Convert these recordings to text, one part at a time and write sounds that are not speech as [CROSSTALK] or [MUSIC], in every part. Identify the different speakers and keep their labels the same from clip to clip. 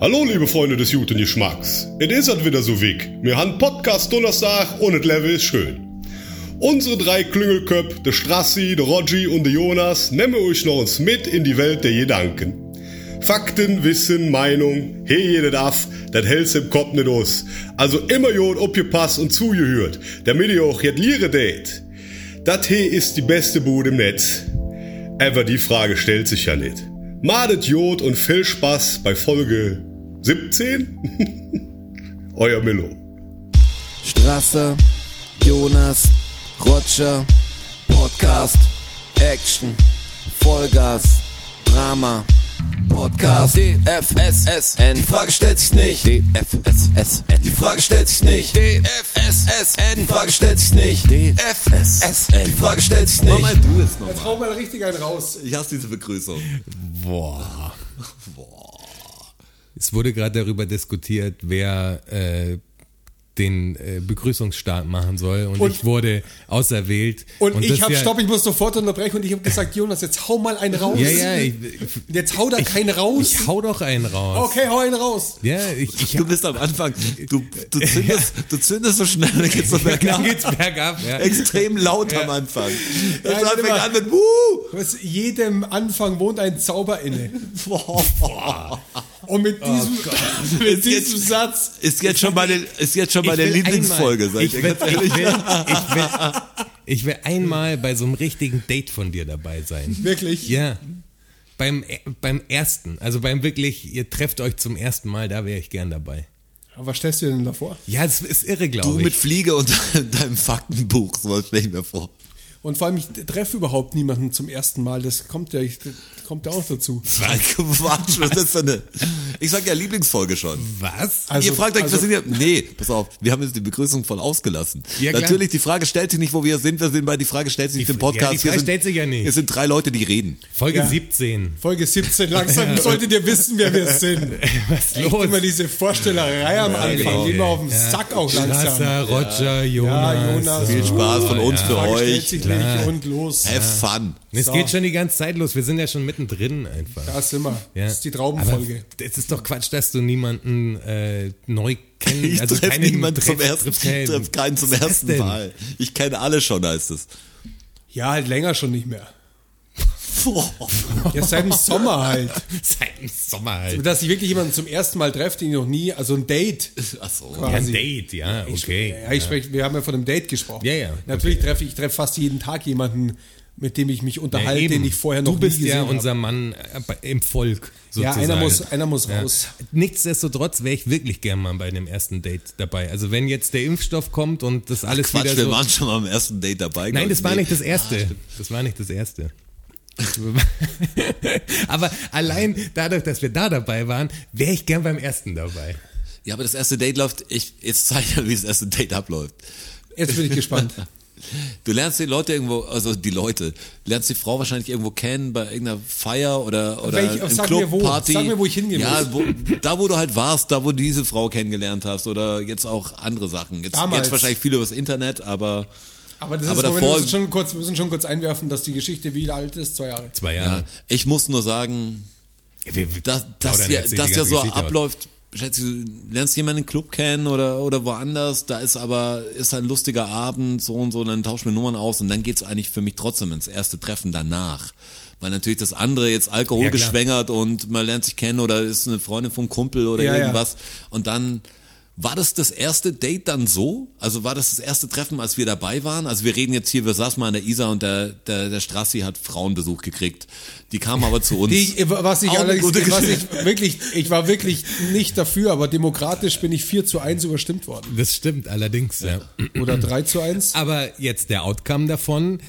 Speaker 1: Hallo liebe Freunde des guten Geschmacks. Es ist halt wieder so weg. Wir haben Podcast Donnerstag und das Level ist schön. Unsere drei Klüngelköp, der Strassi, der Rogi und der Jonas, nehmen euch noch uns mit in die Welt der Gedanken. Fakten, Wissen, Meinung, he jede darf, das hält's im Kopf nicht aus. Also immer jod opgepasst und zugehört, damit ihr auch jetzt Liere date. Das he ist die beste Bude im Netz. Aber die Frage stellt sich ja nicht. Madet Jod und viel Spaß bei Folge 17? [LAUGHS] Euer Milo.
Speaker 2: Strasser, Jonas, Roger, Podcast, Action, Vollgas, Drama, Podcast, DFSSN, die Frage stellt sich nicht, DFSSN, die Frage stellt sich nicht, DFSSN, die Frage stellt sich nicht, DFSSN, die Frage stellt sich
Speaker 3: Mach
Speaker 2: nicht.
Speaker 3: mal du jetzt nochmal.
Speaker 4: Hau mal richtig einen raus.
Speaker 3: Ich hasse diese Begrüßung.
Speaker 4: [LAUGHS]
Speaker 5: Boah. Es wurde gerade darüber diskutiert, wer äh, den äh, Begrüßungsstart machen soll. Und,
Speaker 4: Und-
Speaker 5: ich wurde auserwählt.
Speaker 4: Und,
Speaker 5: das
Speaker 4: ich habe
Speaker 5: ja,
Speaker 4: Stopp, ich muss sofort unterbrechen und ich habe gesagt, Jonas, jetzt hau mal einen raus.
Speaker 5: Ja, ja, ich,
Speaker 4: Jetzt hau da keinen raus.
Speaker 5: ich hau doch einen raus.
Speaker 4: okay, hau einen raus.
Speaker 5: Ja, ich, ich
Speaker 4: [LAUGHS]
Speaker 3: Du bist am Anfang, du,
Speaker 5: [LAUGHS]
Speaker 3: du, zündest, du zündest so schnell, dann geht's so bergab.
Speaker 5: dann geht's bergab. Ja.
Speaker 3: Extrem laut am Anfang. Das
Speaker 4: Ja,
Speaker 3: ja, fängt
Speaker 4: immer.
Speaker 3: an mit Wuh!
Speaker 4: Was, jedem Anfang wohnt ein Zauber inne.
Speaker 3: Boah.
Speaker 4: Und mit
Speaker 5: Oh
Speaker 4: diesem,
Speaker 3: Jetzt-
Speaker 4: mit diesem Satz.
Speaker 3: Ist jetzt schon meine, ist jetzt schon meine
Speaker 5: will
Speaker 3: Lieblingsfolge,
Speaker 5: einmal-
Speaker 3: sag ich,
Speaker 5: ich
Speaker 3: dir
Speaker 5: will,
Speaker 3: ganz ehrlich.
Speaker 5: Ich will, ich, will, ich will einmal bei so einem richtigen Date von dir dabei sein.
Speaker 4: Wirklich?
Speaker 5: Ja. Beim, äh, beim ersten, also beim wirklich, ihr trefft euch zum ersten Mal, da wäre ich gern dabei.
Speaker 4: Aber was stellst du dir denn davor?
Speaker 5: Ja, das ist irre,
Speaker 3: Du
Speaker 5: glaube
Speaker 3: mit
Speaker 5: ich.
Speaker 3: Fliege und [LAUGHS] deinem Faktenbuch, sowas stell ich mir vor.
Speaker 4: Und vor allem, ich treffe überhaupt niemanden zum ersten Mal. Das kommt ja, ich, das kommt ja auch dazu.
Speaker 3: Quatsch, was ist das für eine? Ich sag ja Lieblingsfolge schon.
Speaker 5: Was?
Speaker 4: Also-
Speaker 3: ihr fragt euch,
Speaker 4: also-
Speaker 3: was sind wir? Nee, pass auf, wir haben jetzt die Begrüßung voll ausgelassen.
Speaker 5: Ja, klar.
Speaker 3: Natürlich, die Frage stellt sich nicht, wo wir sind. Wir sind bei die Frage stellt sich nicht
Speaker 5: Die-
Speaker 3: im Podcast.
Speaker 5: ja, die Frage
Speaker 3: Wir sind,
Speaker 5: stellt sich ja nicht.
Speaker 3: Es sind drei Leute, die reden.
Speaker 5: Folge
Speaker 4: Ja.
Speaker 5: 17.
Speaker 4: Folge 17,
Speaker 5: [LAUGHS]
Speaker 4: langsam solltet ihr wissen, wer wir sind.
Speaker 5: Was ist los?
Speaker 4: Immer diese Vorstellerei am Anfang,
Speaker 3: genau.
Speaker 4: die immer auf den Sack auch langsam. Ah,
Speaker 5: Strasser, Roger, Jonas.
Speaker 4: Jonas.
Speaker 5: Oh,
Speaker 3: Viel Spaß von uns für
Speaker 4: Frage stellt
Speaker 3: euch.
Speaker 4: sich nicht und los.
Speaker 3: Have fun.
Speaker 5: Es
Speaker 4: So.
Speaker 5: geht schon die ganze Zeit los. Wir sind ja schon mittendrin einfach.
Speaker 4: Da sind wir.
Speaker 5: Ja.
Speaker 4: Das ist die Traubenfolge.
Speaker 5: Aber Es ist doch Quatsch, dass du niemanden äh,
Speaker 4: [LAUGHS]
Speaker 5: neu kennst.
Speaker 3: Ich
Speaker 5: also
Speaker 3: treffe
Speaker 5: keinen
Speaker 3: niemanden zum
Speaker 5: treff-
Speaker 3: ersten,
Speaker 5: triffst keinen.
Speaker 3: treff keinen zum
Speaker 5: Was ist
Speaker 3: ersten
Speaker 5: denn?
Speaker 3: Mal. Ich kenne alle schon, heißt es.
Speaker 4: Ja, halt länger schon nicht mehr.
Speaker 3: Boah.
Speaker 4: Ja, seit dem Sommer halt.
Speaker 5: [LAUGHS] Seit dem Sommer halt.
Speaker 4: Dass ich wirklich jemanden zum ersten Mal treffe, den ich noch nie, also ein Date
Speaker 3: Ach so.
Speaker 5: Ja, ein
Speaker 4: quasi.
Speaker 5: Date, ja, okay.
Speaker 4: Ja, ich spreche, wir haben ja von einem Date gesprochen.
Speaker 5: Ja, ja, okay.
Speaker 4: Natürlich treffe ich treffe fast jeden Tag jemanden, mit dem ich mich unterhalte,
Speaker 5: eben.
Speaker 4: den ich vorher noch
Speaker 5: Du bist
Speaker 4: nie gesehen
Speaker 5: ja
Speaker 4: habe.
Speaker 5: unser Mann äh, bei- im Volk
Speaker 4: ja,
Speaker 5: sozusagen.
Speaker 4: einer muss, einer muss raus.
Speaker 5: Nichtsdestotrotz wäre ich wirklich gern mal bei dem ersten Date dabei. Also wenn jetzt der Impfstoff kommt und das alles
Speaker 3: Quatsch,
Speaker 5: wieder
Speaker 3: wir
Speaker 5: so.
Speaker 3: waren schon mal am ersten Date dabei. glaub
Speaker 5: Nein, das
Speaker 3: ich.
Speaker 5: war
Speaker 3: Nee.
Speaker 5: nicht das erste. Das war nicht das erste. Aber allein dadurch, dass wir da dabei waren, wäre ich gern beim ersten dabei.
Speaker 3: Ja, aber das erste Date läuft, ich, jetzt zeige ich dir, wie das erste Date abläuft.
Speaker 4: Jetzt bin ich
Speaker 5: [LAUGHS]
Speaker 4: gespannt.
Speaker 3: Du lernst die Leute irgendwo, also die Leute, lernst die Frau wahrscheinlich irgendwo kennen bei irgendeiner Feier oder, oder
Speaker 4: Welch-
Speaker 3: im
Speaker 4: sag
Speaker 3: Club,
Speaker 4: mir wo,
Speaker 3: Party.
Speaker 4: sag mir, wo ich hingehen
Speaker 3: ja,
Speaker 4: muss.
Speaker 3: Wo, da, wo du halt warst, da, wo du diese Frau kennengelernt hast oder jetzt auch andere Sachen. Jetzt,
Speaker 4: Damals.
Speaker 3: jetzt wahrscheinlich viel übers Internet, aber
Speaker 4: Aber das
Speaker 3: Aber
Speaker 4: ist Moment, wir
Speaker 3: davor-
Speaker 4: müssen schon kurz, wir müssen schon kurz einwerfen, dass die Geschichte wie alt ist, zwei Jahre.
Speaker 5: Zwei
Speaker 3: ja,
Speaker 5: Jahre.
Speaker 3: ich muss nur sagen,
Speaker 5: Wir- wir
Speaker 3: dass, dass
Speaker 5: plaudern
Speaker 3: ja,
Speaker 5: jetzt die
Speaker 3: dass ja
Speaker 5: ganze
Speaker 3: so
Speaker 5: Geschichte aus.
Speaker 3: abläuft. Schätze, du lernst jemanden im Club kennen oder, oder woanders, da ist aber, ist ein lustiger Abend, so und so, dann tauschen wir Nummern aus und dann geht's eigentlich für mich trotzdem ins erste Treffen danach. Weil natürlich das andere jetzt Alkohol
Speaker 5: Ja, klar.
Speaker 3: geschwängert und man lernt sich kennen oder ist eine Freundin vom Kumpel oder
Speaker 4: Ja, ja.
Speaker 3: irgendwas. Und dann, war das das erste Date dann so? Also war das das erste Treffen, als wir dabei waren? Also wir reden jetzt hier, wir saßen mal an der Isar und der, der, der Strassi hat Frauenbesuch gekriegt. Die kamen aber
Speaker 5: [LAUGHS]
Speaker 3: zu uns.
Speaker 4: Die, was ich
Speaker 3: Auch eine
Speaker 4: allerdings,
Speaker 3: gute
Speaker 4: was ich
Speaker 3: Geschichte.
Speaker 4: wirklich, ich war wirklich nicht dafür, aber demokratisch bin ich 4 zu 1 überstimmt worden.
Speaker 5: Das stimmt allerdings. Ja.
Speaker 4: Oder 3 zu 1.
Speaker 5: Aber jetzt der Outcome davon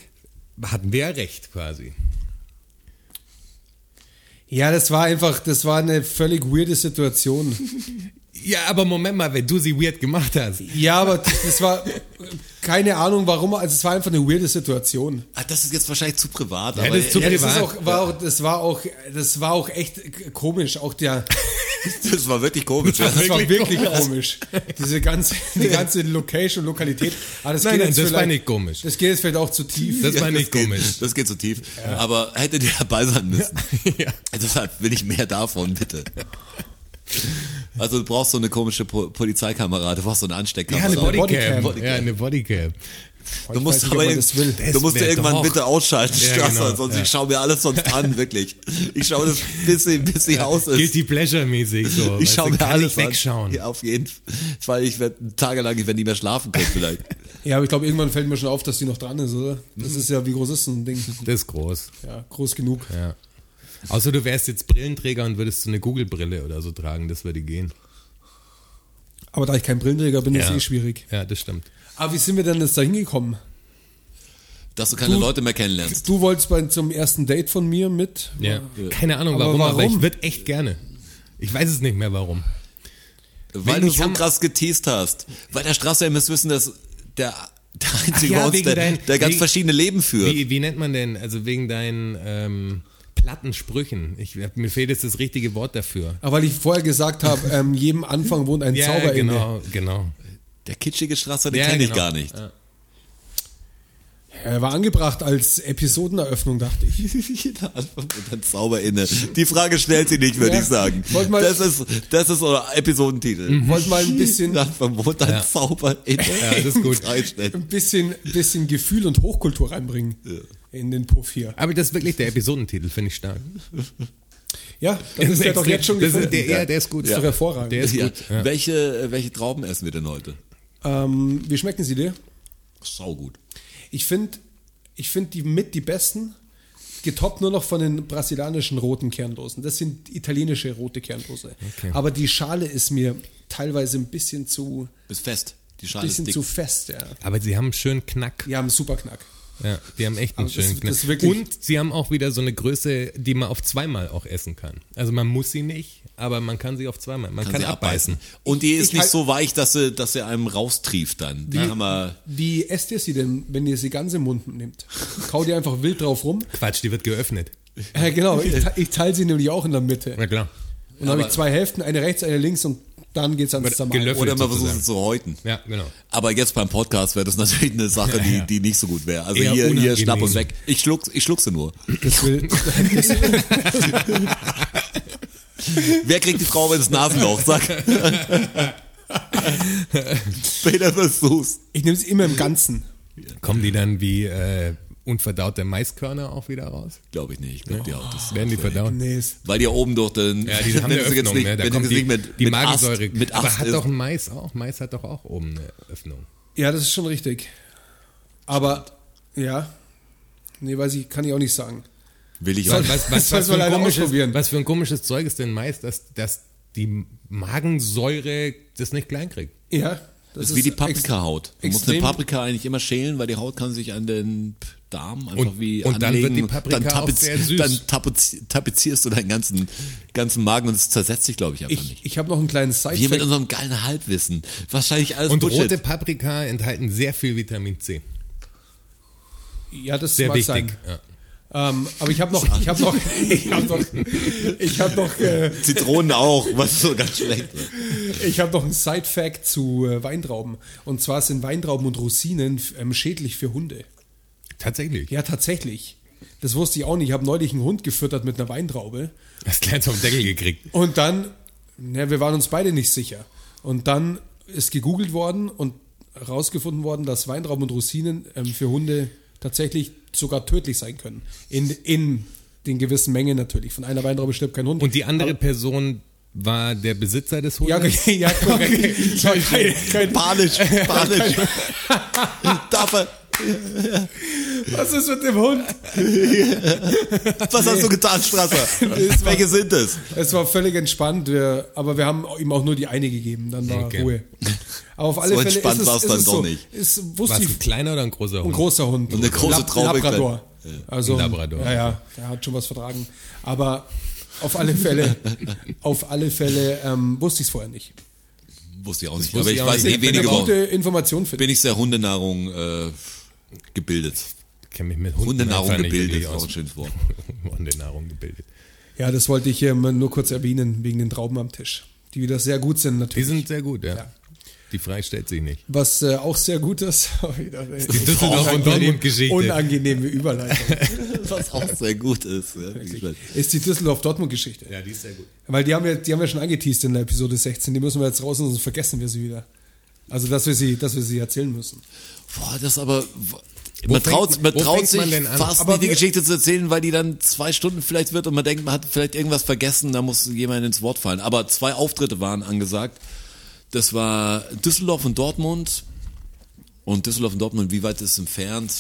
Speaker 5: hatten wir ja recht quasi.
Speaker 4: Ja, das war einfach, das war eine völlig weirde Situation.
Speaker 5: Ja, aber Moment mal, wenn du sie weird gemacht hast.
Speaker 4: Ja, aber das das war keine Ahnung warum, also es war einfach eine weirde Situation.
Speaker 3: Ah, das ist jetzt wahrscheinlich zu privat.
Speaker 5: Ja,
Speaker 3: aber
Speaker 5: das ist zu
Speaker 3: Äh, ja,
Speaker 4: Das, ist
Speaker 5: Privat.
Speaker 4: auch, war auch, das war auch, das war auch echt komisch, auch der,
Speaker 3: das war wirklich
Speaker 5: [LAUGHS]
Speaker 3: komisch. Ja.
Speaker 4: das war
Speaker 5: Wirklich
Speaker 4: wirklich komisch. Diese ganze, die ganze Location, Lokalität. Aber das
Speaker 5: Nein,
Speaker 4: geht
Speaker 5: nein,
Speaker 4: jetzt
Speaker 5: das war
Speaker 4: vielleicht-
Speaker 5: nicht komisch.
Speaker 4: Das geht jetzt vielleicht auch zu tief.
Speaker 5: Das war
Speaker 3: Ja,
Speaker 5: nicht
Speaker 3: geht,
Speaker 5: komisch.
Speaker 3: Das geht zu tief. Aber hättet ihr dabei sein müssen.
Speaker 5: [LAUGHS] Ja.
Speaker 3: Deshalb will ich mehr davon, bitte. Also du brauchst so eine komische po Polizeikamera, du brauchst so eine
Speaker 5: Ja,
Speaker 3: Ansteckkamera.
Speaker 5: eine Bodycam.
Speaker 4: Bodycam.
Speaker 5: Ja, eine Bodycam.
Speaker 3: du musst
Speaker 4: nicht, ob
Speaker 3: aber
Speaker 4: man
Speaker 3: irg-
Speaker 4: das will.
Speaker 3: du
Speaker 5: Das
Speaker 3: musst ja
Speaker 5: wär
Speaker 3: irgendwann
Speaker 5: doch-
Speaker 3: bitte ausschalten,
Speaker 5: Ja,
Speaker 3: Strasser,
Speaker 5: genau,
Speaker 3: sonst
Speaker 5: ja.
Speaker 3: ich schaue mir alles sonst an, wirklich. Ich schaue das bis sie, bis sie aus ist.
Speaker 5: Guilty Pleasure-mäßig so.
Speaker 3: ich schaue
Speaker 5: weißt du,
Speaker 3: mir
Speaker 5: kann
Speaker 3: alles
Speaker 5: nicht wegschauen.
Speaker 3: an. Ja, auf jeden Fall, weil ich werde tagelang, ich werde nicht mehr schlafen können vielleicht.
Speaker 4: Ja, aber ich glaube, irgendwann fällt mir schon auf, dass die noch dran ist, oder? Das ist ja, wie groß ist so ein Ding?
Speaker 5: [LAUGHS] Das ist groß.
Speaker 4: Ja, groß genug.
Speaker 5: Mhm. Ja. Außer du wärst jetzt Brillenträger und würdest so eine Google-Brille oder so tragen, das würde gehen.
Speaker 4: Aber da ich kein Brillenträger bin, ist
Speaker 5: Ja.
Speaker 4: eh schwierig.
Speaker 5: Ja, das stimmt.
Speaker 4: Aber wie sind wir denn jetzt da hingekommen?
Speaker 3: Dass du keine
Speaker 4: Du-
Speaker 3: Leute mehr kennenlernst.
Speaker 4: Du wolltest bei, zum ersten Date von mir mit?
Speaker 5: Ja. Keine Ahnung
Speaker 4: Aber
Speaker 5: warum, aber
Speaker 4: warum?
Speaker 5: ich würde echt gerne. Ich weiß es nicht mehr warum.
Speaker 3: Weil
Speaker 5: Wegen
Speaker 3: du so
Speaker 5: Kam-
Speaker 3: krass geteased hast. Weil der Strasser, ihr müsst wissen, dass der, der Einzige
Speaker 5: ja,
Speaker 3: bei uns,
Speaker 5: wegen
Speaker 3: der,
Speaker 5: dein-
Speaker 3: der ganz
Speaker 5: wegen-
Speaker 3: verschiedene Leben führt.
Speaker 4: Äh.
Speaker 5: Wie, wie nennt man denn, also wegen deinen ähm, platten Sprüchen, ich, mir fehlt jetzt das richtige Wort dafür.
Speaker 4: Aber weil ich vorher gesagt
Speaker 5: [LAUGHS]
Speaker 4: habe, ähm, jedem Anfang wohnt ein Zauber inne.
Speaker 5: genau, genau.
Speaker 3: Der kitschige Strasser, den
Speaker 5: Ja,
Speaker 3: kenne ich
Speaker 5: genau.
Speaker 3: gar nicht.
Speaker 4: Er war angebracht als Episodeneröffnung, dachte
Speaker 3: [LAUGHS]
Speaker 4: ich.
Speaker 3: Jeder Anfang und dann Zauber inne. Die Frage stellt sie nicht, würde
Speaker 4: Ja,
Speaker 3: ich sagen.
Speaker 4: wollt mal-
Speaker 3: das ist, das ist unser Episodentitel.
Speaker 5: Mhm.
Speaker 4: Wollt mal ein bisschen-
Speaker 3: Dann verbot dann
Speaker 5: Ja.
Speaker 3: Zauber inne.
Speaker 5: Ja, das ist gut.
Speaker 3: Reinstellen.
Speaker 4: Ein bisschen, bisschen Gefühl und Hochkultur reinbringen in den Puff hier.
Speaker 5: Aber das ist wirklich der Episodentitel, finde ich stark.
Speaker 4: Ja, das ist ja doch
Speaker 5: extrem-
Speaker 4: jetzt schon
Speaker 5: das
Speaker 4: gefunden.
Speaker 5: ist, der, ja, der ist gut.
Speaker 4: Ist doch hervorragend.
Speaker 5: Der ist
Speaker 3: Ja.
Speaker 5: gut. Ja.
Speaker 3: Welche, welche Trauben essen wir denn heute?
Speaker 4: ähm, wie schmecken sie dir?
Speaker 3: Sau gut.
Speaker 4: Ich finde ich find die mit die besten, getoppt nur noch von den brasilianischen roten Kerndosen. Das sind italienische rote Kerndose.
Speaker 5: Okay.
Speaker 4: Aber die Schale ist mir teilweise ein bisschen zu,
Speaker 3: Ist fest. Die Schale ist
Speaker 4: bisschen
Speaker 3: dick.
Speaker 4: zu fest. Ja.
Speaker 5: Aber sie haben einen schönen Knack.
Speaker 4: Die haben einen super Knack.
Speaker 5: Ja, die haben echt einen
Speaker 4: Aber das-
Speaker 5: schönen
Speaker 4: das
Speaker 5: Knack.
Speaker 4: wirklich-
Speaker 5: Und sie haben auch wieder so eine Größe, die man auf zweimal auch essen kann. Also man muss sie nicht, aber man kann sie auf zweimal. Man kann,
Speaker 3: sie
Speaker 5: abbeißen.
Speaker 3: Und die ist
Speaker 4: ich
Speaker 3: nicht
Speaker 4: halt-
Speaker 3: so weich, dass sie, dass sie einem raustrieft dann. Die haben wir,
Speaker 4: Wie esst ihr sie denn, wenn ihr sie ganz im Mund nehmt? Kaut ihr einfach wild drauf rum?
Speaker 5: Quatsch, die wird geöffnet.
Speaker 4: Ja, genau. Ich, te- ich teile sie nämlich auch in der Mitte.
Speaker 5: Na klar.
Speaker 4: Und dann habe ich
Speaker 3: Aber-
Speaker 4: zwei Hälften, eine rechts, eine links und dann geht's ans Zermatt.
Speaker 5: Gelöffelt
Speaker 3: oder man
Speaker 5: sozusagen.
Speaker 3: versucht es zu häuten.
Speaker 5: Ja, genau.
Speaker 3: Aber
Speaker 5: [LAUGHS]
Speaker 3: jetzt beim Podcast wäre das natürlich eine Sache, die, die nicht so gut wäre. Also
Speaker 5: Eher
Speaker 3: hier, hier,
Speaker 5: unangenehm.
Speaker 3: schnapp und weg. Ich schluck, ich schluck sie nur.
Speaker 4: Das will, das,
Speaker 3: Wer kriegt die Frau ins
Speaker 5: [LAUGHS]
Speaker 3: Nasenloch? Sag. Peter versuch's.
Speaker 4: [LAUGHS] ich nehme es immer im Ganzen.
Speaker 5: Kommen die dann wie äh, unverdaute Maiskörner auch wieder raus?
Speaker 3: Glaube ich nicht. Ich glaube, die auch das.
Speaker 5: Werden die verdaut?
Speaker 4: Nee, ist-
Speaker 3: Weil die oben durch den.
Speaker 5: Ja, die
Speaker 3: [LAUGHS]
Speaker 5: haben
Speaker 3: wenn
Speaker 5: eine
Speaker 3: sie jetzt
Speaker 5: Öffnung,
Speaker 3: nicht-
Speaker 5: ne? da
Speaker 3: wenn
Speaker 5: kommt
Speaker 3: sie
Speaker 5: die,
Speaker 3: nicht mit,
Speaker 5: die
Speaker 3: mit
Speaker 5: Magensäure.
Speaker 3: Ast, mit
Speaker 5: aber
Speaker 3: Ast
Speaker 5: hat
Speaker 3: ist,
Speaker 5: doch ein Mais auch, Mais hat doch auch oben eine Öffnung.
Speaker 4: Ja, das ist schon richtig. Aber, ja. Nee, weiß ich, kann ich auch nicht sagen.
Speaker 3: will ich auch.
Speaker 5: Was, was,
Speaker 4: Das müssen
Speaker 5: was, für
Speaker 4: wir
Speaker 5: ein
Speaker 4: leider
Speaker 5: komisches,
Speaker 4: ausprobieren.
Speaker 5: was für ein komisches Zeug ist denn Mais, dass, dass die Magensäure das nicht klein kriegt?
Speaker 4: Ja.
Speaker 3: Das ist wie die Paprikahaut. Man muss eine
Speaker 4: extrem-
Speaker 3: Paprika eigentlich immer schälen, weil die Haut kann sich an den Darm einfach
Speaker 5: Und-
Speaker 3: wie
Speaker 5: und dann
Speaker 3: anlegen.
Speaker 5: wird die Paprika
Speaker 3: dann,
Speaker 5: auch sehr süß.
Speaker 3: dann tapezier- tapezierst du deinen ganzen, ganzen Magen und es zersetzt sich, glaube ich, einfach nicht.
Speaker 4: Ich, ich habe noch einen kleinen
Speaker 3: Wir mit
Speaker 4: Side-Fact.
Speaker 3: unserem geilen Halbwissen. Wahrscheinlich alles
Speaker 5: Und
Speaker 3: Bullshit.
Speaker 5: rote Paprika enthalten sehr viel Vitamin C.
Speaker 4: Ja, das
Speaker 5: Sehr
Speaker 4: mag
Speaker 5: wichtig.
Speaker 4: sein.
Speaker 5: Ja.
Speaker 4: Ähm, aber ich habe noch, ich habe noch, [LAUGHS] ich habe noch, ich habe noch, äh,
Speaker 3: Zitronen auch, was so ganz schlecht ist.
Speaker 4: ich habe noch einen Side-Fact zu äh, Weintrauben. Und zwar sind Weintrauben und Rosinen ähm, schädlich für Hunde.
Speaker 5: Tatsächlich.
Speaker 4: Ja, tatsächlich. Das wusste ich auch nicht. Ich habe neulich einen Hund gefüttert mit einer Weintraube.
Speaker 5: Hast du eins auf den Deckel gekriegt.
Speaker 4: Und dann, na, wir waren uns beide nicht sicher. Und dann ist gegoogelt worden und herausgefunden worden, dass Weintrauben und Rosinen ähm, für Hunde tatsächlich sogar tödlich sein können. In, in den gewissen Mengen natürlich. Von einer Weintraube stirbt kein Hund.
Speaker 5: Und die andere Person war der Besitzer des
Speaker 4: ja, [LAUGHS]
Speaker 5: Hundes?
Speaker 4: okay, ja, korrekt. Sorry, kein, kein,
Speaker 3: Panisch, panisch.
Speaker 5: [LAUGHS]
Speaker 3: Darf er,
Speaker 4: was ist mit dem Hund?
Speaker 3: was hast du getan, Strasser? Welche sind es?
Speaker 4: Es war völlig entspannt, wir, aber wir haben ihm auch nur die eine gegeben, dann war
Speaker 5: Okay.
Speaker 4: Ruhe. Aber auf alle
Speaker 3: So
Speaker 4: Fälle
Speaker 3: entspannt
Speaker 4: ist es,
Speaker 3: war's
Speaker 4: ist
Speaker 3: dann
Speaker 4: es
Speaker 3: doch
Speaker 4: so,
Speaker 3: nicht.
Speaker 4: Ist,
Speaker 5: War
Speaker 4: wusste
Speaker 5: es
Speaker 4: ich,
Speaker 5: ein kleiner oder ein großer Hund?
Speaker 4: ein großer Hund.
Speaker 3: Und eine große
Speaker 4: Lab-
Speaker 3: Traube
Speaker 4: Labrador. Also,
Speaker 5: Ein Labrador.
Speaker 4: Ja, ja, der hat schon was vertragen. Aber auf alle Fälle,
Speaker 3: [LAUGHS]
Speaker 4: auf alle Fälle ähm, wusste ich es vorher nicht.
Speaker 3: Wusste ich auch nicht,
Speaker 5: wusste
Speaker 3: aber
Speaker 5: ich
Speaker 3: ich
Speaker 5: auch
Speaker 3: weiß
Speaker 5: nicht.
Speaker 3: nicht,
Speaker 4: Eine
Speaker 3: wenige
Speaker 4: gute
Speaker 3: Wochen
Speaker 4: Information für
Speaker 3: bin ich sehr Hundenahrung äh, gebildet.
Speaker 5: Ich kenne mich mit Hunden
Speaker 3: Hundenahrung
Speaker 5: einfach nicht
Speaker 3: gebildet,
Speaker 5: wirklich
Speaker 3: ist auch
Speaker 5: aus.
Speaker 3: ein schönes Wort.
Speaker 5: [LAUGHS] Hundenahrung gebildet.
Speaker 4: Ja, das wollte ich hier mal nur kurz erwähnen, wegen den Trauben am Tisch. Die wieder sehr gut sind,
Speaker 5: Die
Speaker 4: natürlich.
Speaker 5: sind sehr gut, ja.
Speaker 4: Ja.
Speaker 5: Die Frage stellt sich nicht.
Speaker 4: Was äh, auch sehr gut ist. [LAUGHS] Wieder eine
Speaker 5: Die Düsseldorf- und Dortmund-Geschichte.
Speaker 3: [LAUGHS]
Speaker 4: Unangenehme Überleitung.
Speaker 3: [LAUGHS] Was auch sehr gut ist. Ja, wie gesagt.
Speaker 4: ist die Düsseldorf-Dortmund-Geschichte.
Speaker 5: Ja, die ist sehr gut.
Speaker 4: Weil die haben, wir, die haben wir schon angeteased in der Episode 16. Die müssen wir jetzt raus, sonst vergessen wir sie wieder. Also, dass wir sie, dass wir sie erzählen müssen.
Speaker 3: Boah, das ist aber. Man
Speaker 5: fängt
Speaker 3: traut,
Speaker 5: man-
Speaker 3: man
Speaker 5: wo
Speaker 3: traut
Speaker 5: fängt
Speaker 3: sich
Speaker 5: man denn an?
Speaker 3: fast
Speaker 4: Aber
Speaker 3: nicht, die
Speaker 4: wir-
Speaker 3: Geschichte zu erzählen, weil die dann zwei Stunden vielleicht wird und man denkt, man hat vielleicht irgendwas vergessen, da muss jemand ins Wort fallen. Aber zwei Auftritte waren angesagt. Das war Düsseldorf und Dortmund. Und Düsseldorf und Dortmund, wie weit ist es entfernt?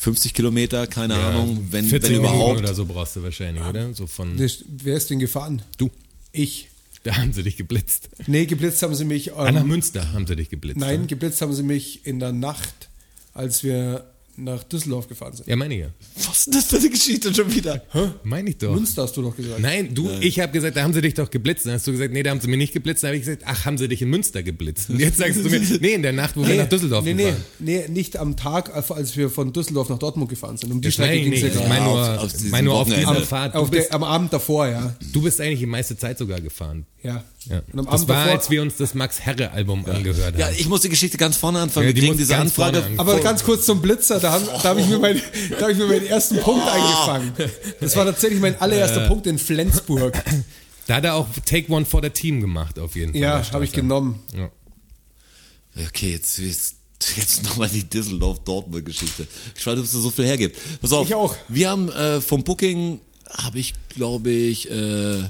Speaker 3: 50 Kilometer, keine Ahnung, wenn, wenn
Speaker 5: 40 Minuten
Speaker 3: überhaupt.
Speaker 5: oder so brauchst du wahrscheinlich, oder? So von
Speaker 4: Wer ist- Wer ist denn gefahren?
Speaker 5: du.
Speaker 4: Ich.
Speaker 5: Da haben sie dich geblitzt.
Speaker 4: Nee, geblitzt haben sie mich. ähm,
Speaker 5: Ah, nach Münster haben sie dich geblitzt. ne?
Speaker 4: nein,
Speaker 5: oder?
Speaker 4: geblitzt haben sie mich in der Nacht, als wir nach Düsseldorf gefahren sind.
Speaker 5: Ja, meine ich ja.
Speaker 3: Was ist das für eine Geschichte schon
Speaker 5: [LAUGHS]
Speaker 3: wieder?
Speaker 5: Meine ich doch.
Speaker 4: Münster hast du doch gesagt.
Speaker 5: Nein, du, ich habe gesagt, da haben sie dich doch geblitzt. Dann hast du gesagt, nee, da haben sie mich nicht geblitzt. Dann habe ich gesagt, ach, haben sie dich in Münster geblitzt. Und jetzt sagst du
Speaker 4: [LAUGHS]
Speaker 5: mir, nee, in der Nacht, wo wir nach Düsseldorf
Speaker 4: nee, nee,
Speaker 5: gefahren.
Speaker 4: nee, nicht am Tag, als wir von Düsseldorf nach Dortmund gefahren sind. Um die
Speaker 5: Ich meine
Speaker 4: Strecke ging es
Speaker 5: nicht,
Speaker 4: ja gar
Speaker 5: ich meine
Speaker 4: nicht.
Speaker 5: nur
Speaker 3: Auf- auf
Speaker 5: auf,
Speaker 3: diesem
Speaker 5: meine nur auf
Speaker 3: Wochenende.
Speaker 5: dieser
Speaker 3: Am-
Speaker 5: Fahrt. Du
Speaker 4: Auf
Speaker 5: bist,
Speaker 4: der, am Abend davor, ja.
Speaker 5: du bist eigentlich die meiste Zeit sogar gefahren.
Speaker 4: ja.
Speaker 5: Ja.
Speaker 4: Und am
Speaker 5: das
Speaker 4: Abend
Speaker 5: war,
Speaker 4: davor.
Speaker 5: als wir uns das Max-Herre-Album angehört haben.
Speaker 3: Ja, ich muss die Geschichte ganz vorne anfangen.
Speaker 5: Ja,
Speaker 3: Wir
Speaker 5: die
Speaker 3: kriegen
Speaker 5: muss
Speaker 3: diese
Speaker 5: ganz vorne
Speaker 3: Anfrage.
Speaker 5: anfangen.
Speaker 4: Aber ganz kurz zum Blitzer, da, haben, da habe ich, mir
Speaker 5: [LAUGHS]
Speaker 4: mein, da hab ich mir meinen ersten Punkt
Speaker 5: Ah.
Speaker 4: eingefangen. Das war tatsächlich mein allererster
Speaker 5: Äh.
Speaker 4: Punkt in
Speaker 5: [LAUGHS]
Speaker 4: Flensburg.
Speaker 5: Da hat er auch Take One for the Team gemacht, auf jeden Fall.
Speaker 4: Ja, habe ich genau. genommen.
Speaker 5: Ja.
Speaker 3: Okay, jetzt, jetzt, jetzt [LAUGHS] nochmal die Düsseldorf-Dortmund-Geschichte. Ich weiß, ob es da so viel hergibt. Pass auf.
Speaker 4: Ich auch.
Speaker 3: Wir haben äh, vom Booking, habe ich, glaube ich, äh,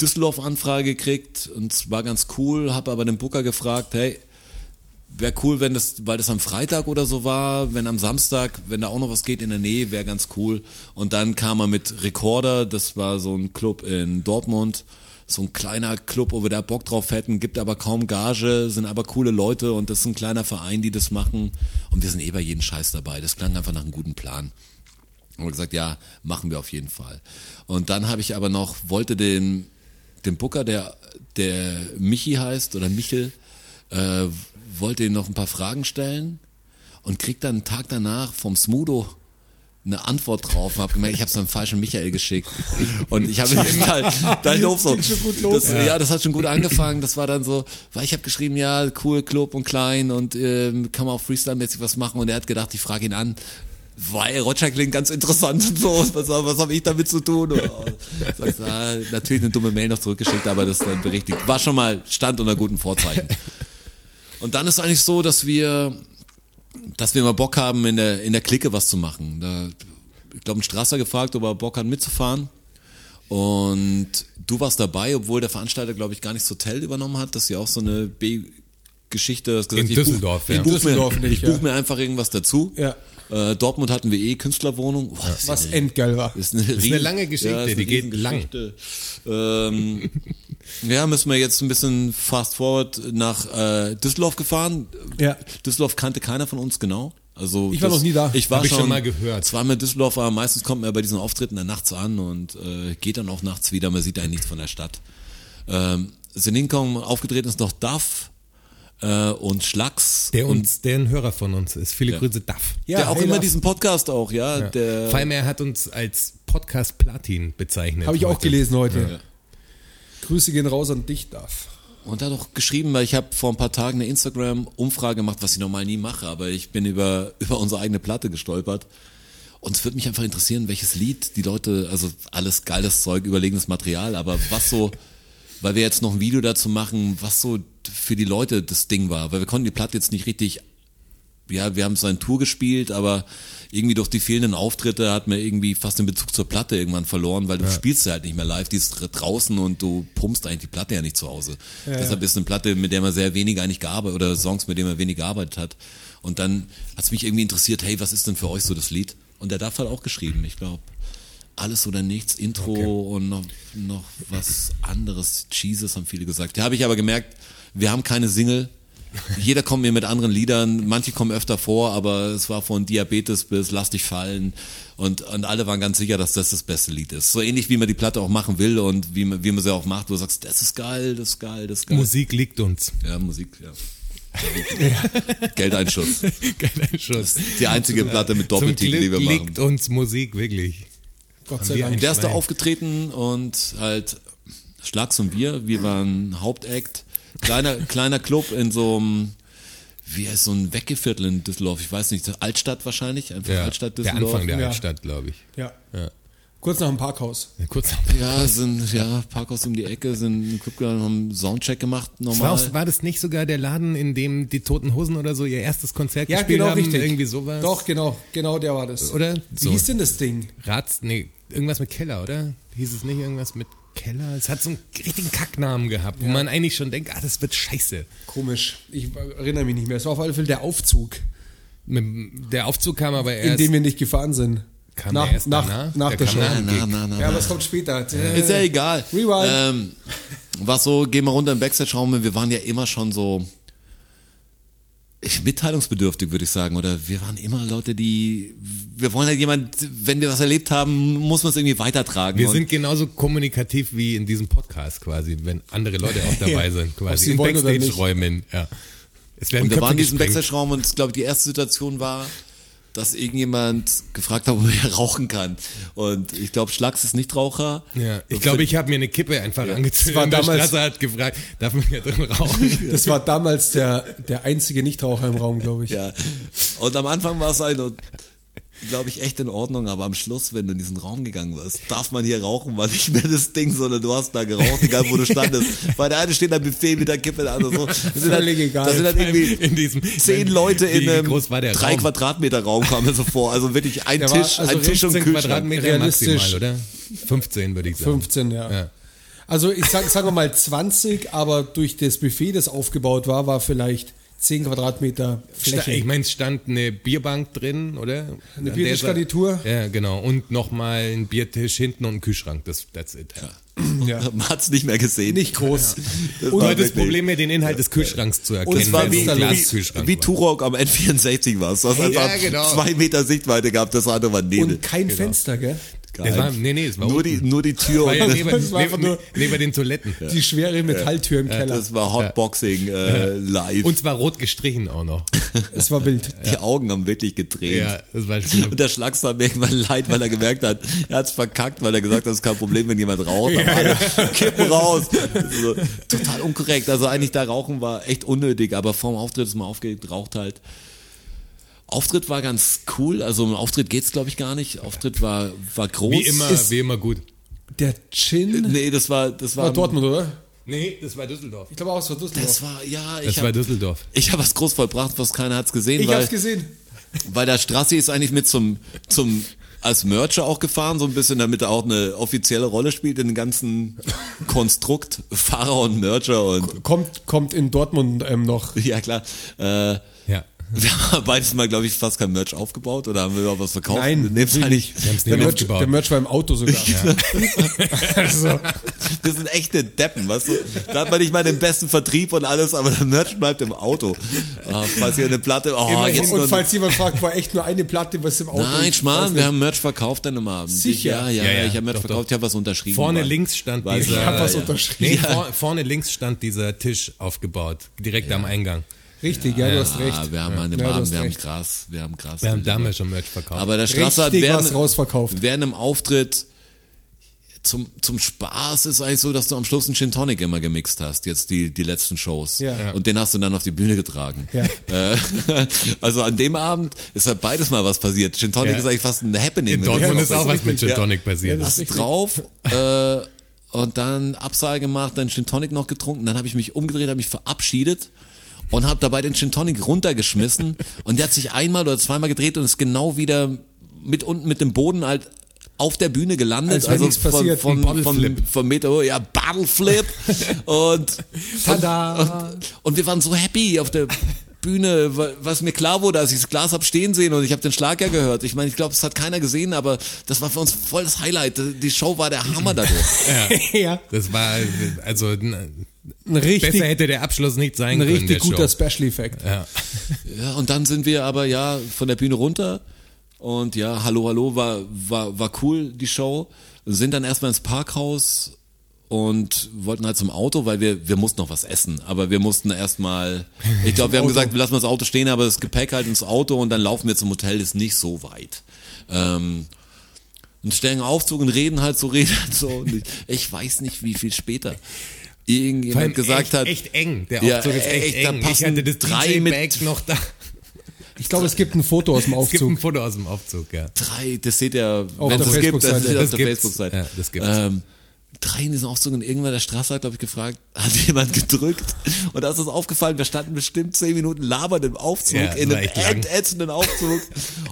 Speaker 3: Düsseldorf-Anfrage gekriegt und es war ganz cool, habe aber den Booker gefragt, hey, wäre cool, wenn das, weil das am Freitag oder so war, wenn am Samstag, wenn da auch noch was geht in der Nähe, wäre ganz cool. Und dann kam er mit Recorder, das war so ein Club in Dortmund, so ein kleiner Club, wo wir da Bock drauf hätten, gibt aber kaum Gage, sind aber coole Leute und das ist ein kleiner Verein, die das machen. Und wir sind eh bei jedem Scheiß dabei. Das klang einfach nach einem guten Plan. Und wir gesagt, ja, machen wir auf jeden Fall. Und dann habe ich aber noch, wollte den, den Booker, der, der Michi heißt oder Michel, äh, wollte ihn noch ein paar Fragen stellen und kriegt dann einen Tag danach vom Smudo eine Antwort drauf und hab gemerkt, ich habe es an den falschen Michael geschickt. Und ich habe halt, [LAUGHS] da doof so. Das, ja. das hat schon gut angefangen. Das war dann so, weil ich habe geschrieben, ja, cool, Club und klein und ähm, kann man auch Freestyle-mäßig was machen. Und er hat gedacht, ich frage ihn an, weil Roger klingt ganz interessant und so. Was, was habe ich damit zu tun? Und, sagst, ah, natürlich eine dumme Mail noch zurückgeschickt, aber das ist dann berichtigt. War schon mal, stand unter guten Vorzeichen. Und dann ist eigentlich so, dass wir dass wir mal Bock haben, in der, in der Clique was zu machen. Da, ich glaube, ein Strasser gefragt, ob er Bock hat, mitzufahren. Und du warst dabei, obwohl der Veranstalter, glaube ich, gar nicht das Hotel übernommen hat, dass sie auch so eine B-Geschichte. hast gesagt,
Speaker 5: In
Speaker 3: ich buch-
Speaker 5: Düsseldorf, ja.
Speaker 3: Ich buche
Speaker 4: Düsseldorf
Speaker 3: mir, ich
Speaker 4: nicht,
Speaker 3: buch
Speaker 4: ja.
Speaker 3: mir einfach irgendwas dazu.
Speaker 4: Ja.
Speaker 3: Äh, Dortmund hatten wir eh Künstlerwohnung. Boah, das ist ja
Speaker 4: Was
Speaker 3: eine-
Speaker 4: endgeil war.
Speaker 3: das ist eine, riesen,
Speaker 5: lange Geschichte,
Speaker 3: das ist
Speaker 5: die geht
Speaker 3: Riesengeschichte. Ähm, [LAUGHS] ja, müssen wir jetzt ein bisschen fast forward nach äh, Düsseldorf gefahren.
Speaker 4: Ja.
Speaker 3: Düsseldorf kannte keiner von uns genau. Also
Speaker 4: Ich war noch nie da.
Speaker 3: Ich war
Speaker 5: Hab ich
Speaker 3: schon,
Speaker 5: schon mal gehört.
Speaker 3: Zweimal in Düsseldorf, aber meistens kommt man ja bei diesen Auftritten dann nachts an und äh, geht dann auch nachts wieder. Man sieht eigentlich nichts von der Stadt. Ähm, sind hingekommen, aufgetreten ist noch Duff äh, und Schlacks.
Speaker 5: Der, uns, der ein Hörer von uns ist. Viele
Speaker 3: Ja.
Speaker 5: Grüße, Duff.
Speaker 4: Ja,
Speaker 3: der auch
Speaker 4: hey,
Speaker 3: immer
Speaker 4: Duff.
Speaker 3: diesen Podcast auch, ja.
Speaker 5: Ja.
Speaker 4: Äh,
Speaker 3: Der,
Speaker 5: Vor allem, er hat uns als Podcast Platin bezeichnet.
Speaker 4: Habe ich auch
Speaker 5: heute.
Speaker 4: gelesen heute.
Speaker 3: Ja.
Speaker 4: Grüße gehen raus an dich, Darf.
Speaker 3: Und hat auch geschrieben, weil ich habe vor ein paar Tagen eine Instagram-Umfrage gemacht, was ich normal nie mache, aber ich bin über, [LAUGHS] über unsere eigene Platte gestolpert. Und es würde mich einfach interessieren, welches Lied die Leute, also alles geiles Zeug, überlegenes Material, aber was so, weil wir jetzt noch ein Video dazu machen, was so für die Leute das Ding war, weil wir konnten die Platte jetzt nicht richtig ja, wir haben so eine Tour gespielt, aber irgendwie durch die fehlenden Auftritte hat man irgendwie fast den Bezug zur Platte irgendwann verloren, weil du spielst sie halt nicht mehr live, die ist dr- draußen und du pumpst eigentlich die Platte ja nicht zu Hause. Deshalb ist eine Platte, mit der man sehr wenig eigentlich gearbeitet oder Songs, mit denen man wenig gearbeitet hat. Und dann hat es mich irgendwie interessiert, hey, was ist denn für euch so das Lied? Und der darf halt auch geschrieben, ich glaube. Alles oder nichts, Intro und noch, noch was anderes. Jesus haben viele gesagt. Da habe ich aber gemerkt, wir haben keine Single. Jeder kommt mir mit anderen Liedern, manche kommen öfter vor, aber es war von Diabetes bis Lass dich fallen und, und alle waren ganz sicher, dass das das beste Lied ist. So ähnlich wie man die Platte auch machen will und wie man, wie man sie auch macht, wo du sagst, das ist geil, das ist geil, das ist geil.
Speaker 5: Musik
Speaker 4: [LAUGHS]
Speaker 5: liegt uns.
Speaker 3: Ja, Musik,
Speaker 5: [LAUGHS]
Speaker 3: ja. Geldeinschuss.
Speaker 5: Geiler Schuss.
Speaker 3: Die einzige Platte mit
Speaker 5: Zum
Speaker 3: Doppeltitel, die wir
Speaker 5: Glück
Speaker 3: machen.
Speaker 5: liegt uns Musik, wirklich.
Speaker 4: Gott
Speaker 5: Haben
Speaker 4: sei
Speaker 5: wir
Speaker 4: Dank.
Speaker 5: einen
Speaker 3: Der ist da
Speaker 5: Schwein.
Speaker 3: aufgetreten und halt Schlags und wir, wir waren Hauptakt.
Speaker 5: [LAUGHS]
Speaker 3: Kleiner, kleiner Club in so einem, wie heißt so ein Weckeviertel in Düsseldorf? Ich weiß nicht, Altstadt wahrscheinlich, einfach
Speaker 5: Ja,
Speaker 3: Altstadt
Speaker 5: der
Speaker 3: Düsseldorf.
Speaker 5: Anfang der
Speaker 4: Ja.
Speaker 5: Altstadt, glaube ich.
Speaker 4: Ja.
Speaker 5: Ja.
Speaker 4: Kurz nach dem Parkhaus.
Speaker 5: Kurz
Speaker 3: ja, sind, ja, Parkhaus um die Ecke, sind im Club gegangen, haben Soundcheck gemacht,
Speaker 5: war,
Speaker 3: normal.
Speaker 5: auch, war das nicht sogar der Laden, in dem die Toten Hosen oder so ihr erstes Konzert
Speaker 4: Ja,
Speaker 5: gespielt
Speaker 4: genau,
Speaker 5: haben?
Speaker 4: richtig.
Speaker 5: Irgendwie sowas.
Speaker 4: Doch, genau, genau der war das.
Speaker 5: Oder?
Speaker 4: Wie
Speaker 5: So.
Speaker 4: hieß denn das Ding?
Speaker 5: Ratz, nee, irgendwas mit Keller, oder? Hieß es nicht irgendwas mit Keller? Es hat so einen richtigen Kacknamen gehabt, wo man eigentlich schon denkt, ah, das wird scheiße.
Speaker 4: Komisch. Ich erinnere mich nicht mehr. Es war auf alle Fälle der Aufzug,
Speaker 5: Mit- Der Aufzug kam aber
Speaker 4: in
Speaker 5: erst.
Speaker 4: dem wir nicht gefahren sind.
Speaker 5: Kam
Speaker 4: nach,
Speaker 5: der erst
Speaker 4: nach,
Speaker 5: danach?
Speaker 4: nach
Speaker 5: Der
Speaker 4: der
Speaker 5: kam
Speaker 4: Show.
Speaker 5: nach-
Speaker 3: na, na, na, na,
Speaker 4: Ja, aber
Speaker 3: na.
Speaker 4: es kommt später. Äh.
Speaker 3: Ist ja egal.
Speaker 4: Rewind.
Speaker 3: Ähm, was so, gehen wir runter im Backstage-Raum. Wir waren ja immer schon so ich- mitteilungsbedürftig, würde ich sagen. Oder wir waren immer Leute, die, wir wollen halt jemand, wenn wir was erlebt haben, muss man es irgendwie weitertragen.
Speaker 5: wir
Speaker 3: Und-
Speaker 5: sind genauso kommunikativ wie in diesem Podcast quasi, wenn andere Leute auch
Speaker 3: [LAUGHS]
Speaker 5: dabei sind,
Speaker 4: Ob
Speaker 5: quasi
Speaker 4: sie
Speaker 5: in
Speaker 4: wollen oder nicht.
Speaker 5: Backstage-Räumen. Ja. Es werden
Speaker 3: Und wir
Speaker 5: Köpfe
Speaker 3: waren in diesem
Speaker 5: gesprengt.
Speaker 3: Backstage-Raum und ich glaube, die erste Situation war, dass irgendjemand gefragt hat, [LAUGHS] ob er rauchen kann. Und ich glaube, Schlags ist nicht Raucher.
Speaker 5: Ja, ich glaube, ich habe mir eine Kippe einfach angezündet.
Speaker 4: Das war
Speaker 5: und der
Speaker 4: damals-
Speaker 5: Strasser hat gefragt, darf man hier drin
Speaker 3: [LAUGHS]
Speaker 5: rauchen?
Speaker 4: Das war damals der, der einzige Nichtraucher im Raum, glaube ich.
Speaker 3: Ja. Und am Anfang war es ein und glaube ich echt in Ordnung, aber am Schluss, wenn du in diesen Raum gegangen wirst, darf man hier rauchen, war nicht mehr das Ding, sondern du hast da geraucht, egal wo du standest. Weil der eine steht am Buffet mit der Kippe, der andere so. Das sind halt,
Speaker 4: Völlig egal.
Speaker 3: Das sind halt irgendwie
Speaker 5: in diesem
Speaker 3: zehn Leute
Speaker 5: wie
Speaker 3: in einem
Speaker 5: groß war der
Speaker 3: drei
Speaker 5: Raum?
Speaker 3: Quadratmeter Raum kam mir so vor. Also wirklich ein
Speaker 4: Der war
Speaker 3: Tisch,
Speaker 4: also
Speaker 3: ein Tisch und
Speaker 5: 15
Speaker 3: Kühlschrank.
Speaker 5: Quadratmeter
Speaker 4: Realistisch.
Speaker 5: maximal, oder? 15 würde ich sagen.
Speaker 4: 15, ja.
Speaker 5: Ja.
Speaker 4: Also ich sag, sagen wir mal 20, aber durch das Buffet, das aufgebaut war, war vielleicht 10 Quadratmeter
Speaker 5: Sta- Ich
Speaker 4: Fläche.
Speaker 5: meine, es stand eine Bierbank drin, oder? An der
Speaker 4: Biertischgarnitur.
Speaker 5: Sa- Ja, genau. Und nochmal ein Biertisch hinten und ein Kühlschrank. Das, that's it.
Speaker 4: Ja.
Speaker 3: [LAUGHS] Man hat's nicht mehr gesehen.
Speaker 4: Nicht groß.
Speaker 3: Das
Speaker 5: Und halt
Speaker 3: war
Speaker 5: das
Speaker 3: wirklich-
Speaker 5: Problem mehr, den Inhalt des Kühlschranks zu erkennen.
Speaker 3: Und es war
Speaker 5: weil
Speaker 3: wie,
Speaker 5: ein
Speaker 3: wie,
Speaker 5: Glaskühlschrank
Speaker 3: wie
Speaker 5: war.
Speaker 3: Turok am N64 war. Du hast einfach
Speaker 5: genau.
Speaker 3: zwei Meter Sichtweite gehabt, das andere war Nebel.
Speaker 4: Und kein Fenster, gell?
Speaker 5: Das war, nee, nee, es war
Speaker 3: nur,
Speaker 5: unten.
Speaker 3: die, nur die Tür
Speaker 5: War ja
Speaker 3: und [LAUGHS]
Speaker 5: neben,
Speaker 4: Das war
Speaker 5: neben,
Speaker 4: einfach nur-
Speaker 5: neben den Toiletten.
Speaker 4: Die schwere Metalltür im Keller.
Speaker 3: das war Hotboxing äh, live.
Speaker 5: Und zwar rot gestrichen
Speaker 3: [LAUGHS]
Speaker 5: auch noch.
Speaker 4: Es war wild.
Speaker 3: die Augen haben wirklich gedreht.
Speaker 5: Ja, das war schlimm.
Speaker 3: Und der Schlags hat mir irgendwann leid, weil er gemerkt hat, er hat's verkackt, weil er gesagt hat, es ist kein Problem, wenn jemand raucht. Aber alle kippen raus. So, total unkorrekt. Also eigentlich da rauchen war echt unnötig, aber vorm Auftritt ist man aufgeregt, raucht halt. Auftritt war ganz cool, also um Auftritt geht's glaube ich gar nicht. Auftritt war war groß.
Speaker 5: Wie immer,
Speaker 4: ist-
Speaker 5: wie immer gut.
Speaker 4: Der Chin
Speaker 3: Nee, das war das war,
Speaker 4: war Dortmund, oder?
Speaker 5: Nee, das war Düsseldorf.
Speaker 4: Ich glaube auch, es war Düsseldorf.
Speaker 3: Das war ja,
Speaker 5: Das
Speaker 3: ich
Speaker 5: war
Speaker 3: habe
Speaker 5: Düsseldorf.
Speaker 3: ich habe was groß vollbracht, was keiner hat's gesehen,
Speaker 4: ich
Speaker 3: weil
Speaker 4: hab's gesehen.
Speaker 3: Weil der Strassi ist eigentlich mit zum, zum als Mercher auch gefahren, so ein bisschen, damit er auch eine offizielle Rolle spielt in dem ganzen Konstrukt Fahrer und Mercher und
Speaker 4: Kommt, kommt in Dortmund ähm, noch.
Speaker 3: ja klar. Äh,
Speaker 5: Ja.
Speaker 3: wir haben beides mal, glaube ich, fast kein Merch aufgebaut oder haben wir überhaupt was verkauft?
Speaker 4: Nein,
Speaker 3: wir nehmen's eigentlich.
Speaker 5: haben's
Speaker 4: Der
Speaker 5: nicht
Speaker 4: Merch,
Speaker 5: aufgebaut.
Speaker 4: der Merch war im Auto sogar. also,
Speaker 3: Wir sind echte Deppen, weißt du? Da hat man nicht mal den besten Vertrieb und alles, aber der Merch bleibt im Auto. Ah, falls hier eine Platte, oh, jetzt nur
Speaker 4: und falls jemand fragt, war echt nur eine Platte, was im Auto
Speaker 3: Nein,
Speaker 4: Ich weiß
Speaker 3: Schmarrn,
Speaker 4: nicht.
Speaker 3: wir haben Merch verkauft an dem Abend.
Speaker 4: Sicher?
Speaker 3: Ja, ja,
Speaker 5: Ja,
Speaker 3: ja,
Speaker 5: ja,
Speaker 3: ich habe Merch
Speaker 5: doch,
Speaker 3: verkauft,
Speaker 5: doch.
Speaker 3: ich habe was unterschrieben.
Speaker 5: Vorne
Speaker 3: Mann.
Speaker 5: links stand
Speaker 3: Weiß
Speaker 5: dieser.
Speaker 3: ich. Ich hab
Speaker 4: was
Speaker 5: ja.
Speaker 4: unterschrieben.
Speaker 5: Nee, vor, vorne links stand dieser Tisch aufgebaut, direkt am Eingang.
Speaker 4: Richtig, ja, du hast recht.
Speaker 3: Ah, wir haben an dem
Speaker 4: Ja, du
Speaker 3: Abend,
Speaker 4: hast
Speaker 3: wir haben
Speaker 4: recht.
Speaker 3: krass, wir haben krass.
Speaker 5: Wir haben damals schon Merch verkauft.
Speaker 3: Aber der Strasser hat
Speaker 4: Richtig was
Speaker 3: während,
Speaker 4: rausverkauft.
Speaker 3: während dem Auftritt zum, zum Spaß ist eigentlich so, dass du am Schluss einen Gin Tonic immer gemixt hast, jetzt die, die letzten Shows.
Speaker 4: Ja. Ja.
Speaker 3: Und den hast du dann auf die Bühne getragen.
Speaker 4: Ja.
Speaker 3: Äh, [LAUGHS] also an dem Abend ist halt beides mal was passiert. Gin Tonic
Speaker 5: Ja.
Speaker 3: ist eigentlich fast ein Happening.
Speaker 5: in
Speaker 3: wenn du
Speaker 5: Dortmund
Speaker 3: das
Speaker 5: ist auch was mit Gin
Speaker 3: Ja.
Speaker 5: Tonic passiert.
Speaker 3: Hast drauf äh, und dann Absage gemacht, dann Gin Tonic noch getrunken, dann habe ich mich umgedreht, habe mich verabschiedet und habe dabei den Gin Tonic runtergeschmissen und der hat sich einmal oder zweimal gedreht und ist genau wieder mit unten mit dem Boden halt auf der Bühne gelandet,
Speaker 4: Als wäre
Speaker 3: also
Speaker 4: nichts passiert,
Speaker 3: von von,
Speaker 4: ein Bottle
Speaker 3: von,
Speaker 4: Flip.
Speaker 3: von Meter, oh, ja Bottle Flip und,
Speaker 4: Tada.
Speaker 3: und und wir waren so happy auf der Bühne, wa- was mir klar wurde, als ich das Glas hab stehen sehen und ich habe den Schlag ja gehört. Ich meine, ich glaube, es hat keiner gesehen, aber das war für uns voll das Highlight. Die Show war der Hammer dadurch.
Speaker 4: [LAUGHS] ja,
Speaker 5: Das war, also, n-
Speaker 4: ein richtig,
Speaker 5: besser hätte der Abschluss nicht sein
Speaker 4: ein
Speaker 5: können.
Speaker 4: richtig
Speaker 5: der Show.
Speaker 4: guter Special Effekt.
Speaker 3: Ja, und dann sind wir aber ja von der Bühne runter und ja, hallo, hallo, war, war, war cool, die Show. Sind dann erstmal ins Parkhaus und wollten halt zum Auto, weil wir, wir mussten noch was essen. Aber wir mussten erstmal, ich glaube, wir haben gesagt, wir lassen das Auto stehen, aber das Gepäck halt ins Auto und dann laufen wir zum Hotel, ist nicht so weit. Ähm, und und stellen Aufzug und reden halt so, reden halt so. Und ich, ich weiß nicht, wie viel später
Speaker 5: Vor
Speaker 3: irgendjemand
Speaker 5: allem
Speaker 3: gesagt
Speaker 5: echt,
Speaker 3: hat.
Speaker 5: echt eng. Der
Speaker 3: Ja,
Speaker 5: Aufzug ist echt,
Speaker 3: echt, da
Speaker 5: eng.
Speaker 3: passen drei
Speaker 5: DJ
Speaker 3: mit-
Speaker 5: Bag noch [LAUGHS] da.
Speaker 4: Ich glaube, es gibt ein Foto aus dem
Speaker 5: Es gibt ein
Speaker 4: Aufzug.
Speaker 5: Foto aus dem Aufzug, ja.
Speaker 3: drei, das seht ihr,
Speaker 4: Auf
Speaker 3: wenn
Speaker 4: der
Speaker 3: es das gibt, das
Speaker 4: Facebook-Seite.
Speaker 3: seht ihr auf
Speaker 5: Das
Speaker 3: der
Speaker 5: gibt's.
Speaker 3: Facebook-Seite.
Speaker 5: Ja, das gibt's.
Speaker 3: Ähm, drei in diesem Aufzug und irgendwann der Straße hat, glaube ich, gefragt, [LAUGHS] hat jemand gedrückt und da ist uns aufgefallen, wir standen bestimmt zehn Minuten labernd im Aufzug,
Speaker 5: Ja, das
Speaker 3: in
Speaker 5: war
Speaker 3: einem
Speaker 5: echt lang.
Speaker 3: ätz- ätzenden
Speaker 5: [LAUGHS]
Speaker 3: Aufzug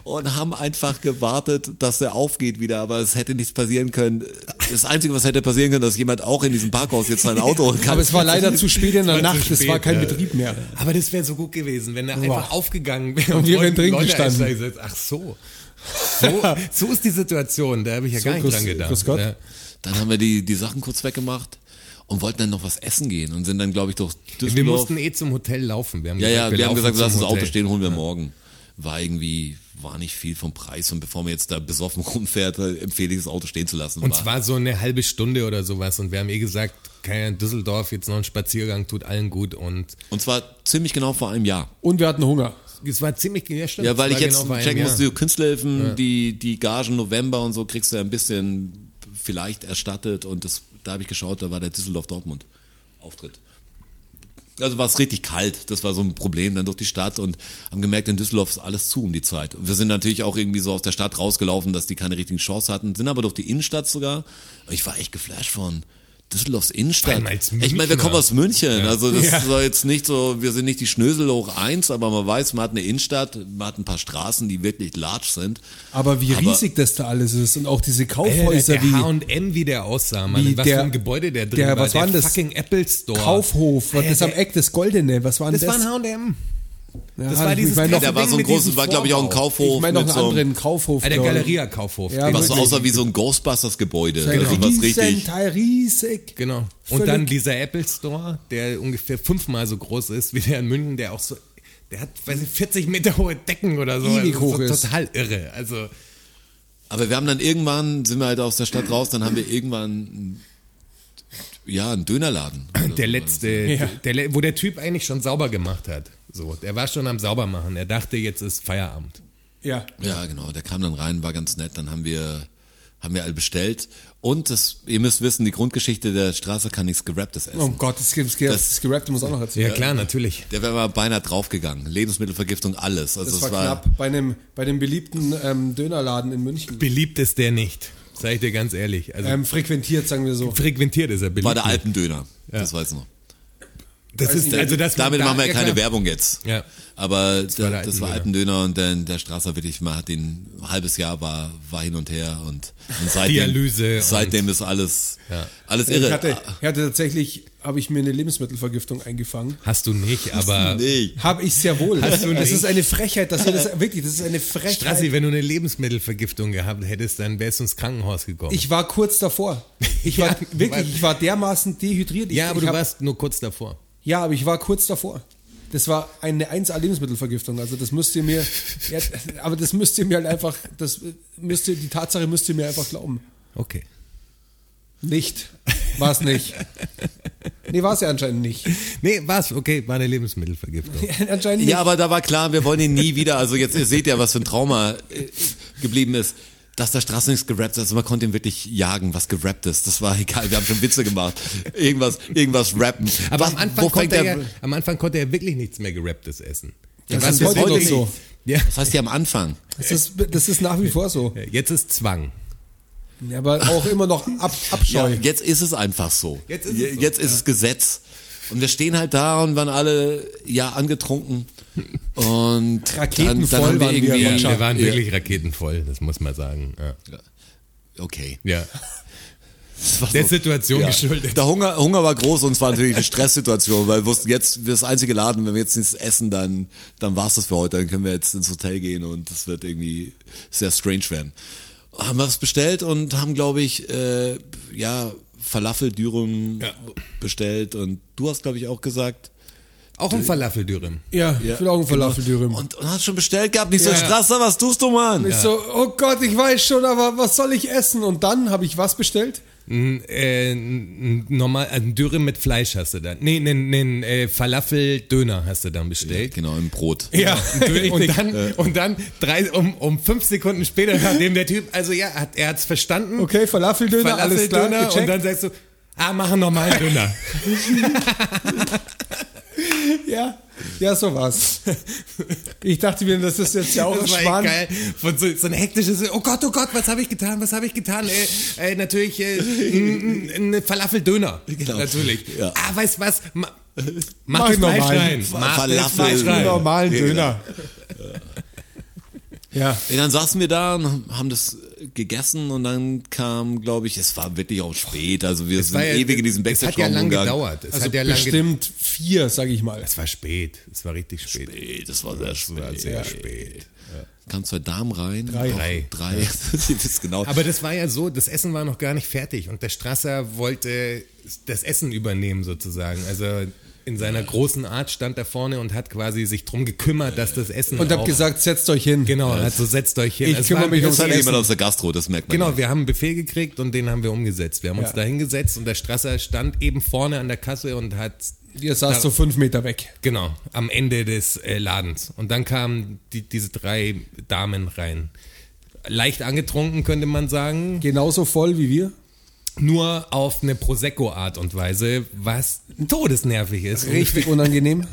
Speaker 3: und haben einfach gewartet, dass der aufgeht wieder, aber es hätte nichts passieren können. Das Einzige, was hätte passieren können, dass jemand auch in diesem Parkhaus jetzt sein
Speaker 5: [LAUGHS]
Speaker 3: Auto holen kann.
Speaker 4: Aber es war leider zu spät in der
Speaker 5: war zu
Speaker 4: Nacht, es war
Speaker 5: spät,
Speaker 4: kein
Speaker 5: ja.
Speaker 4: Betrieb mehr.
Speaker 5: Aber das wäre so gut gewesen, wenn er einfach aufgegangen wäre
Speaker 4: Und wir wären
Speaker 5: wollten
Speaker 4: drin
Speaker 5: Leute
Speaker 4: gestanden.
Speaker 5: einsteigen. Gesagt, Ach so. so. So ist die Situation, da habe ich ja gar nicht
Speaker 4: grüß-
Speaker 5: dran gedacht.
Speaker 4: grüß Gott.
Speaker 5: Ja.
Speaker 3: Dann haben wir die, die Sachen kurz weggemacht und wollten dann noch was essen gehen und sind dann, glaube ich, durch Düsseldorf.
Speaker 5: Wir mussten eh zum Hotel laufen. Wir haben
Speaker 3: Ja, ja, wir, haben
Speaker 5: laufen
Speaker 3: gesagt, wir lassen
Speaker 5: zum
Speaker 3: das Auto
Speaker 5: Hotel.
Speaker 3: stehen, holen wir morgen. War irgendwie, war nicht viel vom Preis und bevor man jetzt da besoffen [LAUGHS] rumfährt, äh, empfehle ich das Auto stehen zu lassen.
Speaker 5: Und
Speaker 3: War-
Speaker 5: zwar so eine halbe Stunde oder sowas. Und wir haben eh gesagt, keiner in Düsseldorf, jetzt noch ein Spaziergang tut allen gut. Und
Speaker 3: und zwar ziemlich genau vor einem Jahr.
Speaker 4: Und wir hatten Hunger.
Speaker 5: es war ziemlich ja, stimmt,
Speaker 3: Ja,
Speaker 5: es
Speaker 3: weil
Speaker 5: war
Speaker 3: ich jetzt
Speaker 5: genau vor einem
Speaker 3: checken
Speaker 5: Jahr.
Speaker 3: musste, Künstlerhilfen, die, die Gagen November und so kriegst du ja ein bisschen vielleicht erstattet und das, da habe ich geschaut, da war der Düsseldorf-Dortmund-Auftritt. Also war es richtig kalt, das war so ein Problem, dann durch die Stadt und haben gemerkt, in Düsseldorf ist alles zu um die Zeit. Und wir sind natürlich auch irgendwie so aus der Stadt rausgelaufen, dass die keine richtigen Chance hatten, sind aber durch die Innenstadt sogar. Ich war echt geflasht von Düsseldorfs Innenstadt.
Speaker 5: allem
Speaker 3: Ich
Speaker 5: als
Speaker 3: meine, wir
Speaker 5: Münchner.
Speaker 3: kommen aus München, also das
Speaker 5: Ja.
Speaker 3: soll jetzt nicht so, wir sind nicht die Schnösel hoch eins, aber man weiß, man hat eine Innenstadt, man hat ein paar Straßen, die wirklich large sind.
Speaker 4: Aber wie
Speaker 3: Aber-
Speaker 4: riesig das da alles ist und auch diese
Speaker 5: Alter,
Speaker 4: Kaufhäuser
Speaker 5: Äh, der
Speaker 4: wie
Speaker 5: H&M, wie der aussah, Mann.
Speaker 4: Wie
Speaker 5: was
Speaker 4: der-
Speaker 5: für ein Gebäude der drin
Speaker 4: der-
Speaker 5: war.
Speaker 4: was war denn das?
Speaker 5: fucking Apple Store.
Speaker 4: Kaufhof, was
Speaker 5: Alter,
Speaker 4: ist am Eck, das Goldene, was war denn
Speaker 5: Äh, Das,
Speaker 4: das?
Speaker 5: war ein H&M.
Speaker 4: Ja,
Speaker 5: das war
Speaker 4: ich
Speaker 5: dieses
Speaker 4: mein,
Speaker 5: Ding,
Speaker 4: noch,
Speaker 3: Der war
Speaker 5: Ding
Speaker 3: so ein
Speaker 5: mit
Speaker 3: großes,
Speaker 5: diesem
Speaker 3: war glaube ich auch ein
Speaker 5: Vorbau.
Speaker 3: Kaufhof
Speaker 4: ich mein, noch
Speaker 3: mit
Speaker 4: einen
Speaker 3: so einem,
Speaker 4: anderen Kaufhof.
Speaker 5: Ah, der
Speaker 4: glaub ich.
Speaker 5: Galeria-Kaufhof.
Speaker 4: Ja,
Speaker 5: Den-
Speaker 4: aber
Speaker 3: was so aussah wie so ein Ghostbusters-Gebäude. Also was
Speaker 4: Riesen
Speaker 3: richtig.
Speaker 4: Teil, riesig.
Speaker 5: Genau.
Speaker 4: Völlig-
Speaker 5: Und dann dieser Apple Store, der ungefähr fünfmal so groß ist wie der in München, der auch so, der hat, weiß ich, 40 Meter hohe Decken oder so.
Speaker 4: Ewig
Speaker 5: also
Speaker 4: hoch
Speaker 5: das
Speaker 4: ist.
Speaker 5: ist total irre. Also,
Speaker 3: Aber wir haben dann irgendwann, sind wir halt aus der Stadt raus, dann haben wir irgendwann, ja, einen Dönerladen.
Speaker 5: der letzte, der, le- wo der Typ eigentlich schon sauber gemacht hat. So, der war schon am Saubermachen. Er dachte, jetzt ist Feierabend.
Speaker 4: Ja.
Speaker 3: Ja, genau. Der kam dann rein, war ganz nett. Dann haben wir, haben wir alle bestellt. Und das, ihr müsst wissen, die Grundgeschichte der Straße kann nichts gerapptes essen.
Speaker 4: Oh Gott, das,
Speaker 3: Das-
Speaker 4: das, das Gerappte muss auch noch erzählen.
Speaker 5: Ja, klar, natürlich.
Speaker 3: Der wäre mal beinahe draufgegangen. Lebensmittelvergiftung, alles. Also
Speaker 4: Das
Speaker 3: es
Speaker 4: war knapp bei dem, bei dem beliebten ähm, Dönerladen in München.
Speaker 5: Beliebt ist der nicht. Sag ich dir ganz ehrlich. Also,
Speaker 4: Ähm, frequentiert, sagen wir so.
Speaker 5: frequentiert ist er beliebt.
Speaker 3: war der Alpendöner. Das weiß ich noch.
Speaker 5: Das ist, also, das
Speaker 3: Damit machen wir ja keine
Speaker 5: klar.
Speaker 3: Werbung jetzt.
Speaker 5: Ja.
Speaker 3: Aber das war,
Speaker 5: war der
Speaker 3: das war Alpendöner und dann der Straße wirklich mal hat den ein halbes Jahr war, war hin und her
Speaker 5: [LAUGHS]
Speaker 3: und, und seitdem,
Speaker 5: Dialyse und-
Speaker 3: seitdem ist alles, alles irre.
Speaker 4: Ich hatte, ich hatte tatsächlich, habe ich mir eine Lebensmittelvergiftung eingefangen.
Speaker 5: Hast du nicht, aber.
Speaker 3: Ah, nee.
Speaker 4: Habe ich sehr wohl.
Speaker 5: Hast du
Speaker 4: das
Speaker 5: nicht?
Speaker 4: ist eine Frechheit, dass ihr
Speaker 5: [LAUGHS]
Speaker 4: das wirklich, das ist eine Frechheit.
Speaker 5: Strassi, wenn du eine Lebensmittelvergiftung gehabt hättest, dann wärst du ins Krankenhaus gekommen.
Speaker 4: ich war kurz davor. Ich war
Speaker 5: Ja,
Speaker 4: [LAUGHS] wirklich, ich war dermaßen dehydriert. Ich,
Speaker 5: ja,
Speaker 4: ich
Speaker 5: aber du
Speaker 4: hab-
Speaker 5: warst nur kurz davor.
Speaker 4: Ja, aber ich war kurz davor. Das war eine 1A Lebensmittelvergiftung. Also das müsst ihr mir, ja, aber das müsst ihr mir halt einfach, das müsst ihr, die Tatsache müsst ihr mir einfach glauben.
Speaker 5: Okay.
Speaker 4: Nicht. War es nicht. Nee, war es ja anscheinend nicht.
Speaker 5: Nee, war's, okay, war eine Lebensmittelvergiftung.
Speaker 4: Anscheinend nicht.
Speaker 3: Ja, aber da war klar, wir wollen ihn nie wieder. Also jetzt ihr seht ja, was für ein Trauma äh, geblieben ist. Dass der Straße nichts gerappt ist, also man konnte ihn wirklich jagen, was gerappt ist. Das war [LAUGHS] egal, wir haben schon Witze gemacht. Irgendwas, irgendwas rappen.
Speaker 5: Aber
Speaker 3: was,
Speaker 5: am, Anfang
Speaker 3: wo fängt
Speaker 5: konnte er,
Speaker 3: der,
Speaker 5: ja, am Anfang konnte er wirklich nichts mehr gerapptes essen. Da
Speaker 4: Das
Speaker 5: war's
Speaker 4: ist heute
Speaker 5: deswegen-
Speaker 4: noch so.
Speaker 5: Ja,
Speaker 3: Was heißt hier am Anfang?
Speaker 4: Das ist, das ist nach wie vor so.
Speaker 5: jetzt ist Zwang.
Speaker 4: Ja, aber auch immer noch ab,
Speaker 3: Ja,
Speaker 4: Abscheu.
Speaker 3: jetzt ist es einfach so.
Speaker 5: Jetzt ist es so,
Speaker 3: jetzt ist es Gesetz. Und wir stehen halt da und waren alle ja
Speaker 5: [LAUGHS]
Speaker 3: angetrunken. Und dann,
Speaker 4: Raketenvoll
Speaker 3: dann haben wir
Speaker 4: waren wir,
Speaker 3: irgendwie.
Speaker 5: Ja, wir
Speaker 4: Mannschaft.
Speaker 5: waren wirklich raketenvoll, das muss man sagen. Ja.
Speaker 3: okay.
Speaker 5: ja.
Speaker 3: Das war
Speaker 5: Der
Speaker 3: so-
Speaker 5: Situation
Speaker 3: Ja.
Speaker 5: geschuldet.
Speaker 3: Der Hunger, Hunger war groß und es war natürlich eine Stresssituation, weil wir wussten, jetzt wir das einzige Laden, wenn wir jetzt nichts essen, dann, dann war's das für heute, dann können wir jetzt ins Hotel gehen und das wird irgendwie sehr strange werden. Haben wir es bestellt und haben, glaube ich, äh, ja, Falafeldürüm bestellt und du hast, glaube ich, auch gesagt. Genau.
Speaker 5: Auch ein Falafeldürüm.
Speaker 4: Ja, ich will auch einen Falafeldürüm.
Speaker 3: Und, und hast schon bestellt gehabt, nicht so,
Speaker 5: Ja.
Speaker 3: Strasser, was tust du, Mann?
Speaker 4: Ich so, oh Gott, ich weiß schon, aber was soll ich essen? Und dann habe ich was bestellt?
Speaker 5: Ein, äh, ein, normal, ein Dürre mit Fleisch hast du dann. Nee, einen, einen äh, Falafel-Döner hast du dann bestellt.
Speaker 3: Genau, im Brot.
Speaker 5: Ja,
Speaker 4: [LAUGHS]
Speaker 3: Richtig.
Speaker 5: und dann, und dann drei, um, um fünf Sekunden später, nachdem der Typ, also ja, hat, er hat's verstanden.
Speaker 4: Okay, Falafeldöner, alles klar,
Speaker 5: Falafel-Döner
Speaker 4: gecheckt.
Speaker 5: und dann sagst du, ah, mach einen normalen Döner.
Speaker 4: ja, ja, so war's. Ich dachte mir, das ist jetzt ja auch ein
Speaker 5: Das war echt
Speaker 4: Schwan.
Speaker 5: geil. Von so, so ein hektisches, oh Gott, oh Gott, was habe ich getan, was habe ich getan? Äh, äh, natürlich äh, n- n- eine Falafel-Döner.
Speaker 3: Genau.
Speaker 5: Natürlich.
Speaker 3: Ja.
Speaker 5: Ah, weißt was? Ma
Speaker 4: Mach
Speaker 5: mach das
Speaker 4: ich
Speaker 5: Fleisch
Speaker 4: normal.
Speaker 5: rein.
Speaker 3: Fa-
Speaker 5: Mach das
Speaker 3: Falafel.
Speaker 5: Fleisch
Speaker 4: Einen
Speaker 5: rein.
Speaker 4: normalen Döner. Ja.
Speaker 3: Ja, dann saßen wir da und haben das gegessen und dann kam, glaube ich, es war wirklich auch spät, also wir sind
Speaker 5: War ja-
Speaker 3: ewig in diesem
Speaker 5: Es hat
Speaker 3: Backstage-Raum
Speaker 5: ja lang
Speaker 3: rumgegangen.
Speaker 5: gedauert. Es
Speaker 4: Also
Speaker 5: hat ja lang gedauert.
Speaker 4: bestimmt vier, sag ich mal.
Speaker 5: Es war spät. Es war richtig spät.
Speaker 3: Ey, das war sehr
Speaker 5: Es war
Speaker 3: spät.
Speaker 5: sehr spät.
Speaker 3: Kamen zwei Damen rein.
Speaker 4: Drei.
Speaker 3: Doch,
Speaker 5: Drei.
Speaker 3: Drei. [LAUGHS] Ihr wisst genau.
Speaker 5: Aber das war ja so, das Essen war noch gar nicht fertig und der Strasser wollte das Essen übernehmen sozusagen. Also in seiner großen Art stand er vorne und hat quasi sich drum gekümmert, dass das Essen
Speaker 4: Und hab
Speaker 5: auch-
Speaker 4: gesagt, setzt euch hin.
Speaker 5: Genau, also setzt euch hin.
Speaker 4: Ich
Speaker 5: Es
Speaker 4: kümmere
Speaker 5: war-
Speaker 4: mich um ums
Speaker 5: es war-
Speaker 3: das hat jemand aus der Gastro, das merkt man.
Speaker 5: Genau, wir haben einen Befehl gekriegt und den haben wir umgesetzt. Wir haben uns
Speaker 4: Ja.
Speaker 5: da hingesetzt und der Strasser stand eben vorne an der Kasse und hat
Speaker 4: Ihr saßt so fünf Meter weg.
Speaker 5: Genau, am Ende des äh, Ladens. Und dann kamen die, diese drei Damen rein. Leicht angetrunken, könnte man sagen.
Speaker 4: Genauso voll wie wir.
Speaker 5: Nur auf eine Prosecco-Art und Weise, was todesnervig ist.
Speaker 4: Richtig unangenehm.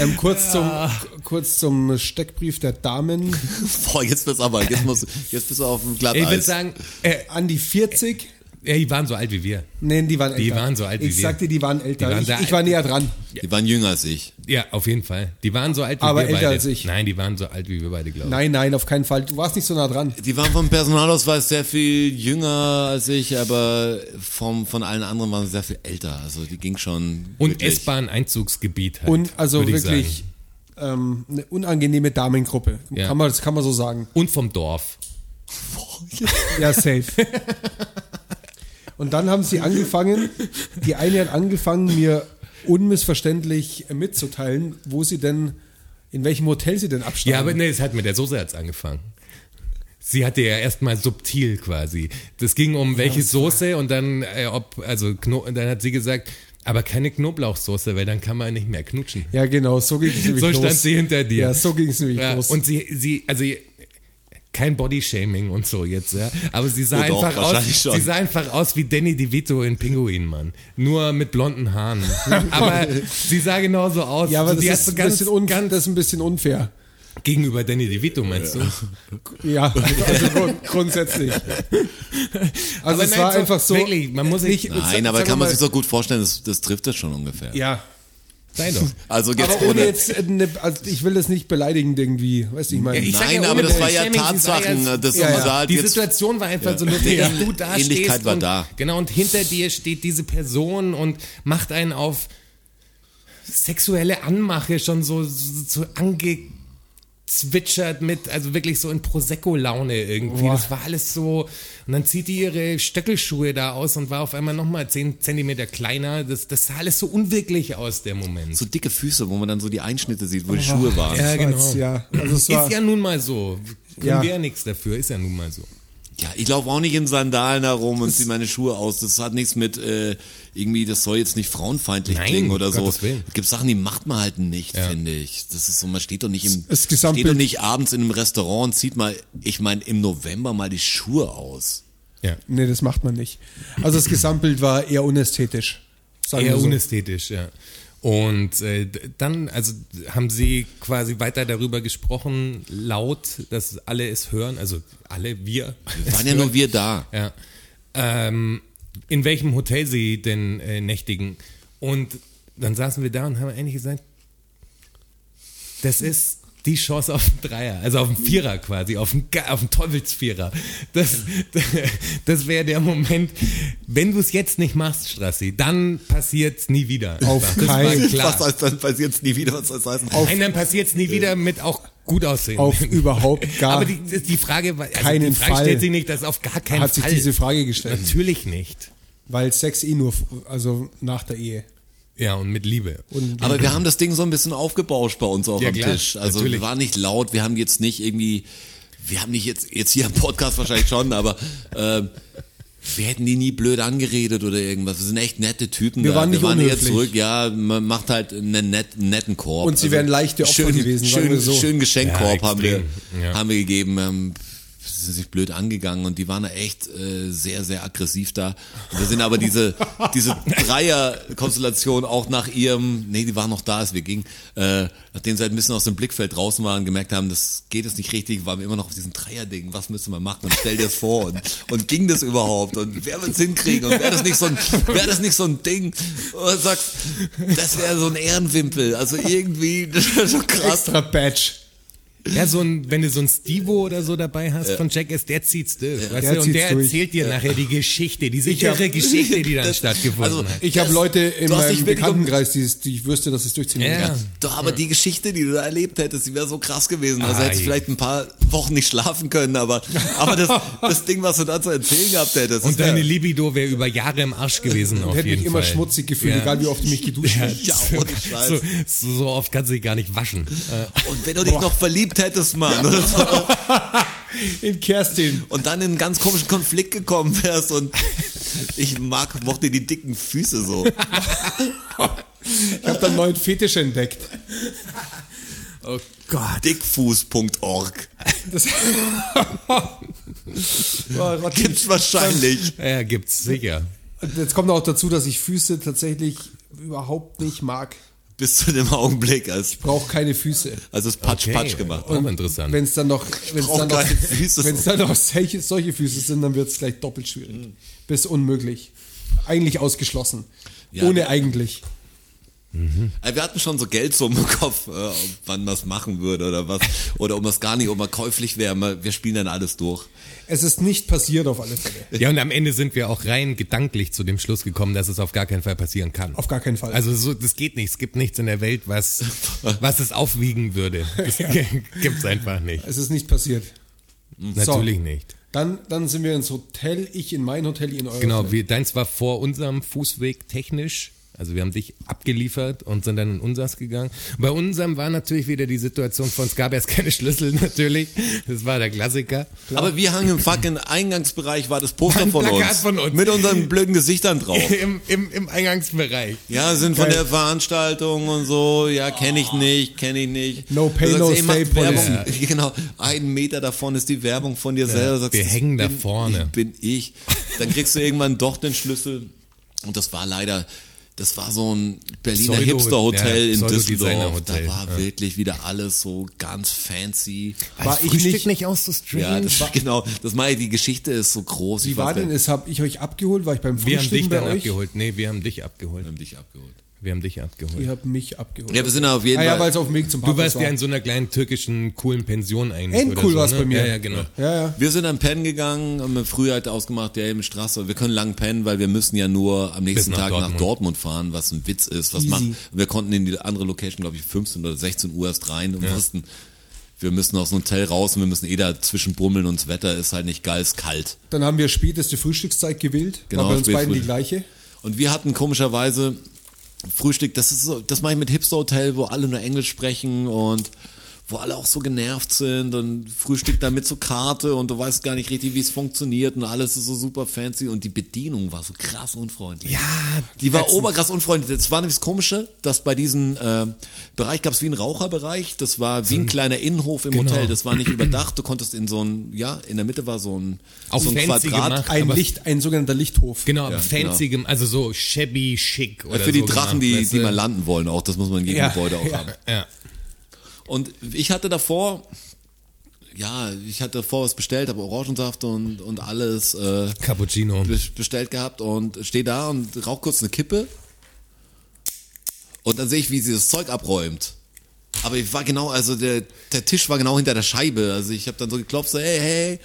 Speaker 4: Ähm, kurz, zum, kurz zum Steckbrief der Damen.
Speaker 3: [LAUGHS] Boah, jetzt wird's aber, jetzt muss, jetzt bist du auf dem
Speaker 5: Ich würde
Speaker 3: Glatteis.
Speaker 5: sagen, äh,
Speaker 4: An die 40.
Speaker 5: ja, die waren so alt wie wir.
Speaker 4: Nein, die waren älter.
Speaker 5: Die waren so alt wie
Speaker 4: Ich
Speaker 5: wir.
Speaker 4: sagte, die waren älter.
Speaker 5: Die waren sehr
Speaker 4: ich, ich war
Speaker 5: alt.
Speaker 4: näher dran.
Speaker 3: Die waren jünger als ich.
Speaker 5: Ja, auf jeden Fall. Die waren so alt wie
Speaker 4: Aber
Speaker 5: wir
Speaker 4: älter
Speaker 5: beide.
Speaker 4: als ich.
Speaker 5: Nein, die waren so alt wie wir beide, glaube ich.
Speaker 4: Nein, nein, auf keinen Fall. Du warst nicht so nah dran.
Speaker 3: Die waren vom Personalausweis sehr viel jünger als ich, aber vom, von allen anderen waren sie sehr viel älter. Also die ging schon.
Speaker 5: Und
Speaker 3: wirklich-
Speaker 5: S-Bahn-Einzugsgebiet halt,
Speaker 4: Und also
Speaker 5: würd ich
Speaker 4: wirklich
Speaker 5: sagen.
Speaker 4: ähm, eine unangenehme Damengruppe.
Speaker 5: Ja.
Speaker 4: Kann man, das kann man so sagen.
Speaker 5: Und vom Dorf.
Speaker 4: Ja, safe. Und dann haben sie angefangen, die eine hat angefangen, mir unmissverständlich mitzuteilen, wo sie denn, in welchem Hotel sie denn absteigen.
Speaker 5: Ja, aber ne- nee, es hat mit der Soße hat's angefangen. Sie hatte ja erstmal subtil quasi. Das ging um welche Soße und dann äh, ob also Kno und dann hat sie gesagt, aber keine Knoblauchsoße, weil dann kann man nicht mehr knutschen.
Speaker 4: ja genau, so ging es nämlich
Speaker 5: so
Speaker 4: los.
Speaker 5: stand sie hinter dir.
Speaker 4: Ja, so ging es nämlich
Speaker 5: Ja,
Speaker 4: los.
Speaker 5: und sie sie also kein Bodyshaming und so jetzt, ja. Aber sie sah,
Speaker 3: Ja, doch,
Speaker 5: einfach
Speaker 3: wahrscheinlich
Speaker 5: aus,
Speaker 3: schon.
Speaker 5: sie sah einfach aus wie Danny DeVito in Pinguin, Mann. Nur mit blonden
Speaker 3: [LAUGHS]
Speaker 5: Haaren. aber sie sah genauso aus.
Speaker 4: ja, aber das
Speaker 5: die
Speaker 4: ist,
Speaker 5: hast du
Speaker 4: ein bisschen un das ist ein bisschen unfair.
Speaker 5: gegenüber Danny DeVito, meinst du? [LAUGHS]
Speaker 4: Ja, also grund grundsätzlich. Also
Speaker 5: Aber
Speaker 4: es
Speaker 5: nein,
Speaker 4: war
Speaker 5: so-
Speaker 4: einfach so.
Speaker 5: wirklich, man muss sich-
Speaker 3: Nein, aber kann man sich so gut vorstellen, das, das trifft das schon ungefähr.
Speaker 4: Ja.
Speaker 5: Sei doch.
Speaker 3: Also jetzt
Speaker 4: Aber ohne jetzt, äh, ne, also ich will das nicht beleidigend irgendwie, weißt du, ich meine.
Speaker 5: ich sag
Speaker 3: Nein,
Speaker 5: ja,
Speaker 3: aber
Speaker 5: ohne
Speaker 3: das war ja
Speaker 5: Shaming, sie sah
Speaker 3: Tatsachen.
Speaker 5: ja-
Speaker 3: das
Speaker 4: Ja,
Speaker 3: man
Speaker 4: ja.
Speaker 3: sah halt
Speaker 5: Die
Speaker 3: jetzt,
Speaker 5: Situation war einfach so lustig,
Speaker 3: Ja.
Speaker 5: dass du da
Speaker 3: Ähnlichkeit
Speaker 5: stehst
Speaker 3: war
Speaker 5: und,
Speaker 3: da.
Speaker 5: Genau, und hinter dir steht diese Person und macht einen auf sexuelle Anmache schon so, so, so angezwitschert mit, also wirklich so in Prosecco-Laune irgendwie.
Speaker 4: Boah.
Speaker 5: Das war alles so. Und dann zieht die ihre Stöckelschuhe da aus und war auf einmal nochmal 10 Zentimeter kleiner. Das, das sah alles so unwirklich aus, der Moment.
Speaker 3: so dicke Füße, wo man dann so die Einschnitte sieht, wo die Schuhe waren.
Speaker 5: Ja,
Speaker 4: das war jetzt-
Speaker 5: genau.
Speaker 4: Ja, also es war,
Speaker 5: Ist ja nun mal so. Können
Speaker 4: Ja.
Speaker 5: wir ja nichts dafür, ist ja nun mal so.
Speaker 3: Ja, ich laufe auch nicht in Sandalen herum und zieh meine Schuhe aus. Das hat nichts mit äh, irgendwie, das soll jetzt nicht frauenfeindlich
Speaker 5: Nein,
Speaker 3: klingen oder
Speaker 5: um
Speaker 3: so.
Speaker 5: Gottes Willen.
Speaker 3: Es gibt Sachen, die macht man halt nicht,
Speaker 5: Ja.
Speaker 3: finde ich. Das ist so, man steht doch nicht im
Speaker 4: Das Gesamtbild-
Speaker 3: steht doch nicht abends in einem Restaurant und zieht mal, ich meine, im November mal die Schuhe aus.
Speaker 5: Ja.
Speaker 4: nee, das macht man nicht. Also das Gesamtbild war eher unästhetisch. Sagen
Speaker 5: Eher
Speaker 4: wir so.
Speaker 5: unästhetisch, ja. Und äh, d- dann, also d- haben sie quasi weiter darüber gesprochen, laut, dass alle es hören, also alle, wir.
Speaker 3: Waren ja nur wir da.
Speaker 5: Ja. Ähm, in welchem Hotel sie denn äh, nächtigen. Und dann saßen wir da und haben eigentlich gesagt, das ist die Chance auf einen Dreier, also auf einen Vierer quasi, auf einen, Ge- auf einen Teufelsvierer. Das, [LAUGHS] das wäre der Moment, wenn du es jetzt nicht machst, Strassi, dann passiert's nie wieder.
Speaker 4: Auf
Speaker 5: das
Speaker 4: keinen-
Speaker 5: war klar.
Speaker 3: Was heißt, dann passiert nie wieder, was das heißt.
Speaker 5: Nein, dann passiert's nie wieder mit auch gut aussehen.
Speaker 4: Auf überhaupt gar
Speaker 5: [LAUGHS] Aber die, die Frage, war- also
Speaker 4: keinen
Speaker 5: die Frage
Speaker 4: Fall
Speaker 5: stellt sich nicht, dass auf gar keinen
Speaker 4: hat sich
Speaker 5: Fall.
Speaker 4: diese Frage gestellt.
Speaker 5: Natürlich nicht.
Speaker 4: Weil Sex eh nur, also nach der Ehe.
Speaker 5: Ja, und mit Liebe.
Speaker 4: Und
Speaker 3: Aber wir haben das Ding so ein bisschen aufgebauscht bei uns auch
Speaker 5: Ja,
Speaker 3: am
Speaker 5: klar,
Speaker 3: Tisch. Also
Speaker 5: natürlich.
Speaker 3: wir waren nicht laut, wir haben jetzt nicht irgendwie, wir haben nicht jetzt, jetzt hier im Podcast wahrscheinlich schon, aber ähm, Wir hätten die nie blöd angeredet oder irgendwas. Wir sind echt nette Typen.
Speaker 4: Wir
Speaker 3: da.
Speaker 4: waren nicht
Speaker 3: wir waren hier
Speaker 4: unhöflich.
Speaker 3: zurück, ja, man macht halt einen net, netten Korb. Also
Speaker 4: Und sie wären leichte Opfer
Speaker 3: schön,
Speaker 4: gewesen, sagen
Speaker 3: Schön,
Speaker 4: wir so.
Speaker 3: schön Geschenkkorb
Speaker 5: Ja,
Speaker 3: haben, wir,
Speaker 5: extrem, ja.
Speaker 3: haben wir gegeben. Ähm, sind sich blöd angegangen und die waren da echt äh, sehr, sehr aggressiv da. Und wir sind aber diese, diese Dreier-Konstellation auch nach ihrem, nee, die waren noch da, als wir gingen, äh, nachdem sie halt ein bisschen aus dem Blickfeld draußen waren, gemerkt haben, das geht es nicht richtig, waren wir immer noch auf diesem Dreier-Ding, was müssen wir machen und stell dir das vor und, und ging das überhaupt und wer wird es hinkriegen und wäre das nicht so ein, wäre das nicht so ein Ding, und du sagst, das wäre so ein Ehrenwimpel, also irgendwie, [LAUGHS] das wäre so krass.
Speaker 4: Extra Badge.
Speaker 5: Ja, so ein, wenn du so ein Stevo oder so dabei hast von Jack S., der zieht's durch. Weißt
Speaker 4: Der
Speaker 5: du? Und
Speaker 4: zieht's
Speaker 5: der
Speaker 4: durch.
Speaker 5: erzählt dir nachher die Geschichte, diese
Speaker 4: Ich hab-
Speaker 5: irre Geschichte, die dann
Speaker 3: [LAUGHS] Das-
Speaker 5: stattgefunden
Speaker 3: also,
Speaker 5: hat.
Speaker 4: Ich habe
Speaker 3: Das-
Speaker 4: Leute in
Speaker 3: du hast dich
Speaker 4: meinem
Speaker 3: wirklich um-
Speaker 4: Bekanntenkreis, die, es- die ich wüsste, dass es durchziehen
Speaker 5: Ja.
Speaker 4: würden.
Speaker 3: Ja, doch, aber die Geschichte, die du da erlebt hättest, die wäre so krass gewesen. Also
Speaker 5: Ah,
Speaker 3: hättest du
Speaker 5: je.
Speaker 3: vielleicht ein paar Wochen nicht schlafen können, aber, aber das, das Ding, was du da zu erzählen gehabt hättest.
Speaker 5: Und
Speaker 3: das
Speaker 5: deine
Speaker 3: wär-
Speaker 5: Libido wäre über Jahre im Arsch gewesen auf
Speaker 4: Hätte
Speaker 5: jeden
Speaker 4: mich immer
Speaker 5: Fall.
Speaker 4: schmutzig gefühlt,
Speaker 5: Ja.
Speaker 4: egal wie oft ich mich geduscht habe.
Speaker 3: Ja, ohne Scheiß.
Speaker 5: So, so oft kannst du dich gar nicht waschen. Äh,
Speaker 3: Und wenn du dich noch verliebt hättest, Mann, oder so,
Speaker 4: In Kerstin.
Speaker 3: und dann in einen ganz komischen Konflikt gekommen wärst und ich mag, mochte die dicken Füße so.
Speaker 4: Ich habe dann neuen Fetisch entdeckt.
Speaker 3: Oh Gott. Dickfuß.org.
Speaker 4: Das [LAUGHS] Boah, Rotti,
Speaker 3: Gibt's
Speaker 5: [LAUGHS]
Speaker 3: wahrscheinlich.
Speaker 5: Äh, ja, gibt's sicher.
Speaker 4: Jetzt kommt auch dazu, dass ich Füße tatsächlich überhaupt nicht mag.
Speaker 3: Bis zu dem Augenblick, als,
Speaker 4: Brauche keine Füße.
Speaker 3: also es Patsch,
Speaker 5: Okay.
Speaker 3: Patsch gemacht.
Speaker 5: Auch interessant.
Speaker 4: Wenn es dann noch, wenn's
Speaker 3: brauch
Speaker 4: dann noch,
Speaker 3: keine Füße.
Speaker 4: wenn's dann noch solche, solche Füße sind, dann wird es gleich doppelt
Speaker 5: Hm.
Speaker 4: schwierig. Bis unmöglich. Eigentlich ausgeschlossen.
Speaker 3: Ja,
Speaker 4: Ohne
Speaker 3: wir-
Speaker 4: eigentlich.
Speaker 3: Also Wir hatten schon so Geldsummen im Kopf, äh, ob man das machen würde oder was. Oder ob das gar nicht, ob man käuflich wäre. Man- Wir spielen dann alles durch.
Speaker 4: Es ist nicht passiert auf alle Fälle.
Speaker 5: Ja, und am Ende sind wir auch rein gedanklich zu dem Schluss gekommen, dass es auf gar keinen Fall passieren kann.
Speaker 4: Auf gar keinen Fall.
Speaker 5: Also so, das geht nicht. Es gibt nichts in der Welt, was, was es aufwiegen würde. Das [LAUGHS] gibt's einfach nicht.
Speaker 4: es ist nicht passiert.
Speaker 5: Hm. Natürlich nicht.
Speaker 4: Dann, dann sind wir ins Hotel, ich in mein Hotel, ihr in euer
Speaker 5: Genau,
Speaker 4: Hotel.
Speaker 5: wir, deins war vor unserem Fußweg technisch. Also wir haben dich abgeliefert und sind dann in unsers gegangen. Bei unserem war natürlich wieder die Situation von, es gab erst keine Schlüssel [LAUGHS] natürlich. Das war der Klassiker.
Speaker 3: Aber wir hangen im fucking Eingangsbereich, war das Poster
Speaker 5: War ein
Speaker 3: von
Speaker 5: Plakat
Speaker 3: uns,
Speaker 5: von uns.
Speaker 3: Mit unseren blöden Gesichtern drauf.
Speaker 5: [LAUGHS] Im, im, Im Eingangsbereich.
Speaker 3: Ja, sind von
Speaker 4: Geil.
Speaker 3: der Veranstaltung und so. Ja, kenne ich nicht, kenne ich nicht.
Speaker 4: No pay,
Speaker 3: Du
Speaker 4: no
Speaker 3: ey, macht
Speaker 4: stay policy.
Speaker 3: Werbung. [LAUGHS] Genau, einen Meter davon ist die Werbung von dir selber. Du sagst,
Speaker 5: wir
Speaker 3: das
Speaker 5: hängen da
Speaker 3: bin- Ich
Speaker 5: vorne.
Speaker 3: bin ich. Dann kriegst du irgendwann doch den Schlüssel. Und das war leider, das war so ein Berliner
Speaker 5: Pseudo-
Speaker 3: Hipster-Hotel
Speaker 5: ja,
Speaker 3: in Düsseldorf. Da
Speaker 5: Pseudo-Designer-Hotel,
Speaker 3: war wirklich wieder alles so ganz fancy.
Speaker 4: War ich
Speaker 5: Frühstück
Speaker 4: nicht-
Speaker 5: nicht auch so strange?
Speaker 3: Ja, das war [LAUGHS] genau. Das meine ich, die Geschichte ist so groß.
Speaker 4: Wie
Speaker 3: ich
Speaker 4: war
Speaker 3: weiß
Speaker 4: denn?
Speaker 3: nicht.
Speaker 4: Es habe ich euch abgeholt, war ich beim
Speaker 5: wir haben
Speaker 4: Frühstück
Speaker 5: dich
Speaker 4: bei
Speaker 5: dann
Speaker 4: euch.
Speaker 5: abgeholt. Nee, wir haben dich abgeholt.
Speaker 3: Wir haben dich abgeholt.
Speaker 5: Wir haben dich abgeholt.
Speaker 4: Ihr habt mich abgeholt.
Speaker 3: Ja, wir sind auf jeden
Speaker 4: ah, ja, weil
Speaker 3: Fall.
Speaker 4: es auf dem Weg zum
Speaker 5: Du
Speaker 4: Parkplatz
Speaker 5: warst ja
Speaker 4: war.
Speaker 5: in so einer kleinen türkischen, coolen Pension eigentlich. oder
Speaker 4: Endcool
Speaker 5: so,
Speaker 4: war es
Speaker 5: ne?
Speaker 4: bei mir.
Speaker 5: Ja, ja, genau.
Speaker 4: Ja, ja.
Speaker 3: Wir sind an Penn gegangen, haben früh halt ausgemacht, ja, eben Straße. Wir können lang pennen, weil wir müssen ja nur am nächsten
Speaker 5: nach
Speaker 3: Tag nach
Speaker 5: Dortmund.
Speaker 3: Dortmund fahren, was ein Witz ist. Was
Speaker 4: Easy.
Speaker 3: macht, wir konnten in die andere Location, glaube ich, 15 oder 16 Uhr erst rein und wussten, wir müssen aus dem Hotel raus und wir müssen eh dazwischen brummeln und das Wetter ist halt nicht geil, ist kalt.
Speaker 4: Dann haben wir späteste Frühstückszeit gewählt.
Speaker 3: Genau,
Speaker 4: war bei uns
Speaker 3: spät
Speaker 4: beiden die
Speaker 3: früh.
Speaker 4: gleiche.
Speaker 3: Und wir hatten komischerweise Frühstück, das ist so, das mache ich mit Hipster-Hotel, wo alle nur Englisch sprechen und wo alle auch so genervt sind und Frühstück damit zur Karte und du weißt gar nicht richtig, wie es funktioniert und alles ist so super fancy und die Bedienung war so krass unfreundlich. Ja, die war oberkrass unfreundlich. Das war nämlich das Komische, dass bei diesem äh, Bereich gab es wie einen Raucherbereich, das war wie
Speaker 5: Mhm.
Speaker 3: ein kleiner Innenhof im
Speaker 5: Genau.
Speaker 3: Hotel, das war nicht überdacht, du konntest in so ein, ja, in der Mitte war so ein,
Speaker 5: Auch
Speaker 3: so ein
Speaker 5: fancy
Speaker 3: Quadrat.
Speaker 5: gemacht.
Speaker 4: Ein
Speaker 5: Aber-
Speaker 4: Licht, ein sogenannter Lichthof.
Speaker 5: Genau, ja, fancy, gem- also so shabby, schick. Oder
Speaker 3: Für die
Speaker 5: so
Speaker 3: Drachen,
Speaker 5: gemacht,
Speaker 3: die,
Speaker 5: weißt
Speaker 3: die
Speaker 5: du?
Speaker 3: mal landen wollen, auch das muss man in jedem
Speaker 4: Ja,
Speaker 3: Gebäude auch
Speaker 4: ja.
Speaker 3: haben.
Speaker 5: Ja.
Speaker 3: Und ich hatte davor, ja, ich hatte davor was bestellt, habe Orangensaft und, und alles äh,
Speaker 5: Cappuccino.
Speaker 3: be- bestellt gehabt und stehe da und rauch kurz eine Kippe. Und dann sehe ich, wie sie das Zeug abräumt. Aber ich war genau, also der, der Tisch war genau hinter der Scheibe. Also ich habe dann so geklopft, so hey, hey.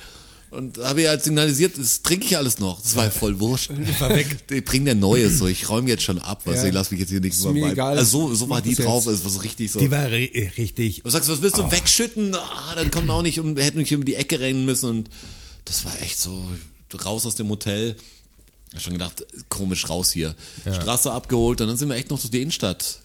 Speaker 3: Und habe ihr halt signalisiert, das trinke ich alles noch. Das war voll
Speaker 4: [LAUGHS]
Speaker 3: wurscht.
Speaker 5: War weg.
Speaker 3: Die bringen der Neues, so ich räume jetzt schon ab, also
Speaker 4: Ja.
Speaker 3: ich lass mich jetzt hier nichts
Speaker 4: Ist mir
Speaker 3: überbleiben.
Speaker 4: egal,
Speaker 3: Also so, so war
Speaker 4: mach
Speaker 3: die
Speaker 4: das
Speaker 3: drauf, es war so richtig so.
Speaker 5: Die war ri- richtig.
Speaker 3: Du sagst, was willst du wegschütten? Ah, dann kommt man auch nicht und hätten nicht um die Ecke rennen müssen. Und das war echt so raus aus dem Hotel. Ich hab schon gedacht, komisch raus hier. Straße abgeholt und dann sind wir echt noch durch die Innenstadt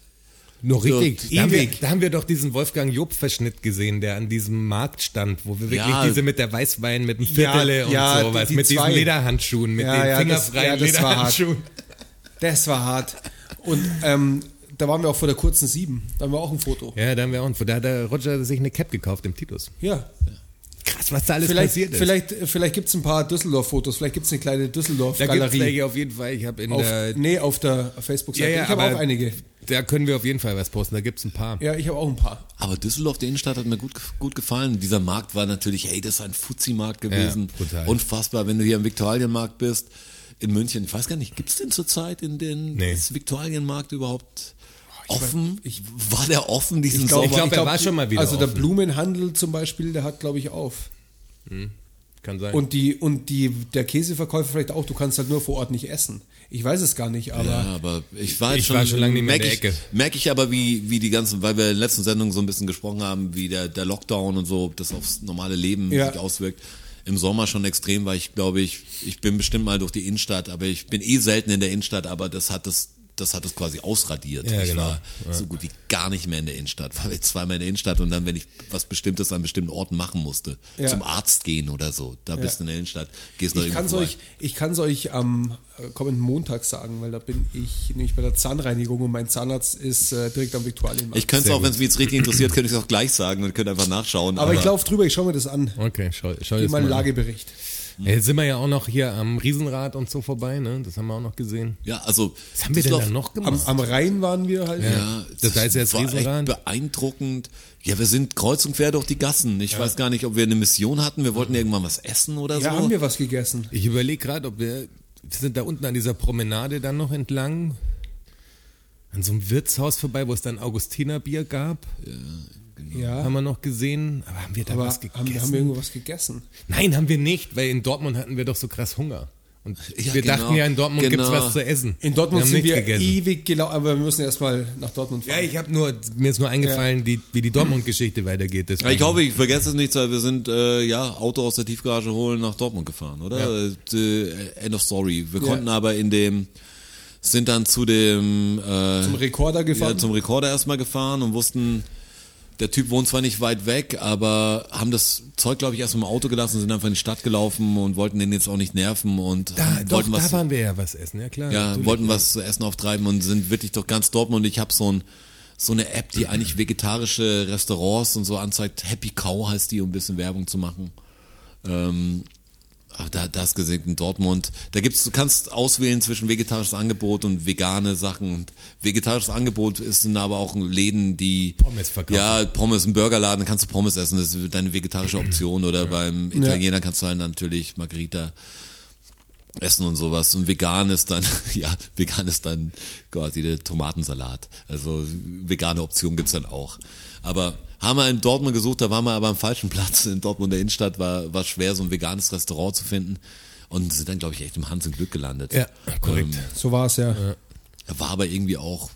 Speaker 5: Nur richtig.
Speaker 3: Dort.
Speaker 5: da, haben wir,
Speaker 3: Ewig.
Speaker 5: da haben wir doch diesen Wolfgang Job-Verschnitt gesehen, der an diesem Markt stand, wo wir wirklich
Speaker 3: Ja.
Speaker 5: diese mit der Weißwein, mit dem Viertel
Speaker 6: Ja,
Speaker 5: und
Speaker 6: ja,
Speaker 5: sowas,
Speaker 6: die- die
Speaker 5: mit
Speaker 6: zwei.
Speaker 5: diesen Lederhandschuhen, mit
Speaker 6: Ja,
Speaker 5: den
Speaker 6: ja, das-
Speaker 5: fingerfreien
Speaker 6: ja, das war hart.
Speaker 5: Lederhandschuhen.
Speaker 4: Das war hart. Und ähm, da waren wir auch vor der kurzen Sieben. Da haben wir auch ein Foto.
Speaker 5: Ja, da haben wir auch. einen- Da hat der Roger sich eine Cap gekauft im Titus.
Speaker 4: Ja.
Speaker 5: Krass, was da alles
Speaker 4: Vielleicht,
Speaker 5: passiert ist.
Speaker 4: vielleicht, vielleicht gibt es ein paar Düsseldorf-Fotos. Vielleicht gibt es eine kleine
Speaker 5: da gibt's
Speaker 4: Düsseldorf-Galerie.
Speaker 5: welche auf jeden Fall. Ich habe in der.
Speaker 4: Auf, nee, auf der Facebook-Seite. ich habe
Speaker 5: aber
Speaker 4: auch einige.
Speaker 5: Da können wir auf jeden Fall was posten. Da gibt's ein paar.
Speaker 4: Ja, ich habe auch ein paar.
Speaker 3: Aber Düsseldorf, die Innenstadt, hat mir gut, gut gefallen. Dieser Markt war natürlich, hey, das ist ein Fuzzi-Markt gewesen.
Speaker 5: Ja, brutal.
Speaker 3: Unfassbar, wenn du hier im Viktualienmarkt bist. In München, ich weiß gar nicht, gibt's denn zurzeit in den
Speaker 5: Nee.
Speaker 3: ist Viktualienmarkt überhaupt offen? war der offen diesen
Speaker 5: glaub- ich
Speaker 3: Sommer?
Speaker 5: glaub, er war schon mal wieder
Speaker 4: Also der
Speaker 5: offen.
Speaker 4: Blumenhandel zum Beispiel, der hat, glaube ich, auf.
Speaker 5: Kann sein.
Speaker 4: Und die und die der Käseverkäufer vielleicht auch. Du kannst halt nur vor Ort nicht essen. Ich weiß es gar nicht, aber
Speaker 3: Ja, aber ich war,
Speaker 5: Ich
Speaker 3: jetzt schon,
Speaker 5: war schon lange nicht mehr
Speaker 3: merk
Speaker 5: in der
Speaker 3: ich-
Speaker 5: Ecke.
Speaker 3: Merk ich aber, wie, wie die ganzen, weil wir in der letzten Sendung so ein bisschen gesprochen haben, wie der, der Lockdown und so, das aufs normale Leben
Speaker 4: Ja.
Speaker 3: sich auswirkt. Im Sommer schon extrem, weil ich glaube, ich, ich bin bestimmt mal durch die Innenstadt, aber ich bin eh selten in der Innenstadt, aber das hat das, das hat das quasi ausradiert.
Speaker 5: Ja,
Speaker 3: ich
Speaker 5: genau.
Speaker 3: war so gut wie gar nicht mehr in der Innenstadt, war jetzt zweimal in der Innenstadt und dann, wenn ich was Bestimmtes an bestimmten Orten machen musste,
Speaker 4: Ja.
Speaker 3: zum Arzt gehen oder so, da bist du in der Innenstadt, gehst noch
Speaker 4: Ich kann es
Speaker 3: irgendwo vorbei.
Speaker 4: euch, ich kann's euch am äh, kommenden Montag sagen, weil da bin ich nämlich bei der Zahnreinigung und mein Zahnarzt ist äh, direkt am Viktualienmarkt.
Speaker 3: Ich könnte es
Speaker 5: Sehr
Speaker 3: auch, wenn es mich jetzt richtig interessiert, könnte ich es auch gleich sagen und könnte einfach nachschauen.
Speaker 4: aber ich laufe drüber, ich schaue mir das an.
Speaker 5: okay, schau, schau
Speaker 4: Wie
Speaker 5: jetzt mal.
Speaker 4: mein
Speaker 5: an.
Speaker 4: Lagebericht.
Speaker 5: Ja, Jetzt sind wir ja auch noch hier am Riesenrad und so vorbei, ne? Das haben wir auch noch gesehen.
Speaker 3: Ja, also.
Speaker 5: Was haben wir denn da
Speaker 3: Düsseldorf-
Speaker 5: noch
Speaker 4: Am,
Speaker 5: gemacht?
Speaker 4: am Rhein waren wir halt.
Speaker 3: Ja,
Speaker 5: Das heißt jetzt
Speaker 3: war echt
Speaker 5: Riesenrad.
Speaker 3: beeindruckend. Ja, wir sind kreuz und quer durch die Gassen. Ich weiß gar nicht, ob wir eine Mission hatten. Wir wollten irgendwann was essen oder
Speaker 4: Ja,
Speaker 3: so.
Speaker 4: Also haben wir was gegessen.
Speaker 5: Ich überlege gerade, ob wir, wir sind da unten an dieser Promenade dann noch entlang, an so einem Wirtshaus vorbei, wo es dann Augustinerbier gab,
Speaker 3: genau.
Speaker 4: Ja,
Speaker 5: haben wir noch gesehen. Aber haben wir da
Speaker 4: aber
Speaker 5: was
Speaker 4: haben,
Speaker 5: gegessen?
Speaker 4: haben wir irgendwo was gegessen?
Speaker 5: Nein, haben wir nicht, weil in Dortmund hatten wir doch so krass Hunger. Und
Speaker 3: Ja,
Speaker 5: wir
Speaker 3: genau,
Speaker 5: dachten ja, in Dortmund
Speaker 3: genau.
Speaker 5: gibt's was zu essen.
Speaker 4: In Dortmund
Speaker 5: wir haben
Speaker 4: sind
Speaker 5: nichts
Speaker 4: wir
Speaker 5: gegessen.
Speaker 4: ewig gelaufen, aber wir müssen erstmal nach Dortmund fahren.
Speaker 5: Ja, ich habe nur, mir ist nur eingefallen, die, wie die Dortmund-Geschichte weitergeht.
Speaker 3: Ja, ich hoffe, ich vergesse es nicht, weil wir sind, äh, ja, Auto aus der Tiefgarage holen, nach Dortmund gefahren, oder? Äh, end of story. Wir konnten aber in dem, sind dann zu dem, äh,
Speaker 4: Zum Rekorder gefahren.
Speaker 3: Ja, zum Rekorder erstmal gefahren und wussten, der Typ wohnt zwar nicht weit weg, aber haben das Zeug, glaube ich, erst im Auto gelassen, sind einfach in die Stadt gelaufen und wollten den jetzt auch nicht nerven und
Speaker 5: Da,
Speaker 3: haben-
Speaker 5: Ah, doch,
Speaker 3: wollten
Speaker 5: da
Speaker 3: was,
Speaker 5: waren wir ja was essen, ja klar.
Speaker 3: ja,
Speaker 5: natürlich.
Speaker 3: wollten was zu essen auftreiben und sind wirklich durch ganz Dortmund. Ich habe so ein so eine App, die eigentlich vegetarische Restaurants und so anzeigt. Happy Cow heißt die, um ein bisschen Werbung zu machen. Ähm, aber da, das gesehen in Dortmund. Da gibt's, du kannst auswählen zwischen vegetarisches Angebot und vegane Sachen. Und vegetarisches Angebot ist dann aber auch Läden, die
Speaker 5: Pommes verkaufen.
Speaker 3: Ja, Pommes im Burgerladen kannst du Pommes essen. Das ist deine vegetarische Option. Oder beim Italiener kannst du halt natürlich Margarita essen und sowas. Und vegan ist dann, [LAUGHS] ja, vegan ist dann quasi der Tomatensalat. Also vegane Option gibt's dann auch. Aber haben wir in Dortmund gesucht, da waren wir aber am falschen Platz. In Dortmund der Innenstadt war, war schwer, so ein veganes Restaurant zu finden. Und sind dann, glaube ich, echt im Hans im Glück gelandet. Ähm,
Speaker 5: Ja, korrekt.
Speaker 4: so war es ja.
Speaker 3: War aber irgendwie auch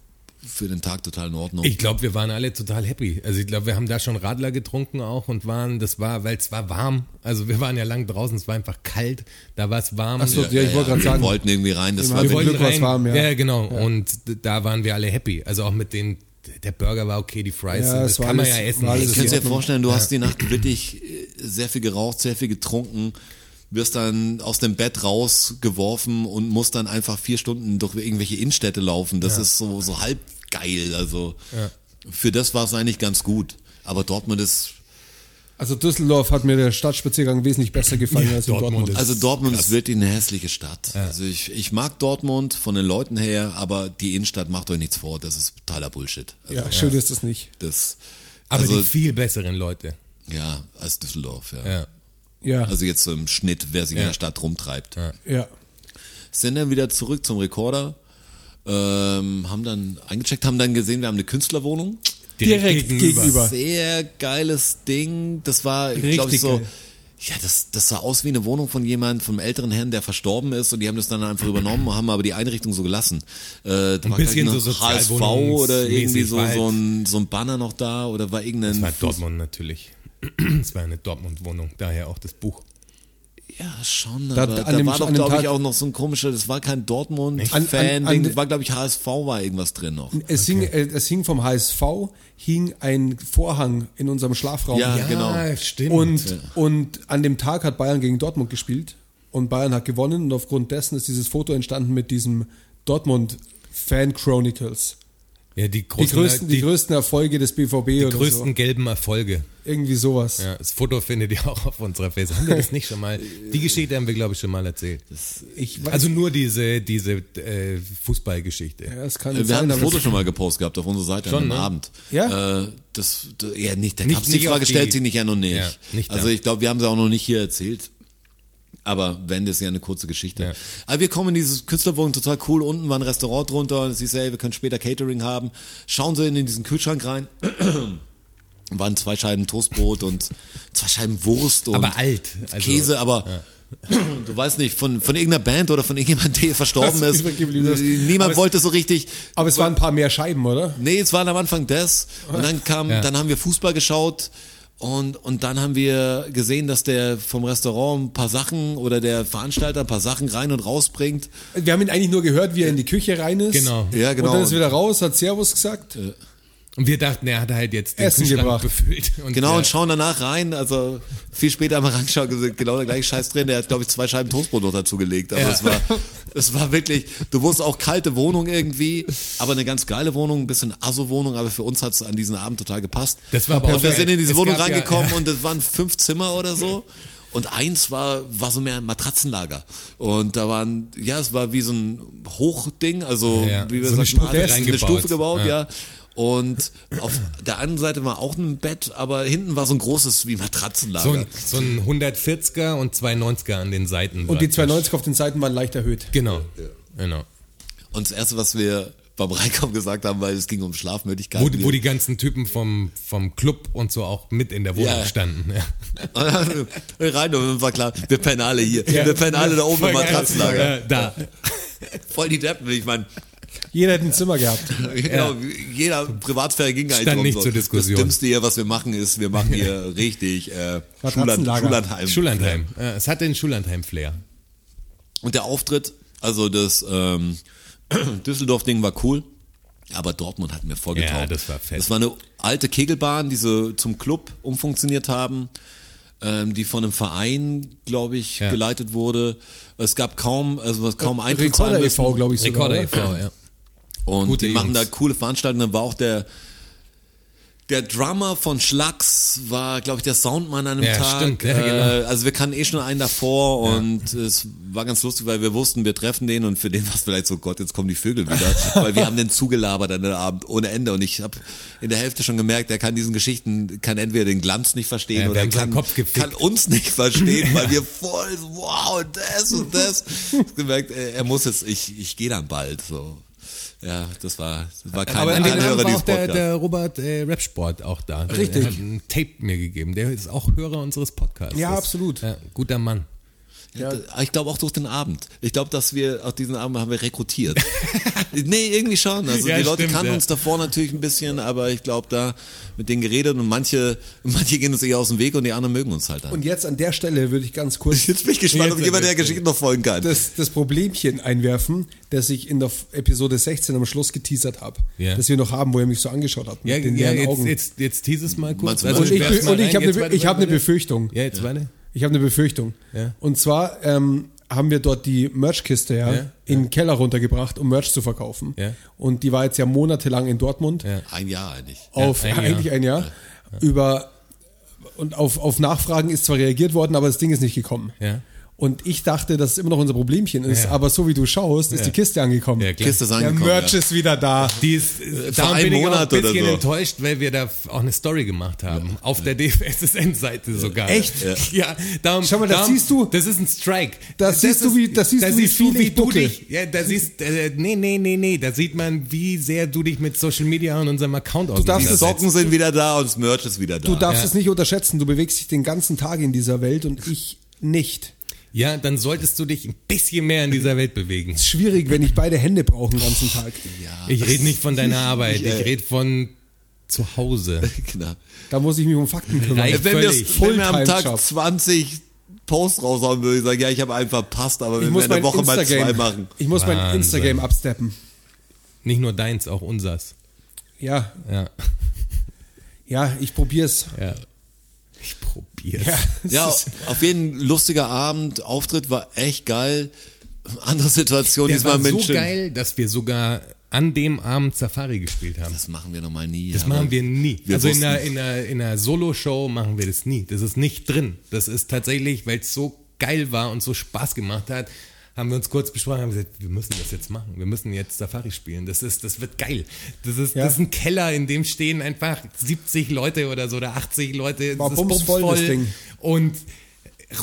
Speaker 3: für den Tag total in Ordnung.
Speaker 5: Ich glaube, wir waren alle total happy. Also ich glaube, wir haben da schon Radler getrunken auch und waren, das war, weil es war warm. Also wir waren ja lang draußen, es war einfach kalt, da war es warm.
Speaker 4: Ach so, ja, ich wollte gerade
Speaker 3: wir
Speaker 4: sagen.
Speaker 3: wollten irgendwie rein. Das
Speaker 4: Wir
Speaker 3: war
Speaker 5: wir
Speaker 4: wollten-
Speaker 5: wollten
Speaker 4: Glück war's
Speaker 5: rein.
Speaker 4: warm, ja.
Speaker 5: ja, genau. Und d- da waren wir alle happy. Also auch mit den, der Burger war okay, die Fries,
Speaker 4: Ja, es
Speaker 5: das
Speaker 4: war
Speaker 5: kann man
Speaker 4: alles-
Speaker 5: Also ja essen.
Speaker 4: war alles
Speaker 3: Also Ich
Speaker 4: in
Speaker 3: kann dir
Speaker 4: Ordnung.
Speaker 3: vorstellen, du hast die Nacht wirklich äh, sehr viel geraucht, sehr viel getrunken, wirst dann aus dem Bett rausgeworfen und musst dann einfach vier Stunden durch irgendwelche Innenstädte laufen. Das ist so, so halb geil. Also für das war es eigentlich ganz gut. Aber Dortmund ist,
Speaker 4: Also Düsseldorf hat mir der Stadtspaziergang wesentlich besser gefallen als in
Speaker 5: Dortmund
Speaker 4: Dortmund.
Speaker 5: ist-
Speaker 3: also Dortmund ist wirklich eine hässliche Stadt. Also ich, ich mag Dortmund von den Leuten her, aber die Innenstadt macht euch nichts vor. Das ist totaler Bullshit. Also
Speaker 4: ja, schön ist das nicht.
Speaker 3: das,
Speaker 5: Aber
Speaker 3: also,
Speaker 5: die viel besseren Leute.
Speaker 3: ja, als Düsseldorf, ja.
Speaker 5: Ja.
Speaker 4: Ja,
Speaker 3: Also jetzt so im Schnitt, wer sich in
Speaker 5: Ja.
Speaker 3: der Stadt rumtreibt.
Speaker 4: ja.
Speaker 3: sind dann wieder zurück zum Rekorder, ähm, haben dann eingecheckt, haben dann gesehen, wir haben eine Künstlerwohnung.
Speaker 4: Direkt gegenüber.
Speaker 3: Sehr geiles Ding. Das war, glaube ich,
Speaker 4: Richtig
Speaker 3: so.
Speaker 4: geil.
Speaker 3: Ja, das, das sah aus wie eine Wohnung von jemandem, vom älteren Herrn, der verstorben ist und die haben das dann einfach übernommen, haben aber die Einrichtung so gelassen. Äh, da war
Speaker 5: bisschen
Speaker 3: gleich noch
Speaker 5: so
Speaker 3: HSV oder irgendwie so,
Speaker 4: halt-
Speaker 3: so, ein, so ein Banner noch da oder war irgendein
Speaker 5: Das war
Speaker 3: Fuß-
Speaker 5: Dortmund natürlich. Es war eine Dortmund-Wohnung, daher auch das Buch.
Speaker 3: Ja, schon.
Speaker 4: Da-
Speaker 3: aber
Speaker 4: an
Speaker 3: da
Speaker 4: dem-
Speaker 3: war
Speaker 4: an
Speaker 3: doch,
Speaker 4: dem
Speaker 3: glaube ich,
Speaker 4: Tag-
Speaker 3: auch noch so ein komischer, das war kein
Speaker 4: An- an-
Speaker 3: Dortmund-Fan-Ding,
Speaker 4: an-
Speaker 3: das war, glaube ich, HSV war irgendwas drin noch.
Speaker 4: Es, hing, äh, es hing vom HSV, hing ein Vorhang in unserem Schlafraum.
Speaker 3: Ja,
Speaker 5: Ah,
Speaker 3: genau.
Speaker 5: stimmt.
Speaker 4: Und, und an dem Tag hat Bayern gegen Dortmund gespielt und Bayern hat gewonnen und aufgrund dessen ist dieses Foto entstanden mit diesem Dortmund Fan Chronicles.
Speaker 5: ja, die
Speaker 4: Die
Speaker 5: großen,
Speaker 4: größten, die, größten Erfolge des BVB
Speaker 5: die
Speaker 4: oder
Speaker 5: größten gelben Erfolge.
Speaker 4: so. Irgendwie sowas.
Speaker 5: Ja, das Foto findet ihr auch auf unserer Facebook. Haben wir das nicht schon mal? Die Geschichte haben wir, glaube ich, schon mal erzählt.
Speaker 4: Ich weiß,
Speaker 5: Also nur diese, diese äh, Fußballgeschichte.
Speaker 4: ja, es kann
Speaker 3: Äh, Wir
Speaker 4: sein,
Speaker 3: hatten das
Speaker 4: aber
Speaker 3: Foto schon mal gepostet gehabt auf unserer Seite
Speaker 5: Schon,
Speaker 3: am
Speaker 5: ne?
Speaker 3: Abend.
Speaker 4: Ja?
Speaker 3: Äh, das, das, ja, nicht, da
Speaker 5: Nicht-
Speaker 3: gab's die
Speaker 5: nicht auf
Speaker 3: Frage,
Speaker 5: die-
Speaker 3: stellt sich nicht ja noch nicht.
Speaker 5: Ja, nicht
Speaker 3: also
Speaker 5: da.
Speaker 3: ich glaube, wir haben sie auch noch nicht hier erzählt. Aber wenn, das ist ja eine kurze Geschichte.
Speaker 5: Ja.
Speaker 3: Aber wir kommen in dieses Künstlerwohnung, total cool. Unten war ein Restaurant drunter und sie sagt, ey, wir können später Catering haben. Schauen sie in diesen Kühlschrank rein. [CLEARS THROAT] Waren zwei Scheiben Toastbrot und zwei Scheiben Wurst und
Speaker 5: Aber alt. Also,
Speaker 3: Käse, aber du weißt nicht, von, von irgendeiner Band oder von irgendjemandem, der verstorben
Speaker 4: Das
Speaker 3: ist.
Speaker 4: übergeblieben ist. Aber
Speaker 3: Niemand
Speaker 4: es-
Speaker 3: wollte so richtig.
Speaker 4: Aber es waren ein paar mehr Scheiben, oder?
Speaker 3: Nee, es waren am Anfang das. Und dann kam,
Speaker 5: Ja.
Speaker 3: dann haben wir Fußball geschaut und, und dann haben wir gesehen, dass der vom Restaurant ein paar Sachen oder der Veranstalter ein paar Sachen rein und rausbringt.
Speaker 4: Wir haben ihn eigentlich nur gehört, wie er in die Küche rein ist.
Speaker 5: Genau.
Speaker 3: Ja, genau. Äh,
Speaker 4: Und dann ist er wieder raus, hat Servus gesagt.
Speaker 5: Und wir dachten, er hat halt jetzt den
Speaker 4: Essen
Speaker 5: Kühlschrank
Speaker 4: gebracht.
Speaker 5: befüllt. Und
Speaker 3: Genau,
Speaker 5: ja,
Speaker 3: und schauen danach rein. Also viel später haben wir reingeschaut, gesehen, genau der gleiche Scheiß drin. Der hat, glaube ich, zwei Scheiben Toastbrot noch dazu gelegt. Aber
Speaker 5: Ja.
Speaker 3: es, war, es war wirklich, du wusstest auch kalte Wohnung irgendwie, aber eine ganz geile Wohnung, ein bisschen Asso-Wohnung, aber für uns hat es an diesen Abend total gepasst.
Speaker 5: Das war aber auch
Speaker 3: und wir
Speaker 5: geil.
Speaker 3: sind in diese
Speaker 5: Es
Speaker 3: Wohnung
Speaker 5: gab ja- [LAUGHS]
Speaker 3: reingekommen
Speaker 5: ja.
Speaker 3: und es waren fünf Zimmer oder so. Und eins war, war so mehr ein Matratzenlager. Und da waren, ja, es war wie so ein Hochding, also
Speaker 5: Ja,
Speaker 3: wie wir
Speaker 5: so eine
Speaker 3: sagten,
Speaker 5: Stufe
Speaker 3: eine
Speaker 5: reingebaut.
Speaker 3: Stufe gebaut,
Speaker 5: Ja.
Speaker 3: ja. Und auf der einen Seite war auch ein Bett, aber hinten war so ein großes wie Matratzenlager.
Speaker 5: So ein, so ein 140er und 290er an den Seiten.
Speaker 3: äh,
Speaker 4: Und die
Speaker 5: praktisch.
Speaker 4: 290 auf den Seiten waren leicht erhöht.
Speaker 5: Genau. Genau.
Speaker 3: und das Erste, was wir beim Reinkommen gesagt haben, weil es ging um Schlafmöglichkeiten.
Speaker 5: Wo, die- wo die ganzen Typen vom, vom Club und so auch mit in der Wohnung
Speaker 3: Ja.
Speaker 5: standen.
Speaker 3: [LAUGHS]
Speaker 5: Ja.
Speaker 3: rein und war klar, wir pennen alle hier. Wir pennen alle da oben im Matratzenlager.
Speaker 5: Ja, Äh, da.
Speaker 3: Voll die Deppen, ich meine,
Speaker 4: Jeder hat ein Zimmer gehabt.
Speaker 3: [LAUGHS] genau, jeder Privatsphäre ging eigentlich
Speaker 5: Stand
Speaker 3: drum
Speaker 5: nicht
Speaker 3: so.
Speaker 5: zur Diskussion.
Speaker 3: Das Dümmste hier, was wir machen, ist, wir machen hier richtig äh, Schuland,
Speaker 4: Matratzenlager.
Speaker 3: Schulandheim.
Speaker 5: Schullandheim. Ja, Es hat den Schullandheim-Flair.
Speaker 3: Und der Auftritt, also das ähm, [CLEARS THROAT] Düsseldorf-Ding war cool, aber Dortmund hat mir vorgetaucht.
Speaker 5: Ja, das war fett.
Speaker 3: Das war eine alte Kegelbahn, die sie zum Club umfunktioniert haben, ähm, die von einem Verein, glaube ich,
Speaker 5: Ja. Äh,
Speaker 3: geleitet wurde. Es gab kaum, also was kaum
Speaker 4: Rekorder
Speaker 5: E
Speaker 3: Eintrittszahlen.
Speaker 4: e.V., glaube ich sogar.
Speaker 5: Rekorder
Speaker 4: oder?
Speaker 5: e.V., ja.
Speaker 3: E Und
Speaker 5: Gute
Speaker 3: die machen da
Speaker 5: Jungs.
Speaker 3: coole Veranstaltungen. Dann war auch der der Drummer von Schlags war, glaube ich, der Soundmann an einem
Speaker 5: Ja,
Speaker 3: Tag.
Speaker 5: stimmt, ja,
Speaker 3: äh,
Speaker 5: genau.
Speaker 3: Also wir kannten eh schon einen davor und es war ganz lustig, weil wir wussten, wir treffen den und für den war es vielleicht so, Gott, jetzt kommen die Vögel
Speaker 5: [LAUGHS]
Speaker 3: wieder, weil wir haben den zugelabert an dem Abend ohne Ende und ich habe in der Hälfte schon gemerkt, er kann diesen Geschichten, kann entweder den Glanz nicht verstehen
Speaker 5: Ja, wir
Speaker 3: oder
Speaker 5: haben seinen
Speaker 3: kann,
Speaker 5: Kopf gefickt.
Speaker 3: kann uns nicht verstehen,
Speaker 5: [LAUGHS]
Speaker 3: weil wir voll, so, wow, das und das. Ich hab gemerkt, äh, er muss jetzt, ich, ich gehe dann bald, so. Ja, das war, das war kein
Speaker 5: Aber an dem
Speaker 3: kein
Speaker 5: Abend
Speaker 3: Hörer
Speaker 5: war
Speaker 3: dieses
Speaker 5: auch der,
Speaker 3: Podcasts.
Speaker 5: der Robert äh, Rapsport auch da. Der
Speaker 4: Richtig.
Speaker 5: hat ein Tape mir gegeben. Der ist auch Hörer unseres Podcasts.
Speaker 4: Ja,
Speaker 5: Das-
Speaker 4: absolut.
Speaker 5: Ja, guter Mann.
Speaker 3: Ja, Äh, Ich glaube auch durch den Abend. Ich glaube, dass wir auf diesen Abend haben wir [LAUGHS] rekrutiert. nee, irgendwie schon. Also
Speaker 5: Ja,
Speaker 3: die Leute
Speaker 5: stimmt,
Speaker 3: kannten
Speaker 5: ja.
Speaker 3: uns davor natürlich ein bisschen, aber ich glaube, da mit denen geredet und manche, [LAUGHS] manche gehen uns eher aus dem Weg und die anderen mögen uns halt dann.
Speaker 4: Und jetzt an der Stelle würde ich ganz kurz
Speaker 3: jetzt bin ich gespannt, ob
Speaker 5: Jetzt-
Speaker 3: jemand der Geschichte noch folgen kann.
Speaker 4: das, das Problemchen einwerfen, das ich in der F- Episode 16 am Schluss geteasert habe,
Speaker 5: Ja.
Speaker 4: das wir noch haben, wo er mich so angeschaut hat mit
Speaker 5: Ja,
Speaker 4: den
Speaker 5: ja
Speaker 4: leeren
Speaker 5: jetzt,
Speaker 4: Augen.
Speaker 5: jetzt, jetzt dieses Mal kurz.
Speaker 3: Meinst
Speaker 5: Also
Speaker 3: du, meinst du?
Speaker 4: und ich,
Speaker 5: werf's mal
Speaker 4: und ich
Speaker 5: rein.
Speaker 4: habe
Speaker 5: Jetzt
Speaker 4: eine,
Speaker 5: warte,
Speaker 4: ich hab
Speaker 5: warte.
Speaker 4: eine Befürchtung.
Speaker 5: Ja, jetzt warte.
Speaker 4: Ich habe eine Befürchtung.
Speaker 5: Ja.
Speaker 4: Und zwar ähm, haben wir dort die Merchkiste ja,
Speaker 5: Ja,
Speaker 4: in den Keller runtergebracht, um Merch zu verkaufen.
Speaker 5: Ja.
Speaker 4: Und die war jetzt ja monatelang in Dortmund
Speaker 5: Ja.
Speaker 3: Ein Jahr eigentlich. Oh,
Speaker 4: auf
Speaker 5: ein Jahr.
Speaker 4: eigentlich ein Jahr über und auf, auf Nachfragen ist zwar reagiert worden, aber das Ding ist nicht gekommen.
Speaker 5: Ja.
Speaker 4: Und ich dachte, dass es immer noch unser Problemchen ist,
Speaker 5: Ja.
Speaker 4: aber so wie du schaust, ist
Speaker 5: Ja.
Speaker 4: die Kiste angekommen.
Speaker 5: Ja, klar.
Speaker 3: Kiste ist
Speaker 4: Der
Speaker 3: angekommen.
Speaker 4: Merch ist wieder da.
Speaker 5: Die ist, äh,
Speaker 3: vor
Speaker 5: darum
Speaker 3: einem
Speaker 5: bin ich auch ein
Speaker 3: Monat oder
Speaker 5: bisschen
Speaker 3: so.
Speaker 5: enttäuscht, weil wir da f- auch eine Story gemacht haben. Auf der DFSSN-Seite sogar.
Speaker 4: Echt?
Speaker 5: Ja. darum,
Speaker 4: Schau mal, das
Speaker 5: darum,
Speaker 4: siehst du.
Speaker 5: Das ist ein Strike.
Speaker 4: Das siehst du, wie- das siehst
Speaker 5: da
Speaker 4: du, wie viel ich
Speaker 5: du
Speaker 4: buckel.
Speaker 5: dich, Ja, da siehst, äh, nee, nee, nee, nee. Da sieht man, wie sehr du dich mit Social Media und unserem Account
Speaker 4: darfst
Speaker 3: Die
Speaker 4: das-
Speaker 5: auseinandersetzt.
Speaker 3: Socken sind wieder da und das Merch ist wieder da.
Speaker 4: Du darfst
Speaker 5: Ja.
Speaker 4: es nicht unterschätzen. Du bewegst dich den ganzen Tag in dieser Welt und ich nicht.
Speaker 5: Ja, dann solltest du dich ein bisschen mehr in dieser Welt bewegen.
Speaker 4: Ist schwierig, wenn ich beide Hände brauche den ganzen Tag.
Speaker 5: Ich rede nicht
Speaker 4: [LAUGHS]
Speaker 5: von deiner Arbeit,
Speaker 3: äh,
Speaker 5: ich rede von zu Hause.
Speaker 3: genau.
Speaker 4: Da muss ich mich um Fakten kümmern.
Speaker 5: Reicht.
Speaker 3: Wenn,
Speaker 5: Völlig.
Speaker 3: wir's- wenn wir am Tag
Speaker 4: Fulltime-Job.
Speaker 3: 20 Post raushauen würde, ich sagen, ja, ich habe einen verpasst, aber
Speaker 4: Ich
Speaker 3: wenn wir
Speaker 4: muss
Speaker 3: in der
Speaker 4: mein
Speaker 3: Woche mal zwei
Speaker 4: Instagram,
Speaker 3: machen.
Speaker 4: ich muss mein
Speaker 5: Wahnsinn.
Speaker 4: Instagram absteppen.
Speaker 5: Nicht nur deins, auch unsers.
Speaker 4: Ja,
Speaker 5: Ja.
Speaker 4: ja, ich probier's.
Speaker 5: ja. Ich probier's.
Speaker 4: Ja, es
Speaker 3: Ja,
Speaker 4: ist-
Speaker 3: auf jeden lustiger Abend, Auftritt war echt geil. Andere Situation,
Speaker 5: Der
Speaker 3: diesmal
Speaker 5: war so
Speaker 3: München.
Speaker 5: geil, dass wir sogar an dem Abend Safari gespielt haben.
Speaker 3: Das machen wir nochmal nie.
Speaker 5: Das
Speaker 3: aber
Speaker 5: machen wir nie.
Speaker 3: wir
Speaker 5: also in
Speaker 3: wussten-
Speaker 5: einer, in einer, in einer Solo-Show machen wir das nie. Das ist nicht drin. Das ist tatsächlich, weil es so geil war und so Spaß gemacht hat, haben wir uns kurz besprochen, haben gesagt, wir müssen das jetzt machen. Wir müssen jetzt Safari spielen. Das ist, das wird geil. Das ist,
Speaker 4: Ja.
Speaker 5: das ist ein Keller, in dem stehen einfach 70 Leute oder so oder 80 Leute.
Speaker 4: War
Speaker 5: Das ist
Speaker 4: bumsvoll, das
Speaker 5: bumsvoll.
Speaker 4: Ding.
Speaker 5: Und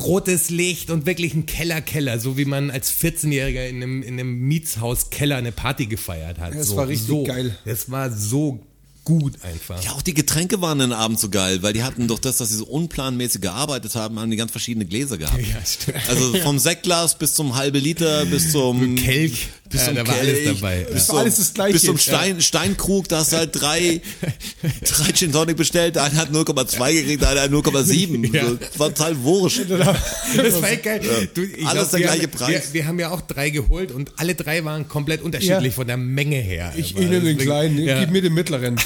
Speaker 5: rotes Licht und wirklich ein Kellerkeller, so wie man als 14-Jähriger in einem, in einem Mietshauskeller eine Party gefeiert hat.
Speaker 4: Das
Speaker 5: so,
Speaker 4: war richtig
Speaker 5: so.
Speaker 4: geil.
Speaker 5: Das war so gut einfach.
Speaker 3: Ja, auch die Getränke waren den Abend so geil, weil die hatten durch das, dass sie so unplanmäßig gearbeitet haben, haben die ganz verschiedene Gläser gehabt.
Speaker 5: Ja, stimmt.
Speaker 3: Also vom Sektglas bis zum halbe Liter, bis zum
Speaker 5: Kelch,
Speaker 3: bis
Speaker 5: ja,
Speaker 3: zum
Speaker 5: da war
Speaker 3: Kelch,
Speaker 5: alles dabei.
Speaker 3: Bis
Speaker 4: war
Speaker 3: zum,
Speaker 4: alles das Gleiche.
Speaker 3: Bis zum
Speaker 4: Ja.
Speaker 3: Stein, Steinkrug, da hast du halt drei, drei Gin Tonic bestellt, der eine hat 0,2 gekriegt, der eine hat 0,7.
Speaker 5: Ja.
Speaker 3: So, das war total
Speaker 5: [LAUGHS]
Speaker 3: wurscht.
Speaker 5: Das war geil. Du, ich
Speaker 3: Alles der
Speaker 5: wir
Speaker 3: gleiche
Speaker 5: haben,
Speaker 3: Preis.
Speaker 5: Wir, wir haben ja auch drei geholt und alle drei waren komplett
Speaker 4: Ja.
Speaker 5: unterschiedlich von der Menge her.
Speaker 4: ich
Speaker 5: War
Speaker 4: ich nehme den
Speaker 5: deswegen-
Speaker 4: kleinen, ich
Speaker 5: Ja.
Speaker 4: gib mir den
Speaker 5: [LAUGHS]
Speaker 4: mittleren.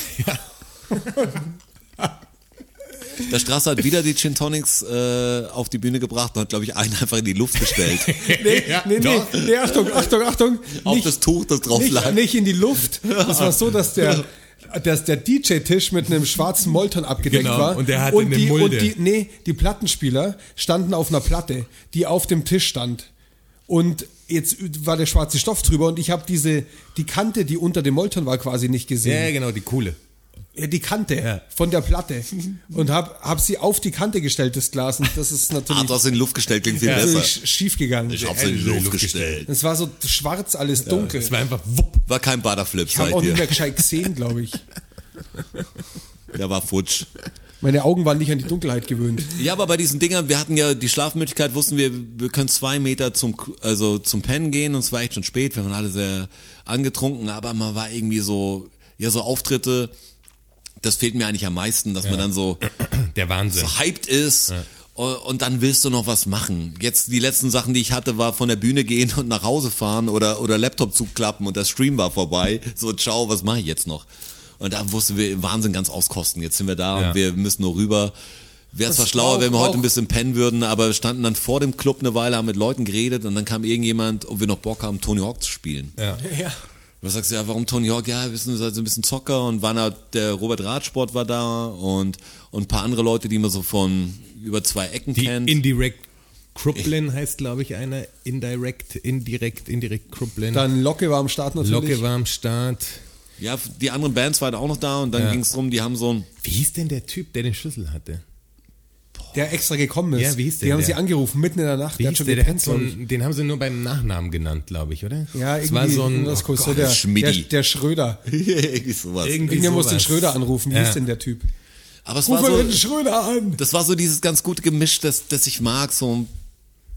Speaker 3: Der Straße hat wieder die Gin Tonics äh, auf die Bühne gebracht und hat, glaube ich, einen einfach in die Luft gestellt.
Speaker 4: Nee,
Speaker 5: Ja,
Speaker 4: nee, nee,
Speaker 5: doch.
Speaker 4: nee, Achtung, Achtung, Achtung.
Speaker 3: auf
Speaker 4: Nicht,
Speaker 3: das Tuch, das drauf
Speaker 4: nicht,
Speaker 3: lag.
Speaker 4: nicht in die Luft. Das war so, dass der, dass der DJ-Tisch mit einem schwarzen Molton abgedeckt
Speaker 5: Genau,
Speaker 4: war.
Speaker 5: und der hatte
Speaker 4: und
Speaker 5: eine
Speaker 4: die,
Speaker 5: Mulde.
Speaker 4: Und die, nee, die Plattenspieler standen auf einer Platte, die auf dem Tisch stand. Und jetzt war der schwarze Stoff drüber und ich habe diese, die Kante, die unter dem Molton war, quasi nicht
Speaker 5: Ja,
Speaker 4: gesehen.
Speaker 5: genau, die coole.
Speaker 4: Ja, die Kante
Speaker 5: Ja.
Speaker 4: von der Platte.
Speaker 5: [LAUGHS]
Speaker 4: Und hab, hab sie auf die Kante gestellt, das Glas. Und das ist
Speaker 3: Ah,
Speaker 4: natürlich
Speaker 3: du hast in die Luft gestellt, klingt viel
Speaker 5: Ja,
Speaker 3: besser.
Speaker 4: sch- schief gegangen.
Speaker 3: Ich hab's in die Luft gestellt.
Speaker 4: Es war so schwarz, alles dunkel.
Speaker 5: Das war einfach wupp.
Speaker 3: War kein Butterflip,
Speaker 4: Ich habe
Speaker 3: seid
Speaker 4: auch nicht mehr
Speaker 3: ihr.
Speaker 4: gescheit gesehen, glaube ich.
Speaker 3: Der war futsch.
Speaker 4: Meine Augen waren nicht an die Dunkelheit gewöhnt.
Speaker 5: Mhm.
Speaker 3: Ja, aber bei diesen Dingern, wir hatten ja die Schlafmüdigkeit, wussten wir, wir können zwei Meter zum, also zum Pennen gehen und es war echt schon spät, wir waren alle sehr angetrunken, aber man war irgendwie so, ja, so Auftritte, das fehlt mir eigentlich am meisten, dass man dann so
Speaker 5: Der Wahnsinn.
Speaker 3: hyped ist. u- Und dann willst du noch was machen. Jetzt die letzten Sachen, die ich hatte, war von der Bühne gehen und nach Hause fahren oder, oder Laptop zuklappen und der Stream war vorbei. So, ciao, was mache ich jetzt noch? Und da wussten wir Wahnsinn ganz auskosten. Jetzt sind wir da
Speaker 5: Ja.
Speaker 3: und wir müssen nur rüber. Wäre zwar
Speaker 4: Das
Speaker 3: schlauer,
Speaker 4: auch-
Speaker 3: wenn wir heute
Speaker 4: auch-
Speaker 3: ein bisschen pennen würden, aber wir standen dann vor dem Club eine Weile, haben mit Leuten geredet und dann kam irgendjemand, ob wir noch Bock haben, Tony Hawk zu spielen.
Speaker 5: Ja.
Speaker 3: Was sagst du, ja, warum Tony Hawk? Ja, wir sind halt so ein bisschen Zocker und waren halt, der Robert Radsport war da und, und ein paar andere Leute, die man so von über zwei Ecken
Speaker 5: Die
Speaker 3: kennt.
Speaker 5: Indirect Kruplin heißt, glaube ich, einer. Indirect, Indirect, Indirect Kruplin.
Speaker 4: Dann Locke war am Start natürlich.
Speaker 5: Locke war am Start.
Speaker 3: ja, die anderen Bands waren auch noch da und dann
Speaker 5: Ja.
Speaker 3: ging's drum, die haben so
Speaker 5: [LAUGHS]
Speaker 3: ein,
Speaker 5: Wie hieß denn der Typ, der den Schlüssel hatte?
Speaker 4: der extra gekommen ist.
Speaker 5: Ja, wie hieß der
Speaker 4: die haben
Speaker 5: denn
Speaker 4: sie
Speaker 5: der?
Speaker 4: angerufen, mitten in der Nacht.
Speaker 5: Wie
Speaker 4: der
Speaker 5: hieß
Speaker 4: hat schon
Speaker 5: der? Der
Speaker 4: gepennt,
Speaker 5: hat so
Speaker 4: glaub ich.
Speaker 5: einen, den haben sie nur beim Nachnamen genannt, glaube ich, oder?
Speaker 4: Ja,
Speaker 5: Es
Speaker 4: irgendwie
Speaker 5: war so ein,
Speaker 4: das
Speaker 5: oh
Speaker 4: kurz so
Speaker 5: Gott,
Speaker 4: der, der,
Speaker 3: Schmidi.
Speaker 4: der
Speaker 5: [LAUGHS]
Speaker 4: Schröder.
Speaker 3: irgendwie sowas.
Speaker 5: irgendwie
Speaker 4: Irgendjemand muss den
Speaker 5: sowas.
Speaker 4: Schröder anrufen. Wie
Speaker 5: Ja.
Speaker 4: ist denn der Typ?
Speaker 3: Aber es
Speaker 4: Ruf
Speaker 3: war
Speaker 4: mal
Speaker 3: so,
Speaker 4: den Schröder an!
Speaker 3: das war so dieses ganz gute Gemisch, das, das ich mag, so ein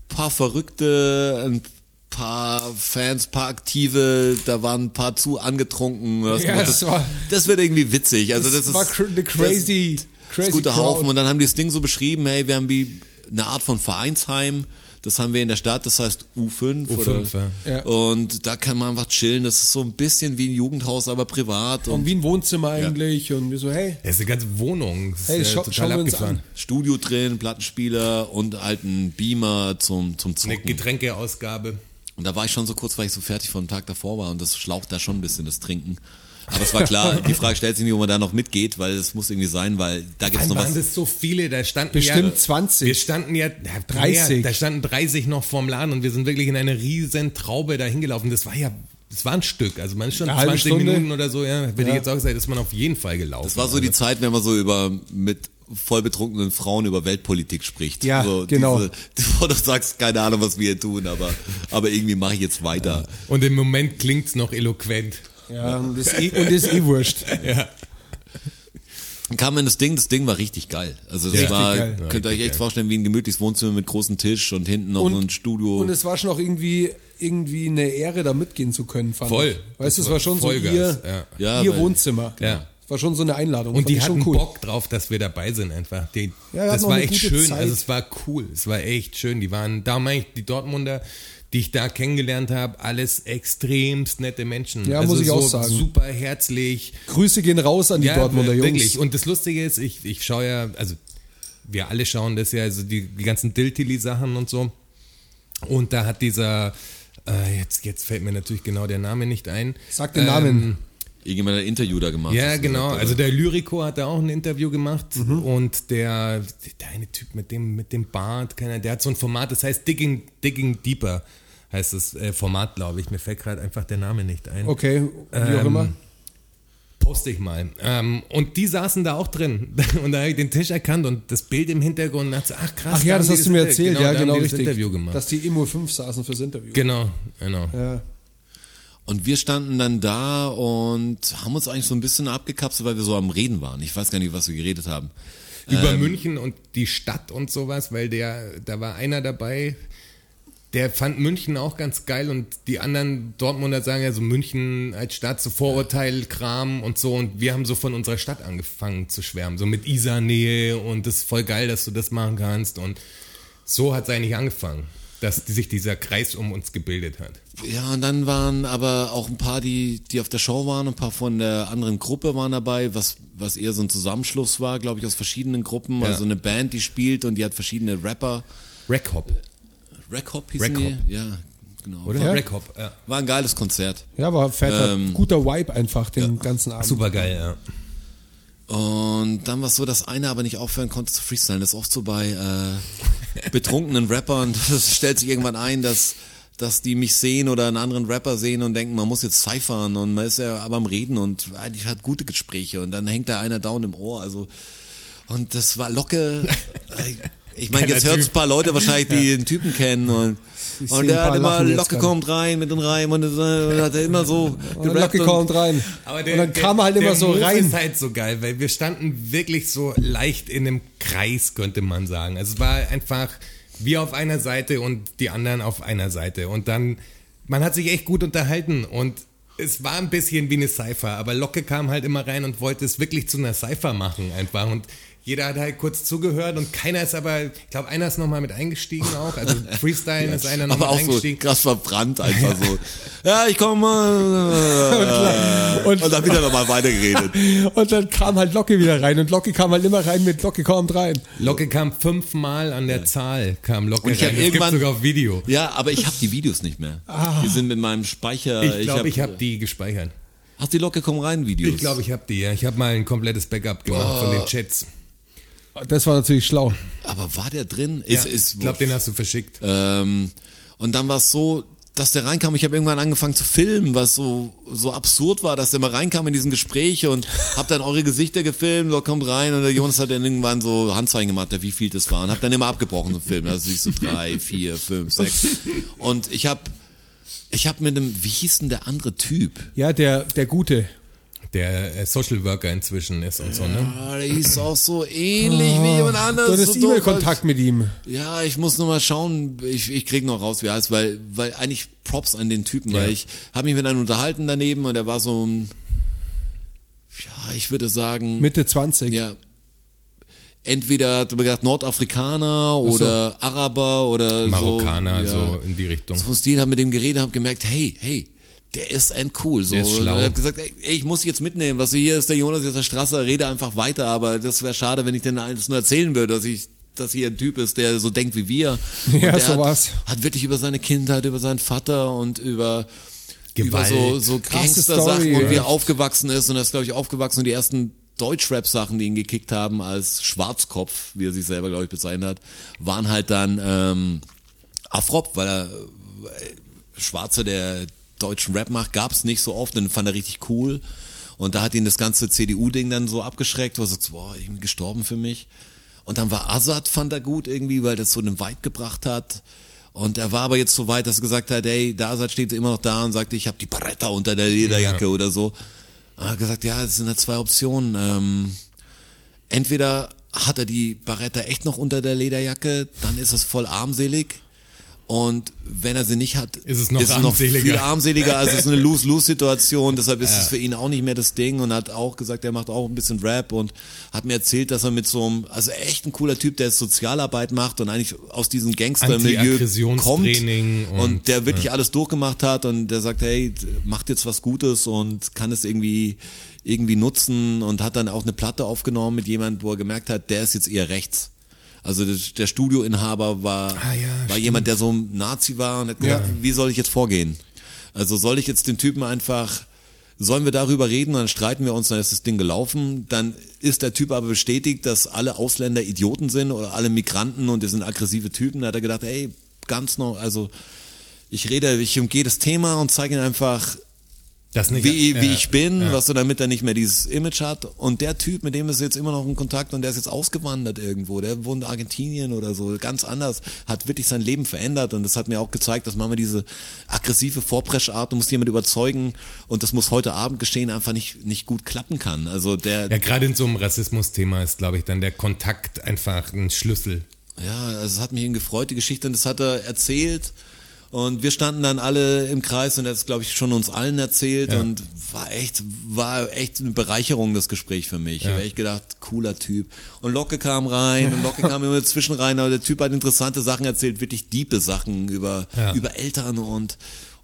Speaker 3: paar Verrückte, ein paar Fans, paar Aktive, da waren ein paar zu angetrunken. Du hast
Speaker 4: Ja,
Speaker 3: gemerkt,
Speaker 4: das war-
Speaker 3: das wird irgendwie witzig. Also das,
Speaker 4: das war
Speaker 3: ist
Speaker 4: cr- eine crazy,
Speaker 3: das
Speaker 4: crazy
Speaker 3: gute
Speaker 4: Crowd.
Speaker 3: Haufen. Und dann haben die das Ding so beschrieben, hey, wir haben wie eine Art von Vereinsheim. Das haben wir in der Stadt, das heißt U5.
Speaker 5: U5,
Speaker 3: oder,
Speaker 4: ja. Ja.
Speaker 3: Und da kann man einfach chillen. Das ist so ein bisschen wie ein Jugendhaus, aber privat.
Speaker 4: Und
Speaker 3: Und
Speaker 4: wie ein Wohnzimmer eigentlich. Und wir so, hey,
Speaker 5: Das ist eine ganze Wohnung. Das
Speaker 4: Hey,
Speaker 5: ist,
Speaker 4: schau-
Speaker 5: total
Speaker 4: schauen wir uns
Speaker 5: abgefahren.
Speaker 4: an.
Speaker 3: Studio drin, Plattenspieler und alten Beamer zum, zum
Speaker 5: Eine
Speaker 3: Zocken.
Speaker 5: Getränkeausgabe.
Speaker 3: Und da war ich schon so kurz, weil ich so fertig von dem Tag davor war und das schlaucht da schon ein bisschen das Trinken. Aber es war klar, die Frage stellt sich nicht, ob man da noch mitgeht, weil es muss irgendwie sein, weil da gibt's
Speaker 5: Dann
Speaker 3: noch
Speaker 5: waren
Speaker 3: was.
Speaker 5: das so viele, da standen ja,
Speaker 4: bestimmt 20.
Speaker 5: Wir standen ja, ja
Speaker 4: 30.
Speaker 5: Mehr, da standen 30 noch vorm Laden und wir sind wirklich in eine riesen Traube da hingelaufen. Das war ja, das war ein Stück. Also man ist schon
Speaker 4: Eine halbe
Speaker 5: 20
Speaker 4: Stunde.
Speaker 5: Minuten oder so, ja, würde
Speaker 4: Ja.
Speaker 5: ich jetzt auch gesagt, ist man auf jeden Fall gelaufen.
Speaker 3: Das war so die Zeit, wenn man so über mit voll betrunkenen Frauen über Weltpolitik spricht.
Speaker 4: Ja,
Speaker 3: so
Speaker 4: genau.
Speaker 3: Diese, [LAUGHS] wo du sagst, keine Ahnung, was wir hier tun, aber, aber irgendwie mache ich jetzt weiter.
Speaker 5: und im Moment klingt's noch eloquent.
Speaker 4: Ja, und ist eh, und ist eh wurscht.
Speaker 3: Dann kam in das Ding, das Ding war richtig geil. Also das
Speaker 5: Richtig
Speaker 3: war,
Speaker 4: geil.
Speaker 3: könnt ihr euch echt
Speaker 5: geil.
Speaker 3: vorstellen, wie ein gemütliches Wohnzimmer mit großem Tisch und hinten noch
Speaker 4: Und-
Speaker 3: so ein Studio.
Speaker 4: Und es war schon auch irgendwie, irgendwie eine Ehre, da mitgehen zu können, fand
Speaker 5: Voll.
Speaker 4: ich. Weißt du,
Speaker 5: Das
Speaker 4: es
Speaker 5: war
Speaker 4: war schon so
Speaker 5: Vollgas,
Speaker 4: ihr,
Speaker 5: ja.
Speaker 3: Ja,
Speaker 4: ihr
Speaker 3: weil-
Speaker 4: Wohnzimmer.
Speaker 5: Ja.
Speaker 4: War schon so eine Einladung.
Speaker 5: Und
Speaker 4: Fand
Speaker 5: die
Speaker 4: ich schon
Speaker 5: hatten Bock drauf, dass wir dabei sind einfach. Die,
Speaker 4: Ja, wir hatten
Speaker 5: das
Speaker 4: auch
Speaker 5: war
Speaker 4: eine
Speaker 5: echt
Speaker 4: gute
Speaker 5: schön.
Speaker 4: Zeit.
Speaker 5: Also es war cool. Es war echt schön. Die waren, da meine ich, die Dortmunder, die ich da kennengelernt habe, alles extremst nette Menschen.
Speaker 4: Ja,
Speaker 5: also
Speaker 4: muss ich
Speaker 5: so
Speaker 4: auch sagen.
Speaker 5: Super herzlich.
Speaker 4: Grüße gehen raus an die Dortmunder Jungs.
Speaker 5: Wirklich. Und das Lustige ist, ich, ich schaue ja, also wir alle schauen das ja, also die, die ganzen Diltili-Sachen und so. Und da hat dieser, äh, jetzt, jetzt fällt mir natürlich genau der Name nicht ein.
Speaker 4: Sag den
Speaker 5: Ähm,
Speaker 4: Namen.
Speaker 3: Irgendwann hat er ein Interview da gemacht.
Speaker 5: Ja,
Speaker 3: hast du
Speaker 5: genau.
Speaker 3: gesagt,
Speaker 5: Also
Speaker 3: oder?
Speaker 5: der Lyrico hat da auch ein Interview gemacht
Speaker 4: Mhm.
Speaker 5: und der, der eine Typ mit dem, mit dem Bart, keiner, der hat so ein Format, das heißt Digging, Digging Deeper, heißt das äh, Format, glaube ich. Mir fällt gerade einfach der Name nicht ein.
Speaker 4: Okay, wie auch
Speaker 5: Ähm,
Speaker 4: immer.
Speaker 5: Poste ich mal. Ähm, und die saßen da auch drin. [LAUGHS] Und da habe ich den Tisch erkannt und das Bild im Hintergrund. Und dachte, ach krass.
Speaker 4: Ach
Speaker 5: da
Speaker 4: ja,
Speaker 5: haben
Speaker 4: das
Speaker 5: die
Speaker 4: hast du mir
Speaker 5: Inter-
Speaker 4: erzählt. ja,
Speaker 5: da haben
Speaker 4: genau
Speaker 5: die
Speaker 4: richtig.
Speaker 5: Das Interview gemacht.
Speaker 4: Dass die Immo 5 saßen fürs Interview.
Speaker 5: genau, genau.
Speaker 4: Ja.
Speaker 3: Und wir standen dann da und haben uns eigentlich so ein bisschen abgekapselt, weil wir so am Reden waren. Ich weiß gar nicht, was wir geredet haben.
Speaker 5: Über München und die Stadt und sowas, weil der, da war einer dabei, der fand München auch ganz geil und die anderen Dortmunder sagen ja so München als Stadt, so Vorurteil, Kram und so und wir haben so von unserer Stadt angefangen zu schwärmen, so mit Isar-Nähe und das ist voll geil, dass du das machen kannst und so hat es eigentlich angefangen, dass die, sich dieser Kreis um uns gebildet hat.
Speaker 3: Ja, und dann waren aber auch ein paar, die, die auf der Show waren, ein paar von der anderen Gruppe waren dabei, was, was eher so ein Zusammenschluss war, glaube ich, aus verschiedenen Gruppen.
Speaker 5: Ja.
Speaker 3: Also eine Band, die spielt und die hat verschiedene Rapper.
Speaker 5: Rackhop,
Speaker 3: Rackhop hießen
Speaker 5: Rack Hop.
Speaker 3: die? Ja, genau.
Speaker 5: oder?
Speaker 4: Ja.
Speaker 5: Rackhop, ja.
Speaker 3: War ein geiles Konzert.
Speaker 4: ja, war fetter,
Speaker 3: Ähm,
Speaker 4: guter Vibe einfach den ganzen Abend.
Speaker 5: Super geil, ja.
Speaker 3: Und dann war es so, dass einer aber nicht aufhören konnte zu freestylen. Das ist oft so bei äh, [LAUGHS] betrunkenen Rappern. Das stellt sich irgendwann ein, dass, dass die mich sehen oder einen anderen Rapper sehen und denken, man muss jetzt ciphern und man ist ja aber am Reden und eigentlich hat gute Gespräche und dann hängt da einer down im Ohr. Also und das war Locke.
Speaker 4: [LAUGHS]
Speaker 3: Ich meine,
Speaker 5: Geiler
Speaker 3: jetzt hört es
Speaker 5: Typ.
Speaker 3: ein paar Leute wahrscheinlich, die den Typen kennen und,
Speaker 4: Ich seh
Speaker 3: und
Speaker 4: ein
Speaker 3: der
Speaker 4: paar
Speaker 3: hat immer
Speaker 4: lachen jetzt
Speaker 3: Locke
Speaker 4: gerade.
Speaker 3: kommt rein mit den Reim und, äh, hat er immer
Speaker 4: [LAUGHS]
Speaker 3: so
Speaker 4: Und dann Lucky
Speaker 3: und-
Speaker 4: kommt rein. und dann kam er halt immer
Speaker 5: der
Speaker 4: so
Speaker 5: Move ist
Speaker 4: rein.
Speaker 5: halt so geil, weil wir standen wirklich so leicht in einem Kreis, könnte man sagen. Also es war einfach wir auf einer Seite und die anderen auf einer Seite. Und dann, man hat sich echt gut unterhalten und es war ein bisschen wie eine Cypher, aber Locke kam halt immer rein und wollte es wirklich zu einer Cypher machen einfach. Und jeder hat halt kurz zugehört und keiner ist aber, ich glaube, einer ist nochmal mit eingestiegen auch.
Speaker 4: [LAUGHS]
Speaker 5: Also Freestylen ist einer
Speaker 3: aber
Speaker 5: nochmal
Speaker 3: auch so
Speaker 5: eingestiegen.
Speaker 3: krass verbrannt einfach
Speaker 5: [LAUGHS]
Speaker 3: so. Ja, ich komme mal.
Speaker 4: Und-
Speaker 3: Und, dann wieder nochmal
Speaker 5: [LAUGHS]
Speaker 3: weitergeredet.
Speaker 4: Und dann kam halt Locke wieder rein. Und Locke kam halt immer rein mit Locke kommt rein.
Speaker 5: Locke kam fünfmal an der Zahl, kam Locke
Speaker 3: Und ich hab
Speaker 5: rein. Das gibt's
Speaker 3: irgendwann-
Speaker 5: sogar auf Video. Ah.
Speaker 3: Ja, aber ich habe die Videos nicht mehr. Die sind mit meinem Speicher.
Speaker 5: Ich glaube, ich habe hab die gespeichert.
Speaker 3: Hast die Locke komm rein Videos?
Speaker 5: Ich glaube, ich habe die, ja. Ich habe mal ein komplettes Backup gemacht von den Chats.
Speaker 4: Das war natürlich schlau.
Speaker 3: Aber war der drin?
Speaker 5: Ja,
Speaker 3: Ist, ist,
Speaker 5: ich glaube, den hast du verschickt.
Speaker 3: Ähm, und dann war es so, dass der reinkam. Ich habe irgendwann angefangen zu filmen, was so so absurd war, dass der mal reinkam in diesen Gespräche [LAUGHS] und habe dann eure Gesichter gefilmt. So kommt rein und der Jonas hat dann irgendwann so Handzeichen gemacht, wie viel das war und habe dann immer abgebrochen zum Filmen. Also ich so drei, vier, fünf, sechs. Und ich habe ich habe mit einem, wie hieß denn der andere Typ?
Speaker 4: Ja, der, der Gute.
Speaker 5: Der äh, Social Worker inzwischen ist und so, ne?
Speaker 3: Ah, der hieß auch so ähnlich wie jemand anderes.
Speaker 4: Du hattest
Speaker 3: so doof,
Speaker 4: E-Mail-Kontakt mit ihm.
Speaker 5: halt.
Speaker 3: Ja, ich muss noch mal schauen, ich, ich krieg noch raus, wie er heißt, weil, weil eigentlich Props an den Typen, weil
Speaker 5: Ja.
Speaker 3: ich habe mich mit einem unterhalten daneben und er war so ein, ja, ich würde sagen,
Speaker 4: Mitte 20.
Speaker 3: ja, entweder, hat man gesagt, Nordafrikaner oder Araber oder
Speaker 5: Marokkaner,
Speaker 3: so,
Speaker 5: so,
Speaker 3: ja.
Speaker 5: in die Richtung.
Speaker 3: So ein Stil, hab mit dem geredet, hab gemerkt, hey, hey, der ist ein cool. So.
Speaker 5: Der ist schlau.
Speaker 3: Und hab gesagt, ey, ich muss dich jetzt mitnehmen. Was du hier ist, der Jonas ist auf der Straße, rede einfach weiter, aber das wäre schade, wenn ich denn alles nur erzählen würde, dass ich dass hier ein Typ ist, der so denkt wie
Speaker 5: [LAUGHS]
Speaker 3: wir. Und
Speaker 4: Ja,
Speaker 3: der
Speaker 4: so
Speaker 3: hat,
Speaker 4: war's.
Speaker 3: Hat wirklich über seine Kindheit, über seinen Vater und über, über
Speaker 5: Gewalt.
Speaker 3: so, so
Speaker 4: Krasse
Speaker 3: Gangster-Sachen
Speaker 4: Story,
Speaker 3: und wie
Speaker 4: ja.
Speaker 3: er aufgewachsen ist. Und er ist, glaube ich, aufgewachsen und die ersten Deutschrap-Sachen, die ihn gekickt haben als Schwarzkopf, wie er sich selber, glaube ich, bezeichnet hat, waren halt dann ähm, Afrop, weil er äh, Schwarze, der deutschen Rap macht, gab's nicht so oft, den fand er richtig cool. Und da hat ihn das ganze CDU-Ding dann so abgeschreckt, wo er sagt, boah, ich bin gestorben für mich. Und dann war Assad, fand er gut irgendwie, weil das so einen Vibe gebracht hat. Und er war aber jetzt so weit, dass er gesagt hat, ey, der Assad steht immer noch da und sagte, ich habe die Beretta unter der Lederjacke
Speaker 5: Ja.
Speaker 3: oder so. Und er hat gesagt, ja, es sind ja zwei Optionen. Ähm, entweder hat er die Barretta echt noch unter der Lederjacke, dann ist es voll armselig. Und wenn er sie nicht hat,
Speaker 5: Ist es noch
Speaker 3: viel
Speaker 5: armseliger.
Speaker 3: armseliger. Also es ist eine Lose-Lose-Situation. Deshalb ist es für ihn auch nicht mehr das Ding und hat auch gesagt, er macht auch ein bisschen Rap und hat mir erzählt, dass er mit so einem, also echt ein cooler Typ, der Sozialarbeit macht und eigentlich aus diesem Gangster-Milieu kommt
Speaker 5: Anti-Aggressionstraining
Speaker 3: und,
Speaker 5: und-
Speaker 3: der wirklich alles durchgemacht hat und der sagt, hey, macht jetzt was Gutes und kann es irgendwie irgendwie nutzen und hat dann auch eine Platte aufgenommen mit jemandem, wo er gemerkt hat, der ist jetzt eher rechts. Also das- der Studioinhaber war,
Speaker 5: Ah, ja,
Speaker 3: war
Speaker 5: stimmt.
Speaker 3: jemand, der so ein Nazi war und hat gesagt, wie soll ich jetzt vorgehen? Also soll ich jetzt den Typen einfach, sollen wir darüber reden, dann streiten wir uns, dann ist das Ding gelaufen, dann ist der Typ aber bestätigt, dass alle Ausländer Idioten sind oder alle Migranten und die sind aggressive Typen, da hat er gedacht, ey, ganz noch, also ich rede, ich umgehe das Thema und zeige ihn einfach,
Speaker 5: Das nicht, äh,
Speaker 3: wie,
Speaker 5: ja,
Speaker 3: wie ich bin,
Speaker 5: ja.
Speaker 3: was so, damit er nicht mehr dieses Image hat. Und der Typ, mit dem ist jetzt immer noch in Kontakt und der ist jetzt ausgewandert irgendwo. Der wohnt in Argentinien oder so, ganz anders. Hat wirklich sein Leben verändert und das hat mir auch gezeigt, dass manchmal diese aggressive Vorpreschart, du musst jemand überzeugen und das muss heute Abend geschehen, einfach nicht, nicht gut klappen kann. Also der,
Speaker 5: Ja, gerade in so einem Rassismus-Thema ist, glaube ich, dann der Kontakt einfach ein Schlüssel.
Speaker 3: Ja, also es hat mich ihn gefreut, die Geschichte, und das hat er erzählt. Und wir standen dann alle im Kreis und er hat es, glaube ich, schon uns allen erzählt
Speaker 5: Ja.
Speaker 3: und war echt, war echt eine Bereicherung, das Gespräch für mich. Ich habe echt gedacht, cooler Typ. Und Locke kam rein und Locke kam immer dazwischen rein, aber der Typ hat interessante Sachen erzählt, wirklich diepe Sachen über,
Speaker 5: Ja.
Speaker 3: über Eltern und,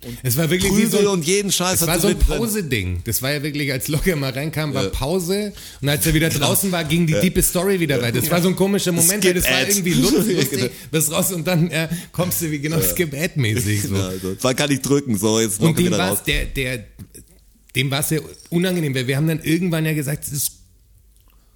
Speaker 3: und
Speaker 5: Es war wirklich wie
Speaker 3: Prügel
Speaker 5: so ein,
Speaker 3: und jeden Scheiß.
Speaker 5: Es
Speaker 3: hat
Speaker 5: war
Speaker 3: sie
Speaker 5: so ein
Speaker 3: mit drin. [LAUGHS]
Speaker 5: Pause-Ding. Das war ja wirklich, als Locker mal reinkam, war Pause. Und als er wieder
Speaker 3: Genau.
Speaker 5: draußen war, ging die diepe Story wieder weiter. Das war so ein komischer Moment, weil das war
Speaker 3: Skip-Ad.
Speaker 5: irgendwie lustig.
Speaker 3: [LAUGHS] Genau.
Speaker 5: lustig bist raus und dann äh, kommst du wie genau Skip-Ad-mäßig. So.
Speaker 3: Ja, also, war gar nicht drücken, so jetzt Locke
Speaker 5: Und dem
Speaker 3: wieder raus.
Speaker 5: war's, der, der, dem war es ja unangenehm, weil wir haben dann irgendwann ja gesagt, es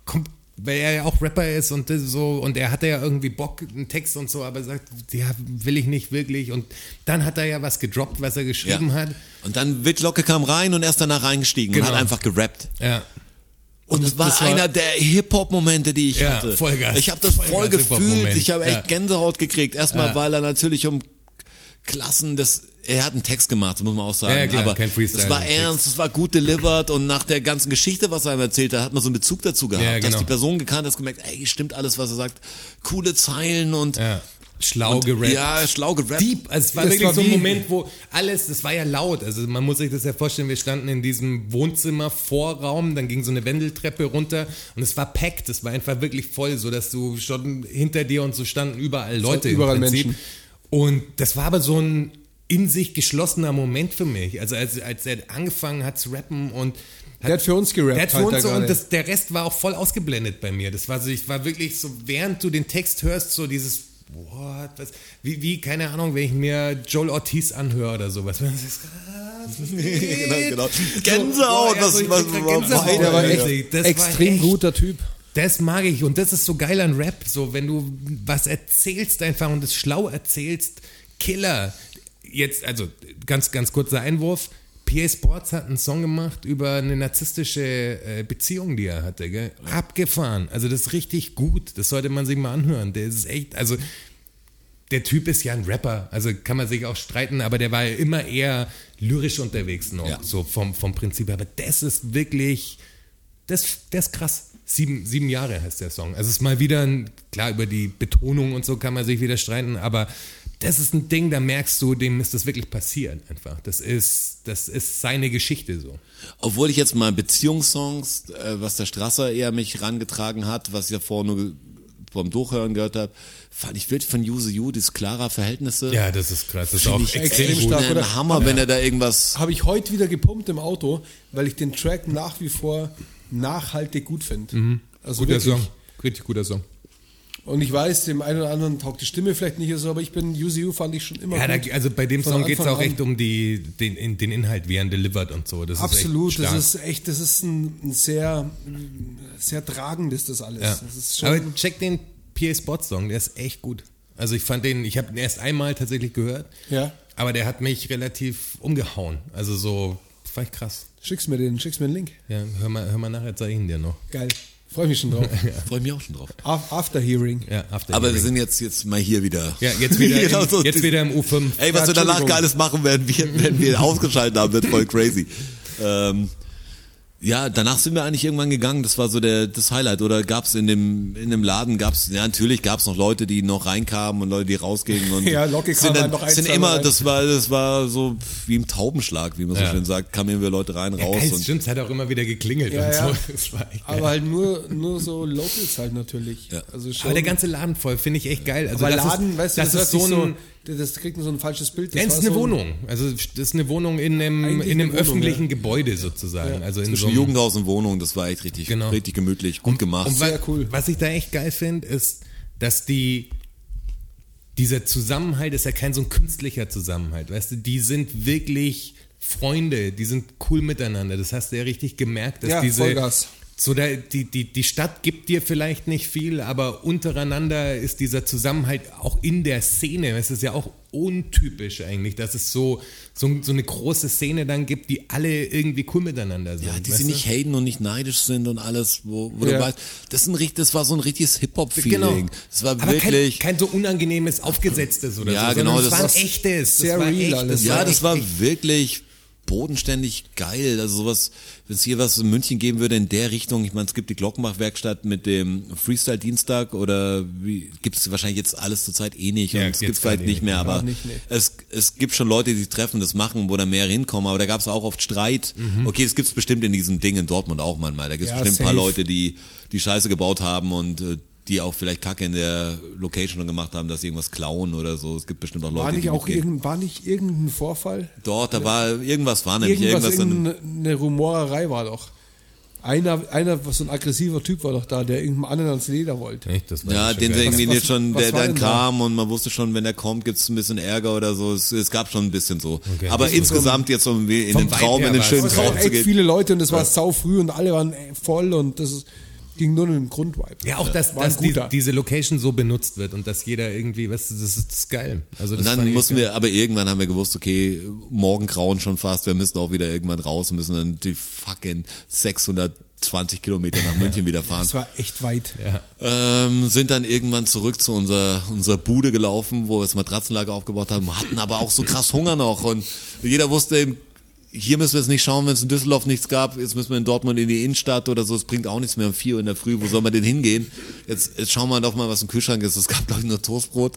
Speaker 5: kommt, weil er ja auch Rapper ist und das so, und er hatte ja irgendwie Bock, einen Text und so, aber sagt, ja, will ich nicht wirklich. Und dann hat er ja was gedroppt, was er geschrieben
Speaker 3: Ja.
Speaker 5: hat.
Speaker 3: Und dann Witt Locke kam rein und erst danach reingestiegen und
Speaker 5: Genau.
Speaker 3: hat einfach gerappt.
Speaker 5: Ja.
Speaker 3: Und es war,
Speaker 5: das war-
Speaker 3: einer der Hip-Hop-Momente, die ich
Speaker 5: Ja,
Speaker 3: hatte.
Speaker 5: Vollgas.
Speaker 3: Ich habe das voll
Speaker 5: Vollgas
Speaker 3: gefühlt.
Speaker 5: Hip-Hop-Moment.
Speaker 3: Ich habe echt
Speaker 5: Ja.
Speaker 3: Gänsehaut gekriegt. Erstmal,
Speaker 5: Ja.
Speaker 3: weil er natürlich um Klassen das. Er hat einen Text gemacht, muss man auch sagen.
Speaker 5: Ja, ja, klar,
Speaker 3: aber
Speaker 5: kein Freestyle,
Speaker 3: es war
Speaker 5: ein Text.
Speaker 3: ernst, es war gut delivered und nach der ganzen Geschichte, was er ihm erzählt hat, hat man so einen Bezug dazu gehabt,
Speaker 5: Ja,
Speaker 3: dass
Speaker 5: genau.
Speaker 3: die Person gekannt hat, gemerkt, ey, stimmt alles, was er sagt. Coole Zeilen und
Speaker 5: ja. Schlau
Speaker 3: und-
Speaker 5: gerappt.
Speaker 3: Ja, schlau gerappt.
Speaker 5: Deep, also es war
Speaker 4: Das
Speaker 5: wirklich
Speaker 4: war
Speaker 5: so ein
Speaker 4: wie-
Speaker 5: Moment, wo alles, das war ja laut, also man muss sich das ja vorstellen, wir standen in diesem Wohnzimmer-Vorraum, dann ging so eine Wendeltreppe runter und es war packed, es war einfach wirklich voll, so dass du schon hinter dir und so standen überall Leute. im
Speaker 4: überall
Speaker 5: Prinzip.
Speaker 4: Menschen.
Speaker 5: Und das war aber so ein in sich geschlossener Moment für mich, also als, als er angefangen hat zu rappen und
Speaker 4: Der hat für uns gerappt
Speaker 5: der hat für
Speaker 4: halt da
Speaker 5: uns so,
Speaker 4: gerade.
Speaker 5: und das, der Rest war auch voll ausgeblendet bei mir. Das war so, ich war wirklich so, während du den Text hörst, so dieses, what, was, wie, wie, keine Ahnung, wenn ich mir Joel Ortiz anhöre oder sowas. [LAUGHS] Das
Speaker 3: [LAUGHS]
Speaker 5: ist krass.
Speaker 3: genau. Gänsehaut,
Speaker 5: boah, ja,
Speaker 3: was-
Speaker 5: so, ich
Speaker 3: was-
Speaker 5: krieg
Speaker 3: was-
Speaker 5: Gänsehaut.
Speaker 3: Alter,
Speaker 4: Der war
Speaker 5: Das
Speaker 4: echt
Speaker 5: war
Speaker 4: extrem
Speaker 5: echt-
Speaker 4: guter Typ.
Speaker 5: Das mag ich und das ist so geil an Rap, so wenn du was erzählst einfach und es schlau erzählst, Killer. Jetzt, also ganz, ganz kurzer Einwurf. PA Sports hat einen Song gemacht über eine narzisstische äh, Beziehung, die er hatte. Gell? Abgefahren. Also das ist richtig gut. Das sollte man sich mal anhören. Der ist echt, also der Typ ist ja ein Rapper, also kann man sich auch streiten, aber der war ja immer eher lyrisch unterwegs noch,
Speaker 3: Ja.
Speaker 5: so vom, vom Prinzip. her. Aber das ist wirklich, das, das ist krass. Sieben, sieben Jahre heißt der Song. Also es ist mal wieder, ein, klar, über die Betonung und so kann man sich wieder streiten, aber das ist ein Ding, da merkst du, dem ist das wirklich passiert einfach. Das ist, das ist seine Geschichte so.
Speaker 3: Obwohl ich jetzt mal Beziehungssongs, äh, was der Strasser eher mich rangetragen hat, was ich ja vorher nur ge- vom Durchhören gehört habe, fand ich wild von Use You, dieses klarer Verhältnisse.
Speaker 5: Ja, das ist krass. Das ist
Speaker 4: auch
Speaker 5: auch
Speaker 4: ich extrem
Speaker 5: extrem
Speaker 4: extrem gut.
Speaker 5: gut.
Speaker 4: stark.
Speaker 3: Ein
Speaker 4: oder?
Speaker 3: Hammer, wenn er da irgendwas.
Speaker 4: Habe ich heute wieder gepumpt im Auto, weil ich den Track nach wie vor nachhaltig gut finde. Also
Speaker 5: Mhm. Guter
Speaker 4: wirklich.
Speaker 5: Song. Richtig guter Song.
Speaker 4: Und ich weiß, dem einen oder anderen taugt die Stimme vielleicht nicht so, aber ich bin UCU fand ich schon immer
Speaker 5: Ja,
Speaker 4: gut.
Speaker 5: da, also bei dem
Speaker 4: Von
Speaker 5: Song geht es
Speaker 4: Anfang
Speaker 5: auch
Speaker 4: an.
Speaker 5: echt um die, den, in, den Inhalt, wie er ihn delivert und so. Das
Speaker 4: Absolut,
Speaker 5: ist echt
Speaker 4: das
Speaker 5: stark.
Speaker 4: ist echt, das ist ein, ein sehr, sehr tragendes, das alles.
Speaker 5: Ja.
Speaker 4: Das ist
Speaker 5: Aber
Speaker 4: schon,
Speaker 5: check den PA Spot Song, der ist echt gut. Also ich fand den, ich habe ihn erst einmal tatsächlich gehört,
Speaker 4: ja,
Speaker 5: aber der hat mich relativ umgehauen. Also so, das war echt krass.
Speaker 4: schick's mir den, schick's mir den Link.
Speaker 5: Ja, hör mal, hör mal nachher, zeige ich ihn dir noch.
Speaker 4: Geil, freue mich schon drauf.
Speaker 5: [LAUGHS]
Speaker 3: Freue mich auch schon drauf.
Speaker 4: Af- After Hearing.
Speaker 5: Ja, after
Speaker 3: Aber wir
Speaker 5: Hearing.
Speaker 3: sind jetzt, jetzt mal hier wieder.
Speaker 5: ja, jetzt wieder,
Speaker 3: [LAUGHS] Genau
Speaker 5: im,
Speaker 3: so.
Speaker 5: jetzt wieder im U5.
Speaker 3: Ey, was
Speaker 4: Ja,
Speaker 3: wir danach
Speaker 4: Entschuldigung.
Speaker 3: Geiles machen werden, wir, wenn wir ausgeschaltet haben, wird voll crazy. Ähm, Ja, danach sind wir eigentlich irgendwann gegangen, das war so der, das Highlight. Oder gab's in dem, in dem Laden, gab's, ja natürlich gab's noch Leute, die noch reinkamen und Leute, die rausgingen. Und
Speaker 4: [LAUGHS] Ja, Locke kam
Speaker 3: sind dann,
Speaker 4: rein, noch ein,
Speaker 3: sind
Speaker 4: zwei
Speaker 3: immer,
Speaker 4: rein.
Speaker 3: das war, das war so wie im Taubenschlag, wie man
Speaker 5: Ja.
Speaker 3: so schön sagt, kamen irgendwie Leute rein,
Speaker 5: Ja,
Speaker 3: raus.
Speaker 5: geil,
Speaker 3: und,
Speaker 5: stimmt, es hat auch immer wieder geklingelt
Speaker 4: Ja,
Speaker 5: und
Speaker 4: ja.
Speaker 5: so. [LAUGHS] Das war echt geil.
Speaker 4: Aber halt nur, nur so Locals halt natürlich.
Speaker 3: Ja.
Speaker 4: Also schon.
Speaker 5: Aber der ganze Laden voll finde ich echt geil. Also
Speaker 4: Aber
Speaker 5: das
Speaker 4: Laden,
Speaker 5: ist,
Speaker 4: weißt du,
Speaker 5: das, ist
Speaker 4: hört
Speaker 5: so
Speaker 4: sich
Speaker 5: ein,
Speaker 4: das kriegt so ein falsches Bild.
Speaker 5: Ja, es
Speaker 4: war
Speaker 5: ist eine
Speaker 4: so ein-
Speaker 5: Wohnung. Also das ist eine Wohnung in einem,
Speaker 4: Eigentlich
Speaker 5: in einem
Speaker 4: eine Wohnung,
Speaker 5: öffentlichen
Speaker 4: ja.
Speaker 5: Gebäude sozusagen. Also in so
Speaker 3: zwischen
Speaker 5: einem,
Speaker 3: Jugendhaus und Wohnung, das war echt richtig,
Speaker 5: Genau.
Speaker 3: richtig gemütlich, gut gemacht.
Speaker 5: Und wa-
Speaker 4: Sehr cool.
Speaker 5: Was ich da echt geil finde, ist, dass die dieser Zusammenhalt ist ja kein so ein künstlicher Zusammenhalt, weißt du, die sind wirklich Freunde, die sind cool miteinander. Das hast du ja richtig gemerkt, dass
Speaker 4: Ja,
Speaker 5: diese
Speaker 4: Vollgas.
Speaker 5: so da, die, die, die Stadt gibt dir vielleicht nicht viel, aber untereinander ist dieser Zusammenhalt auch in der Szene. Es ist ja auch untypisch eigentlich, dass es so, so, so eine große Szene dann gibt, die alle irgendwie cool miteinander sind.
Speaker 3: Ja, die
Speaker 5: weißt
Speaker 3: sie
Speaker 5: du?
Speaker 3: nicht haten und nicht neidisch sind und alles, wo, wo
Speaker 4: Ja.
Speaker 3: du weißt, das, ist ein, richt- das war so ein richtiges Hip-Hop-Feeling. Das war
Speaker 5: Genau. Aber
Speaker 3: wirklich,
Speaker 5: Kein, kein so unangenehmes Aufgesetztes oder
Speaker 3: Ja,
Speaker 5: so.
Speaker 3: genau,
Speaker 5: sondern es
Speaker 3: das
Speaker 5: war
Speaker 3: ist
Speaker 5: ein echtes.
Speaker 4: sehr
Speaker 5: das war
Speaker 4: real
Speaker 5: echt,
Speaker 4: alles.
Speaker 3: ja,
Speaker 4: war
Speaker 3: das
Speaker 5: echt-
Speaker 3: war wirklich bodenständig geil. Also sowas, wenn es hier was in München geben würde in der Richtung, ich meine, es gibt die Glockenbach-Werkstatt mit dem Freestyle-Dienstag oder gibt es wahrscheinlich jetzt alles zurzeit eh nicht
Speaker 5: Ja,
Speaker 3: und es
Speaker 5: jetzt
Speaker 3: gibt vielleicht
Speaker 5: gerade eh
Speaker 3: nicht mehr, aber
Speaker 4: nicht, nee.
Speaker 3: es, es gibt schon Leute, die treffen, das machen, wo dann mehr hinkommen, aber da gab es auch oft Streit. Okay, es gibt es bestimmt in diesem Ding in Dortmund auch manchmal. Da gibt es
Speaker 4: Mhm. Ja,
Speaker 3: bestimmt ein paar
Speaker 4: safe.
Speaker 3: Leute, die die Scheiße gebaut haben und äh, die auch vielleicht Kacke in der Location schon gemacht haben, dass sie irgendwas klauen oder so. Es gibt bestimmt auch Leute,
Speaker 4: War
Speaker 3: die
Speaker 4: nicht, auch
Speaker 3: mitgehen.
Speaker 4: irgendein, war nicht irgendein Vorfall?
Speaker 3: Dort, da war irgendwas war nämlich
Speaker 4: Irgendwas,
Speaker 3: irgendwas. in-
Speaker 4: irgendeine Rumorerei war doch. Einer, einer, so ein aggressiver Typ war doch da, der irgendeinem anderen ans Leder wollte.
Speaker 5: Echt, das war
Speaker 3: ja,
Speaker 5: schon
Speaker 3: den sie
Speaker 5: geil.
Speaker 3: irgendwie
Speaker 4: Was-
Speaker 3: jetzt schon,
Speaker 4: was
Speaker 3: der
Speaker 4: war
Speaker 3: dann
Speaker 4: denn da?
Speaker 3: kam und man wusste schon, wenn der kommt, gibt's ein bisschen Ärger oder so. Es, es gab schon ein bisschen so.
Speaker 5: Okay.
Speaker 3: Aber
Speaker 5: Das ist
Speaker 3: insgesamt jetzt so in den
Speaker 5: Vom Vibe
Speaker 3: Traum,
Speaker 5: her
Speaker 3: in den
Speaker 5: war's
Speaker 3: schönen
Speaker 4: Aber
Speaker 5: geil.
Speaker 4: es waren
Speaker 3: Traum
Speaker 4: auch
Speaker 3: zu
Speaker 4: echt
Speaker 3: gehen.
Speaker 4: viele Leute und es war sau früh und alle waren äh, voll und das ist, ging nur um den Grundvibe.
Speaker 5: Ja, auch dass,
Speaker 4: War ein
Speaker 5: dass die,
Speaker 4: guter.
Speaker 5: diese Location so benutzt wird und dass jeder irgendwie, weißt du, das ist, das ist geil. Also das
Speaker 3: Und
Speaker 5: fand
Speaker 3: dann
Speaker 5: ich
Speaker 3: mussten
Speaker 5: geil.
Speaker 3: wir, aber irgendwann haben wir gewusst, okay, morgen grauen schon fast, wir müssen auch wieder irgendwann raus und müssen dann die fucking 620 Kilometer nach München wieder fahren.
Speaker 4: Das war echt weit.
Speaker 3: Ähm, sind dann irgendwann zurück zu unserer, unserer Bude gelaufen, wo wir das Matratzenlager aufgebaut haben, hatten aber auch so krass Hunger noch und jeder wusste eben, hier müssen wir jetzt nicht schauen, wenn es in Düsseldorf nichts gab, jetzt müssen wir in Dortmund in die Innenstadt oder so, es bringt auch nichts mehr um 4 Uhr in der Früh, wo soll man denn hingehen? Jetzt, jetzt schauen wir doch mal, was im Kühlschrank ist. Es gab, glaube ich, nur Toastbrot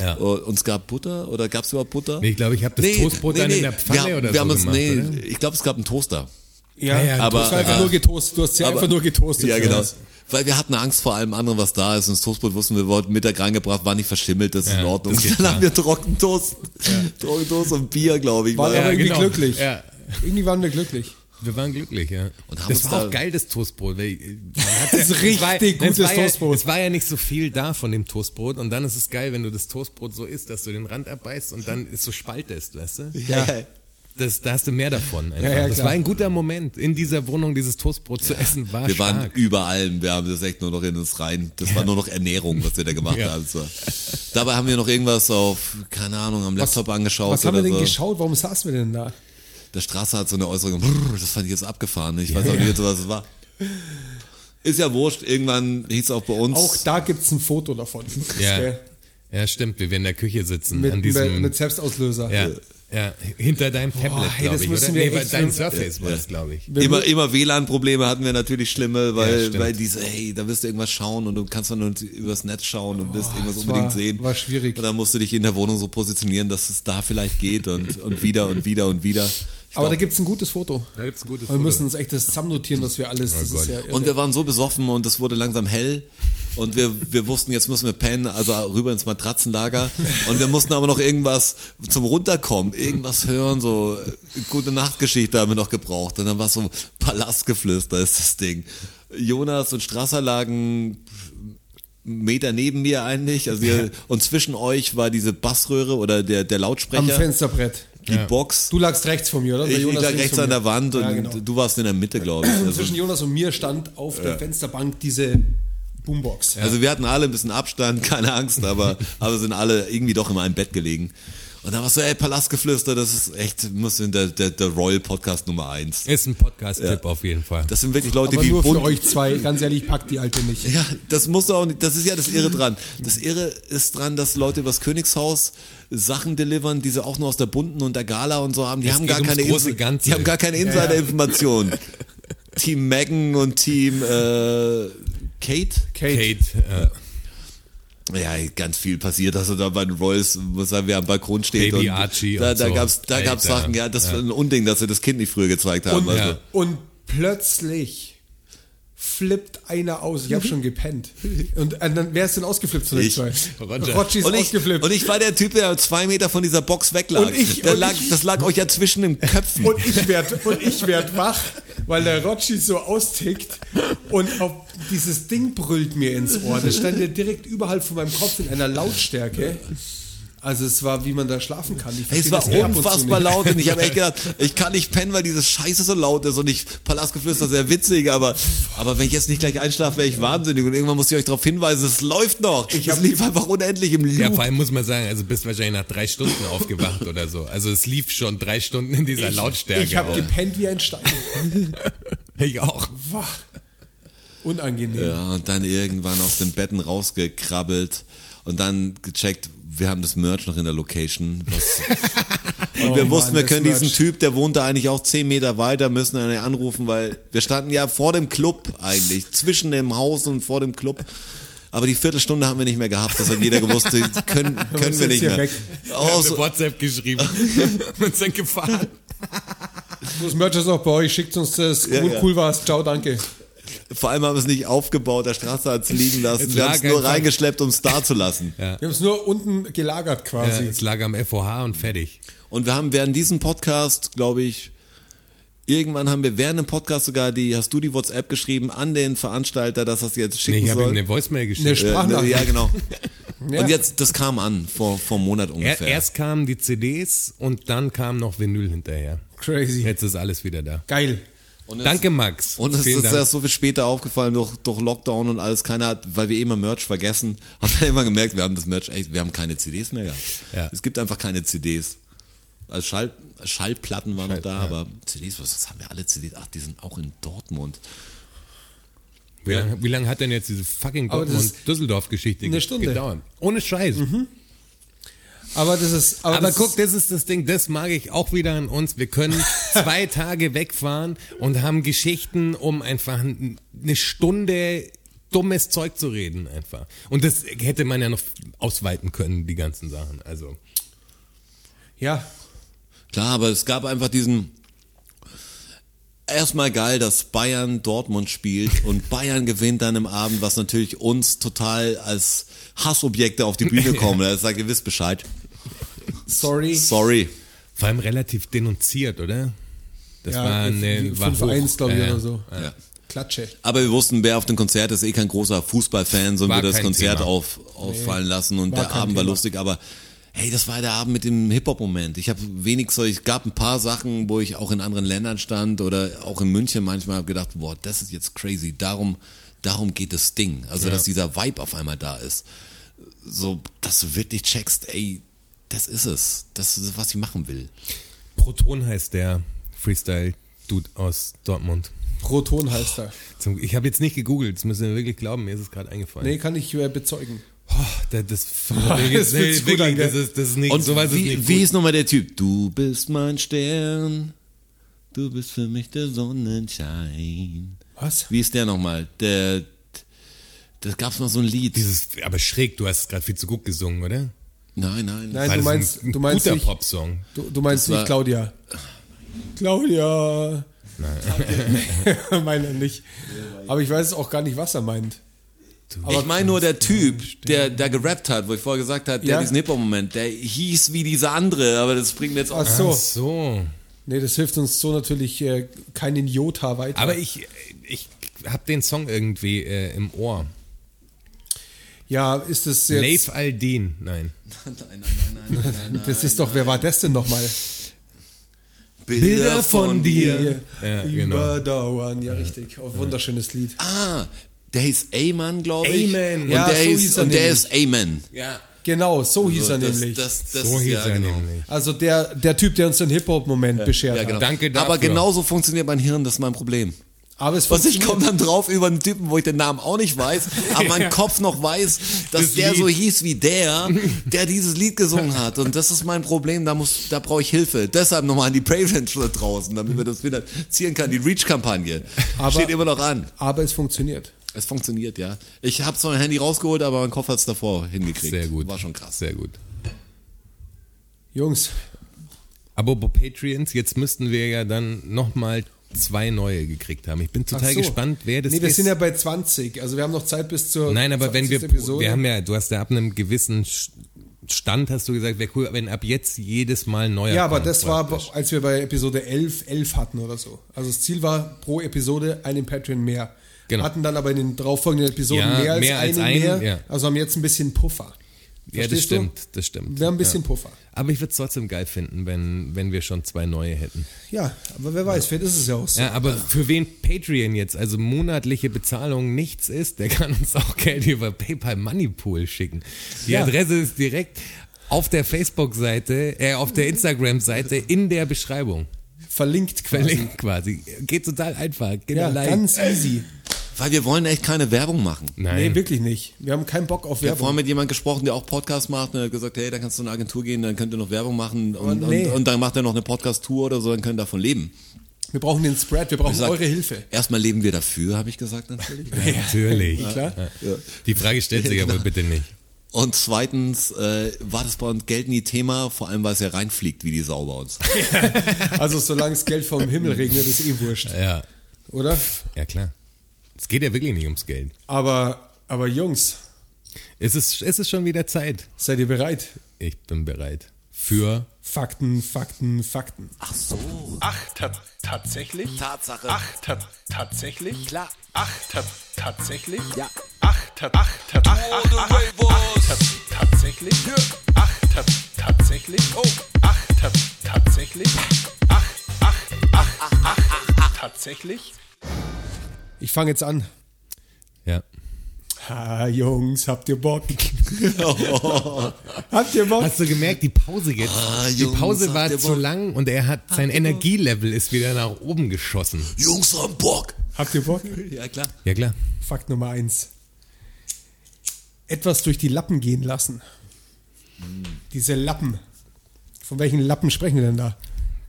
Speaker 5: Ja.
Speaker 3: und es gab Butter oder gab es überhaupt Butter?
Speaker 5: Nee, ich glaube, ich habe das Toastbrot dann in der Pfanne
Speaker 3: wir,
Speaker 5: oder
Speaker 3: wir
Speaker 5: so
Speaker 3: haben uns,
Speaker 5: gemacht,
Speaker 3: nee,
Speaker 5: oder?
Speaker 3: ich glaube, es gab einen Toaster.
Speaker 5: Ja, ja,
Speaker 3: aber-
Speaker 4: du hast einfach
Speaker 3: ja.
Speaker 4: nur getoastet. Du hast sie
Speaker 3: Aber-
Speaker 4: einfach nur getoastet.
Speaker 3: Ja, genau. Weil wir hatten Angst vor allem anderen, was da ist. Und das Toastbrot wussten wir, wir, wurden Mittag reingebracht, war nicht verschimmelt, das ist
Speaker 5: Ja,
Speaker 3: in Ordnung.
Speaker 5: das
Speaker 3: [LAUGHS]
Speaker 5: geht
Speaker 3: Dann
Speaker 5: klar.
Speaker 3: haben wir Trockentoast, Trockentoast und Bier, glaube ich.
Speaker 4: War
Speaker 3: weil-
Speaker 4: aber irgendwie
Speaker 5: genau.
Speaker 4: glücklich.
Speaker 5: Ja.
Speaker 4: Irgendwie waren wir glücklich.
Speaker 5: Wir waren glücklich, ja.
Speaker 3: Und haben
Speaker 5: das
Speaker 3: uns
Speaker 5: war
Speaker 3: da-
Speaker 5: auch geil, das Toastbrot. Weil äh, man
Speaker 4: [LAUGHS]
Speaker 5: hat
Speaker 4: Das ist
Speaker 5: es war-
Speaker 4: richtig
Speaker 5: es war
Speaker 4: gutes
Speaker 5: ja,
Speaker 4: Toastbrot.
Speaker 5: Es war ja nicht so viel da von dem Toastbrot und dann ist es geil, wenn du das Toastbrot so isst, dass du den Rand abbeißt und dann es so spaltest, weißt du?
Speaker 4: genau- Ja.
Speaker 5: Das, da hast du mehr davon. Einfach.
Speaker 4: Ja, ja,
Speaker 5: das
Speaker 4: klar.
Speaker 5: war ein guter Moment, in dieser Wohnung dieses Toastbrot zu essen. War
Speaker 3: wir waren
Speaker 5: stark.
Speaker 3: überall, wir haben das echt nur noch in uns rein. Das war nur noch Ernährung, was wir da gemacht
Speaker 5: Ja.
Speaker 3: haben. So. Dabei haben wir noch irgendwas auf, keine Ahnung, am Laptop angeschaut
Speaker 4: Was haben wir
Speaker 3: oder
Speaker 4: denn
Speaker 3: so.
Speaker 4: geschaut? Warum saßen wir denn da?
Speaker 3: Der Straße hat so eine Äußerung, brrr, das fand ich jetzt abgefahren. Ich weiß auch nicht, was es war. Ist ja wurscht, irgendwann hieß es auch bei uns.
Speaker 4: Auch da gibt es ein Foto davon. [LAUGHS]
Speaker 5: ja.
Speaker 4: Der-
Speaker 5: ja, stimmt. Wir werden in der Küche sitzen.
Speaker 4: Mit,
Speaker 5: an diesem,
Speaker 4: mit Selbstauslöser.
Speaker 5: ja, ja, hinter deinem Tablet,
Speaker 4: hey,
Speaker 5: glaube
Speaker 4: das
Speaker 5: ich.
Speaker 4: müssen
Speaker 5: oder?
Speaker 4: wir
Speaker 5: nee, bei
Speaker 4: echt-
Speaker 5: deinem Surface war das, glaube ich.
Speaker 4: Wir
Speaker 3: Immer,
Speaker 4: mü-
Speaker 3: immer WLAN-Probleme hatten wir natürlich schlimme,
Speaker 5: Ja,
Speaker 3: weil,
Speaker 5: stimmt.
Speaker 3: weil diese, hey, da willst du irgendwas schauen und du kannst dann nur übers Netz schauen und willst irgendwas
Speaker 4: Oh, das
Speaker 3: unbedingt
Speaker 4: war-
Speaker 3: sehen.
Speaker 4: war schwierig.
Speaker 3: Und dann musst du dich in der Wohnung so positionieren, dass es da vielleicht geht und, und wieder und wieder und wieder. Ich
Speaker 4: Aber da
Speaker 3: glaub,
Speaker 4: gibt es ein gutes Foto.
Speaker 5: Da gibt's ein gutes
Speaker 4: wir
Speaker 5: Foto.
Speaker 4: müssen uns echt das zusammennotieren, dass wir
Speaker 3: Oh
Speaker 4: alles. das ist
Speaker 5: Gott.
Speaker 4: ja
Speaker 3: und wir waren so besoffen und es wurde langsam hell und wir, wir wussten, jetzt müssen wir pennen, also rüber ins Matratzenlager und wir mussten aber noch irgendwas zum Runterkommen, irgendwas hören, so äh, gute Nachtgeschichte haben wir noch gebraucht und dann war es so Palastgeflüster ist das Ding. Jonas und Strasser lagen Meter neben mir eigentlich also ihr, und zwischen euch war diese Bassröhre oder der, der
Speaker 4: am
Speaker 3: Lautsprecher,
Speaker 4: Fensterbrett.
Speaker 3: die Box.
Speaker 4: Du lagst rechts von mir, oder? Der
Speaker 3: ich ich
Speaker 4: Jonas
Speaker 3: lag
Speaker 4: links
Speaker 3: rechts
Speaker 4: von
Speaker 3: an
Speaker 4: mir.
Speaker 3: der Wand und
Speaker 4: Ja, genau.
Speaker 3: du warst in der Mitte, glaube ich.
Speaker 4: Und
Speaker 3: Also-
Speaker 4: zwischen Jonas und mir stand auf der Fensterbank diese Boombox.
Speaker 3: Also wir hatten alle ein bisschen Abstand, [LAUGHS] keine Angst, aber, aber sind alle irgendwie doch in einem Bett gelegen. Und da war so, ey, Palastgeflüster, das ist echt, muss in der, der, der Royal Podcast Nummer eins.
Speaker 5: Ist ein Podcast-Tipp auf jeden Fall.
Speaker 3: Das sind wirklich Leute,
Speaker 4: Aber
Speaker 3: die
Speaker 4: nur für
Speaker 3: bunt.
Speaker 4: euch zwei. Ganz ehrlich, packt die alte nicht.
Speaker 3: Ja, das muss auch nicht, das ist ja das Irre dran. Das Irre ist dran, dass Leute übers Königshaus Sachen delivern, die sie auch nur aus der bunten und der Gala und so haben. Die
Speaker 5: Es
Speaker 3: haben
Speaker 5: geht
Speaker 3: gar
Speaker 5: ums
Speaker 3: keine,
Speaker 5: große
Speaker 3: Insi-
Speaker 5: Ganze.
Speaker 3: die haben gar keine Insider-Informationen. Team Megan und Team äh, Kate.
Speaker 5: Kate. äh,
Speaker 3: Ja, ganz viel passiert, dass er da bei den Royals, muss sagen, wer am Balkon steht.
Speaker 5: Baby
Speaker 3: und
Speaker 5: Archie
Speaker 3: Da,
Speaker 5: und
Speaker 3: da
Speaker 5: so.
Speaker 3: gab's, da gab's
Speaker 5: Alter.
Speaker 3: Sachen, ja, das war ein Unding, dass sie das Kind nicht früher gezeigt haben.
Speaker 4: Und,
Speaker 3: weißt
Speaker 5: ja.
Speaker 3: du.
Speaker 4: und plötzlich flippt einer aus. Ich habe schon gepennt. Und, äh, dann, wer ist denn ausgeflippt zu den
Speaker 3: Ich.
Speaker 4: zwei?
Speaker 5: Roger.
Speaker 4: Rotschi ist
Speaker 3: Und ich,
Speaker 4: ausgeflippt.
Speaker 3: und ich war der Typ, der zwei Meter von dieser Box weglag.
Speaker 4: Und ich-
Speaker 3: Der
Speaker 4: und
Speaker 3: lag
Speaker 4: ich-
Speaker 3: das lag euch ja zwischen den Köpfen.
Speaker 4: Und ich werd, und ich werd wach, weil der Rotschi so austickt und auf dieses Ding brüllt mir ins Ohr. Das stand ja direkt überhalb von meinem Kopf in einer Lautstärke. Also es war, wie man da schlafen kann. Ich
Speaker 3: Hey, es
Speaker 4: versteh
Speaker 3: war
Speaker 4: das ab und zu
Speaker 3: unfassbar
Speaker 4: nicht.
Speaker 3: laut und ich habe echt gedacht, ich kann nicht pennen, weil diese Scheiße so laut ist und ich Palastgeflüster sehr witzig, aber, aber wenn ich jetzt nicht gleich einschlafe, wäre ich wahnsinnig und irgendwann muss ich euch darauf hinweisen, es läuft noch. Ich es
Speaker 4: hab-
Speaker 3: lief einfach unendlich im Loop.
Speaker 5: Ja, vor allem muss man sagen, also bist wahrscheinlich nach drei Stunden aufgewacht oder so. Also es lief schon drei Stunden in dieser Lautstärke.
Speaker 4: Ich habe
Speaker 5: auch.
Speaker 4: gepennt wie ein Stein.
Speaker 5: ich auch.
Speaker 4: Wah. Unangenehm.
Speaker 3: Ja, und dann irgendwann aus den Betten rausgekrabbelt und dann gecheckt, wir haben das Merch noch in der Location. Was und wir
Speaker 4: [LAUGHS] Oh
Speaker 3: wussten,
Speaker 4: Mann,
Speaker 3: wir
Speaker 4: das
Speaker 3: können diesen
Speaker 4: Merch.
Speaker 3: Typ, der wohnt da eigentlich auch 10 Meter weiter, müssen ihn anrufen, weil wir standen ja vor dem Club eigentlich, zwischen dem Haus und vor dem Club. Aber die Viertelstunde haben wir nicht mehr gehabt, das hat jeder gewusst, die
Speaker 4: [LAUGHS]
Speaker 3: können, können wir
Speaker 4: sind
Speaker 3: nicht
Speaker 4: hier
Speaker 3: mehr.
Speaker 4: weg.
Speaker 3: Oh,
Speaker 5: Eine
Speaker 3: so,
Speaker 4: [LAUGHS]
Speaker 5: WhatsApp geschrieben und sind gefahren.
Speaker 4: Das Merch ist auch bei euch. Schickt uns das. Cool,
Speaker 3: Ja, ja.
Speaker 4: cool war's. Ciao, danke.
Speaker 3: vor allem haben wir es nicht aufgebaut, der Straße hat es liegen lassen.
Speaker 5: Es
Speaker 3: wir haben
Speaker 5: lag
Speaker 3: es nur
Speaker 5: einfach-
Speaker 3: reingeschleppt, um es da zu lassen.
Speaker 4: Wir haben es nur unten gelagert
Speaker 5: Ja,
Speaker 4: quasi.
Speaker 5: es lag am FOH und fertig.
Speaker 3: Und wir haben während diesem Podcast, glaube ich, irgendwann haben wir während dem Podcast sogar die, hast du die WhatsApp geschrieben an den Veranstalter, dass das jetzt
Speaker 5: Nee,
Speaker 3: schicken
Speaker 5: ich habe ihm
Speaker 3: soll?
Speaker 5: eine Voicemail
Speaker 4: Eine
Speaker 5: geschickt.
Speaker 3: Äh,
Speaker 4: Sprachnachricht.
Speaker 3: ne, ja,
Speaker 5: [LAUGHS]
Speaker 3: genau.
Speaker 4: Ja.
Speaker 3: Und jetzt, das kam an, vor, vor einem Monat
Speaker 5: Er,
Speaker 3: ungefähr.
Speaker 5: erst kamen die CDs und dann kam noch Vinyl hinterher.
Speaker 4: Crazy.
Speaker 5: Jetzt ist alles wieder da.
Speaker 4: Geil.
Speaker 3: und es,
Speaker 5: Danke, Max.
Speaker 3: Und es
Speaker 5: Vielen
Speaker 3: ist
Speaker 5: Dank.
Speaker 3: erst so viel später aufgefallen, durch, durch Lockdown und alles. Keiner hat, weil wir eh immer Merch vergessen, [LAUGHS] haben wir immer gemerkt, wir haben das Merch echt, wir haben keine CDs mehr gehabt.
Speaker 5: Ja.
Speaker 3: Es gibt einfach keine CDs. Also Schall, Schallplatten waren noch
Speaker 5: Schall-
Speaker 3: da,
Speaker 5: ja.
Speaker 3: aber CDs, was was haben wir alle CDs? Ach, die sind auch in Dortmund.
Speaker 5: Wie lange lang hat denn jetzt diese fucking
Speaker 4: Aber das
Speaker 5: Dortmund Düsseldorf-Geschichte
Speaker 4: eine Stunde. Mhm.
Speaker 5: gedauert? Ohne Scheiß.
Speaker 4: Aber das ist.
Speaker 5: Aber
Speaker 4: das
Speaker 5: guck,
Speaker 4: ist-
Speaker 5: das ist das Ding, das mag ich auch wieder an uns.
Speaker 4: [LAUGHS]
Speaker 5: Wir können zwei Tage wegfahren und haben Geschichten, um einfach n- eine Stunde dummes Zeug zu reden einfach. Und das hätte man ja noch ausweiten können, die ganzen Sachen. Also,
Speaker 4: ja,
Speaker 3: Klar, aber es gab einfach diesen. Erstmal geil, dass Bayern Dortmund spielt und Bayern gewinnt dann im Abend, was natürlich uns total als Hassobjekte auf die Bühne kommen. Er sagt, ihr wisst Bescheid.
Speaker 4: sorry.
Speaker 3: Sorry.
Speaker 5: vor allem relativ denunziert, oder? Das
Speaker 4: Ja,
Speaker 5: war eine war
Speaker 4: 5-1,
Speaker 5: hoch.
Speaker 4: glaube ich,
Speaker 5: Ja,
Speaker 4: oder so.
Speaker 3: Ja.
Speaker 4: Klatsche.
Speaker 3: Aber wir wussten, wer auf dem Konzert ist, eh kein großer Fußballfan, sondern
Speaker 5: War
Speaker 3: würde das
Speaker 5: kein
Speaker 3: Konzert
Speaker 5: Thema.
Speaker 3: auf, auffallen lassen und
Speaker 4: War
Speaker 3: der
Speaker 4: kein
Speaker 3: Abend war
Speaker 4: Thema.
Speaker 3: lustig, aber hey, das war der Abend mit dem Hip-Hop-Moment. Ich habe wenig so, ich gab ein paar Sachen, wo ich auch in anderen Ländern stand oder auch in München manchmal habe gedacht, boah, das ist jetzt crazy, darum, darum geht das Ding. Also, dass dieser Vibe auf einmal da ist. So, dass du wirklich checkst, ey, das ist es. Das ist, es, was ich machen will.
Speaker 5: Proton heißt der Freestyle-Dude aus Dortmund.
Speaker 4: Proton heißt er.
Speaker 5: Zum, ich habe jetzt nicht gegoogelt, das müssen wir wirklich glauben, mir ist es gerade eingefallen.
Speaker 4: Nee, kann ich äh, bezeugen.
Speaker 5: Oh,
Speaker 4: [LAUGHS]
Speaker 5: das, das,
Speaker 4: das wird's gut
Speaker 5: das, nee, wirklich,
Speaker 4: angehört.
Speaker 5: das, ist, das ist nicht,
Speaker 3: Und
Speaker 5: sowas
Speaker 3: wie,
Speaker 5: ist nicht
Speaker 3: wie
Speaker 5: gut.
Speaker 3: ist nochmal der Typ? Du bist mein Stern. Du bist für mich der Sonnenschein.
Speaker 4: Was?
Speaker 3: Wie ist der nochmal? Der, das gab's mal so ein Lied.
Speaker 5: Dieses, aber schräg, du hast es gerade viel zu gut gesungen, oder?
Speaker 3: nein, nein.
Speaker 4: Nein,
Speaker 5: Weil
Speaker 4: du
Speaker 5: das
Speaker 4: meinst,
Speaker 5: ist ein
Speaker 4: du meinst
Speaker 5: guter
Speaker 4: nicht,
Speaker 5: Popsong.
Speaker 4: du, du meinst
Speaker 3: Das war-
Speaker 4: nicht Claudia. Claudia. [LAUGHS] Nein. Meine er nicht. Aber ich weiß auch gar nicht, was er meint.
Speaker 3: ich meine nur der Typ, der da gerappt hat, wo ich vorher gesagt habe, der
Speaker 4: Ja.
Speaker 3: diesen Hip-Hop-Moment, der hieß wie dieser andere, aber das bringt mir jetzt auch.
Speaker 4: Ach so.
Speaker 5: Ach so.
Speaker 4: Nee, das hilft uns so natürlich äh, keinen Jota weiter.
Speaker 5: Aber ich, ich habe den Song irgendwie äh, im Ohr.
Speaker 4: ja, ist das jetzt.
Speaker 5: Leif Aldin, nein.
Speaker 3: Nein, nein, nein, nein, nein, nein.
Speaker 4: Das ist doch, wer war das denn nochmal?
Speaker 5: Bilder von dir.
Speaker 4: Ja,
Speaker 5: Ja,
Speaker 4: genau.
Speaker 5: genau.
Speaker 4: Überdauern, ja richtig. Oh, wunderschönes Lied.
Speaker 3: Ah, der hieß Amen, glaube ich.
Speaker 5: Amen.
Speaker 3: Und
Speaker 4: Ja,
Speaker 3: der,
Speaker 4: so hieß
Speaker 3: ist,
Speaker 4: er
Speaker 3: und der
Speaker 4: nämlich.
Speaker 3: ist Amen.
Speaker 5: Ja.
Speaker 4: Genau, so hieß
Speaker 3: So,
Speaker 4: er
Speaker 3: das,
Speaker 4: nämlich.
Speaker 3: Das, das,
Speaker 5: So hieß
Speaker 3: ja,
Speaker 5: er
Speaker 3: genau.
Speaker 5: nämlich.
Speaker 4: also der, der Typ, der uns den Hip-Hop-Moment beschert
Speaker 3: Ja, genau.
Speaker 4: hat.
Speaker 5: Danke
Speaker 3: Aber
Speaker 5: dafür.
Speaker 3: genauso funktioniert mein Hirn, das ist mein Problem.
Speaker 4: Aber es
Speaker 3: Was ich
Speaker 4: funktioniert.
Speaker 3: komme dann drauf über einen Typen, wo ich den Namen auch nicht weiß, aber
Speaker 5: [LAUGHS]
Speaker 3: mein Kopf noch weiß, dass
Speaker 5: Das
Speaker 3: der
Speaker 5: Lied.
Speaker 3: so hieß wie
Speaker 5: [LAUGHS]
Speaker 3: der, der dieses Lied gesungen hat. Und das ist mein Problem, da muss, da brauche ich Hilfe. Deshalb nochmal an die Brave da draußen, damit wir das finanzieren kann. Die Reach-Kampagne
Speaker 4: Aber-
Speaker 3: steht immer noch an.
Speaker 4: Aber es funktioniert.
Speaker 3: Es funktioniert, ja. Ich habe zwar mein Handy rausgeholt, aber mein Kopf hat es davor hingekriegt.
Speaker 5: Sehr gut.
Speaker 3: War schon krass.
Speaker 5: Sehr gut.
Speaker 4: Jungs,
Speaker 5: Aber bei Patreons, jetzt müssten wir ja dann nochmal zwei neue gekriegt haben. Ich bin
Speaker 4: ach
Speaker 5: total
Speaker 4: so.
Speaker 5: gespannt, wer das
Speaker 4: Nee, wir
Speaker 5: ist.
Speaker 4: sind ja bei 20. Also wir haben noch Zeit bis zur
Speaker 5: Nein, aber wenn wir,
Speaker 4: 20. Episode.
Speaker 5: wir haben ja, du hast ja ab einem gewissen Sch- Stand, hast du gesagt, wäre cool, wenn ab jetzt jedes Mal ein neuer
Speaker 4: ja, aber
Speaker 5: kommt,
Speaker 4: das war,
Speaker 5: praktisch.
Speaker 4: als wir bei Episode 11, 11 hatten oder so. Also das Ziel war pro Episode einen Patreon mehr.
Speaker 5: Genau.
Speaker 4: Hatten dann aber in den darauffolgenden Episoden
Speaker 5: Ja,
Speaker 4: mehr als
Speaker 5: mehr als
Speaker 4: einen
Speaker 5: einen,
Speaker 4: mehr.
Speaker 5: ja.
Speaker 4: Also haben jetzt ein bisschen Puffer.
Speaker 5: Ja, das
Speaker 4: Verstehst du?
Speaker 5: stimmt, das stimmt.
Speaker 4: Wir haben ein bisschen
Speaker 5: ja.
Speaker 4: Puffer.
Speaker 5: Aber ich würde es trotzdem geil finden, wenn, wenn wir schon zwei neue hätten.
Speaker 4: Ja, aber wer weiß, vielleicht ist es ja auch so.
Speaker 5: Ja, aber für wen Patreon jetzt, also monatliche Bezahlung nichts ist, der kann uns auch Geld über PayPal Moneypool schicken. Die
Speaker 4: Ja.
Speaker 5: Adresse ist direkt auf der Facebook-Seite, äh, auf der Instagram-Seite in der Beschreibung.
Speaker 4: Verlinkt quasi.
Speaker 5: Verlinkt quasi. Geht total einfach. Geht
Speaker 4: Ja,
Speaker 5: allein.
Speaker 4: ganz easy.
Speaker 3: Weil wir wollen echt keine Werbung machen.
Speaker 5: Nein.
Speaker 4: Nee, wirklich nicht. Wir haben keinen Bock auf
Speaker 3: Ich habe vorhin
Speaker 4: Werbung.
Speaker 3: mit jemandem gesprochen, der auch Podcast macht und er hat gesagt, hey, dann kannst du in eine Agentur gehen, dann könnt ihr noch Werbung machen und,
Speaker 4: Oh, nee.
Speaker 3: und, und dann macht er noch eine Podcast-Tour oder so, dann könnt ihr davon leben.
Speaker 4: Wir brauchen den Spread, wir brauchen
Speaker 3: Ich sag,
Speaker 4: eure
Speaker 5: [LAUGHS]
Speaker 4: Hilfe.
Speaker 3: Erstmal leben wir dafür, habe ich gesagt
Speaker 4: [LAUGHS]
Speaker 3: natürlich.
Speaker 5: Natürlich.
Speaker 4: Klar.
Speaker 5: Die Frage stellt sich aber bitte nicht.
Speaker 3: Und zweitens äh, war das bei uns Geld nie Thema, vor allem weil es ja reinfliegt wie die Sau bei
Speaker 4: [LAUGHS]
Speaker 3: uns.
Speaker 4: Also solange es Geld vom Himmel regnet, ist eh wurscht,
Speaker 5: Ja,
Speaker 4: oder?
Speaker 5: ja klar. Es geht ja wirklich nicht ums Geld.
Speaker 4: Aber, aber Jungs,
Speaker 5: Es ist, es ist schon wieder Zeit.
Speaker 4: seid ihr bereit?
Speaker 5: Ich bin bereit. Für
Speaker 4: Fakten, Fakten, Fakten.
Speaker 6: Ach, ta tatsächlich?
Speaker 3: Tatsache.
Speaker 6: Ach, ta tatsächlich?
Speaker 3: Klar.
Speaker 6: Ach, ta tatsächlich?
Speaker 3: Ja.
Speaker 6: Ach, ta ach, ta ach, ach, ach, ach, ta tatsächlich? Ach, ta tatsächlich? Oh. Ach, ta tatsächlich? Ach, ach, ach, ach, ach, tatsächlich?
Speaker 4: Ich fange jetzt an.
Speaker 5: ja.
Speaker 4: Ha, Jungs, habt ihr [LAUGHS] Bock? habt ihr Bock?
Speaker 5: Hast du gemerkt, die Pause jetzt?
Speaker 3: Ah,
Speaker 5: die
Speaker 3: Jungs,
Speaker 5: Pause
Speaker 3: habt
Speaker 5: war
Speaker 3: ihr
Speaker 5: zu
Speaker 3: Bock?
Speaker 5: lang und er hat sein Energielevel ist wieder nach oben geschossen.
Speaker 3: Jungs haben Bock.
Speaker 4: Habt ihr Bock?
Speaker 3: Ja klar.
Speaker 5: Ja klar.
Speaker 4: Fakt Nummer eins. Etwas durch die Lappen gehen lassen. Mm. Diese Lappen. Von welchen Lappen sprechen wir denn da?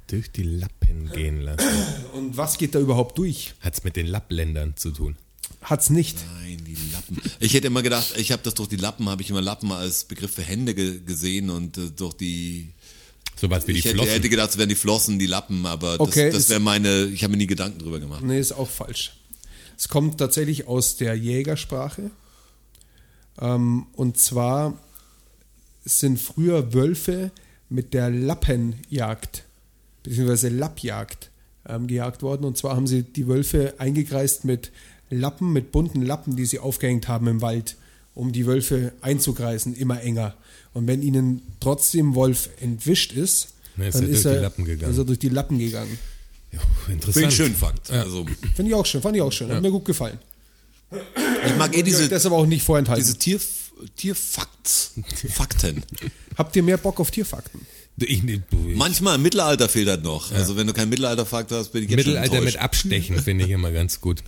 Speaker 5: Durch die Lappen gehen lassen.
Speaker 4: Und was geht da überhaupt durch?
Speaker 5: Hat's mit den Lappländern zu tun.
Speaker 4: Hat's nicht.
Speaker 3: Nein, die Lappen. Ich hätte immer gedacht, ich habe das durch die Lappen, habe ich immer Lappen als Begriff für Hände ge gesehen und äh, durch die
Speaker 5: Sowas wie die
Speaker 3: ich hätte, hätte
Speaker 5: Flossen.
Speaker 3: gedacht, es wären die Flossen, die Lappen, aber das,
Speaker 4: Okay,
Speaker 3: das
Speaker 4: ist-
Speaker 3: wäre meine, ich habe mir nie Gedanken drüber gemacht.
Speaker 4: Nee, ist auch falsch. Es kommt tatsächlich aus der Jägersprache. Ähm, und zwar sind früher Wölfe mit der Lappenjagd beziehungsweise Lappjagd ähm, gejagt worden. Und zwar haben sie die Wölfe eingekreist mit Lappen, mit bunten Lappen, die sie aufgehängt haben im Wald, um die Wölfe einzukreisen, immer enger. Und wenn ihnen trotzdem Wolf entwischt ist,
Speaker 5: Dann ist
Speaker 4: dann
Speaker 5: er
Speaker 4: ist
Speaker 5: durch die
Speaker 4: er,
Speaker 5: Lappen gegangen.
Speaker 4: ist er durch die Lappen gegangen.
Speaker 5: Ja,
Speaker 3: Bin
Speaker 5: interessant.
Speaker 3: ich schön fand. Also,
Speaker 4: Finde ich auch schön, fand ich auch schön. Hat mir gut gefallen.
Speaker 3: ich mag eh diese,
Speaker 4: das aber auch nicht vorenthalten.
Speaker 3: diese Tier, Tierfakts, [LAUGHS] Fakten.
Speaker 4: Habt ihr mehr Bock auf Tierfakten?
Speaker 5: Ich, ich,
Speaker 3: Manchmal im Mittelalter fehlt das noch. Also wenn du keinen Mittelalterfakt hast, bin ich jetzt
Speaker 5: Mittelalter
Speaker 3: schon
Speaker 5: mit
Speaker 3: enttäuscht.
Speaker 5: Abstechen finde ich immer
Speaker 3: [LAUGHS]
Speaker 5: ganz gut.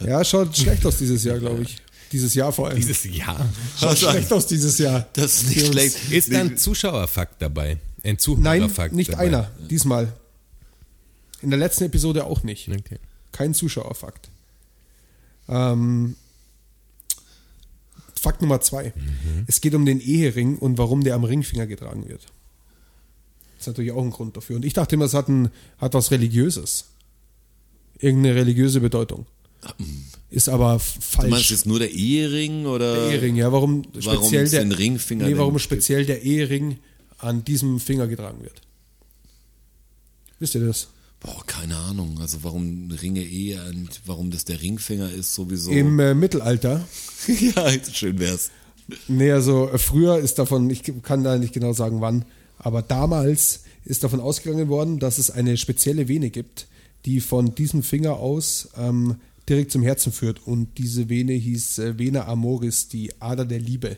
Speaker 4: Ja, schaut schlecht aus dieses Jahr, glaube ich. Dieses Jahr vor allem.
Speaker 5: Dieses Jahr.
Speaker 4: schaut schlecht aus dieses Jahr.
Speaker 3: Das ist nicht
Speaker 4: Jungs.
Speaker 3: schlecht.
Speaker 5: Ist da ein Zuschauerfakt dabei? Ein
Speaker 4: Nein,
Speaker 5: Zuhörerfakt
Speaker 4: nicht
Speaker 5: dabei?
Speaker 4: einer. Diesmal. In der letzten Episode auch nicht.
Speaker 5: Okay.
Speaker 4: Kein Zuschauerfakt. Ähm, Fakt Nummer zwei.
Speaker 3: Mhm.
Speaker 4: Es geht um den Ehering und warum der am Ringfinger getragen wird. Das ist natürlich auch ein Grund dafür. Und ich dachte immer, es hat, ein, hat was Religiöses. Irgendeine religiöse Bedeutung. Ist aber f- falsch.
Speaker 3: Mhm. Du meinst jetzt nur der Ehering oder?
Speaker 4: Der Ehering, ja, warum
Speaker 3: Warum
Speaker 4: speziell
Speaker 3: es
Speaker 4: der
Speaker 3: den Ringfinger
Speaker 4: nee,
Speaker 3: denn
Speaker 4: warum
Speaker 3: gibt.
Speaker 4: speziell der Ehering an diesem Finger getragen wird. Wisst ihr das?
Speaker 3: Boah, keine Ahnung. Also warum Ringe eh und warum das der Ringfinger ist sowieso.
Speaker 4: Im äh, Mittelalter,
Speaker 3: [LAUGHS] ja, schön wär's.
Speaker 4: nee, also äh, früher ist davon, ich kann da nicht genau sagen wann, aber damals ist davon ausgegangen worden, dass es eine spezielle Vene gibt, die von diesem Finger aus ähm, direkt zum Herzen führt und diese Vene hieß äh, Vena Amoris, die Ader der Liebe.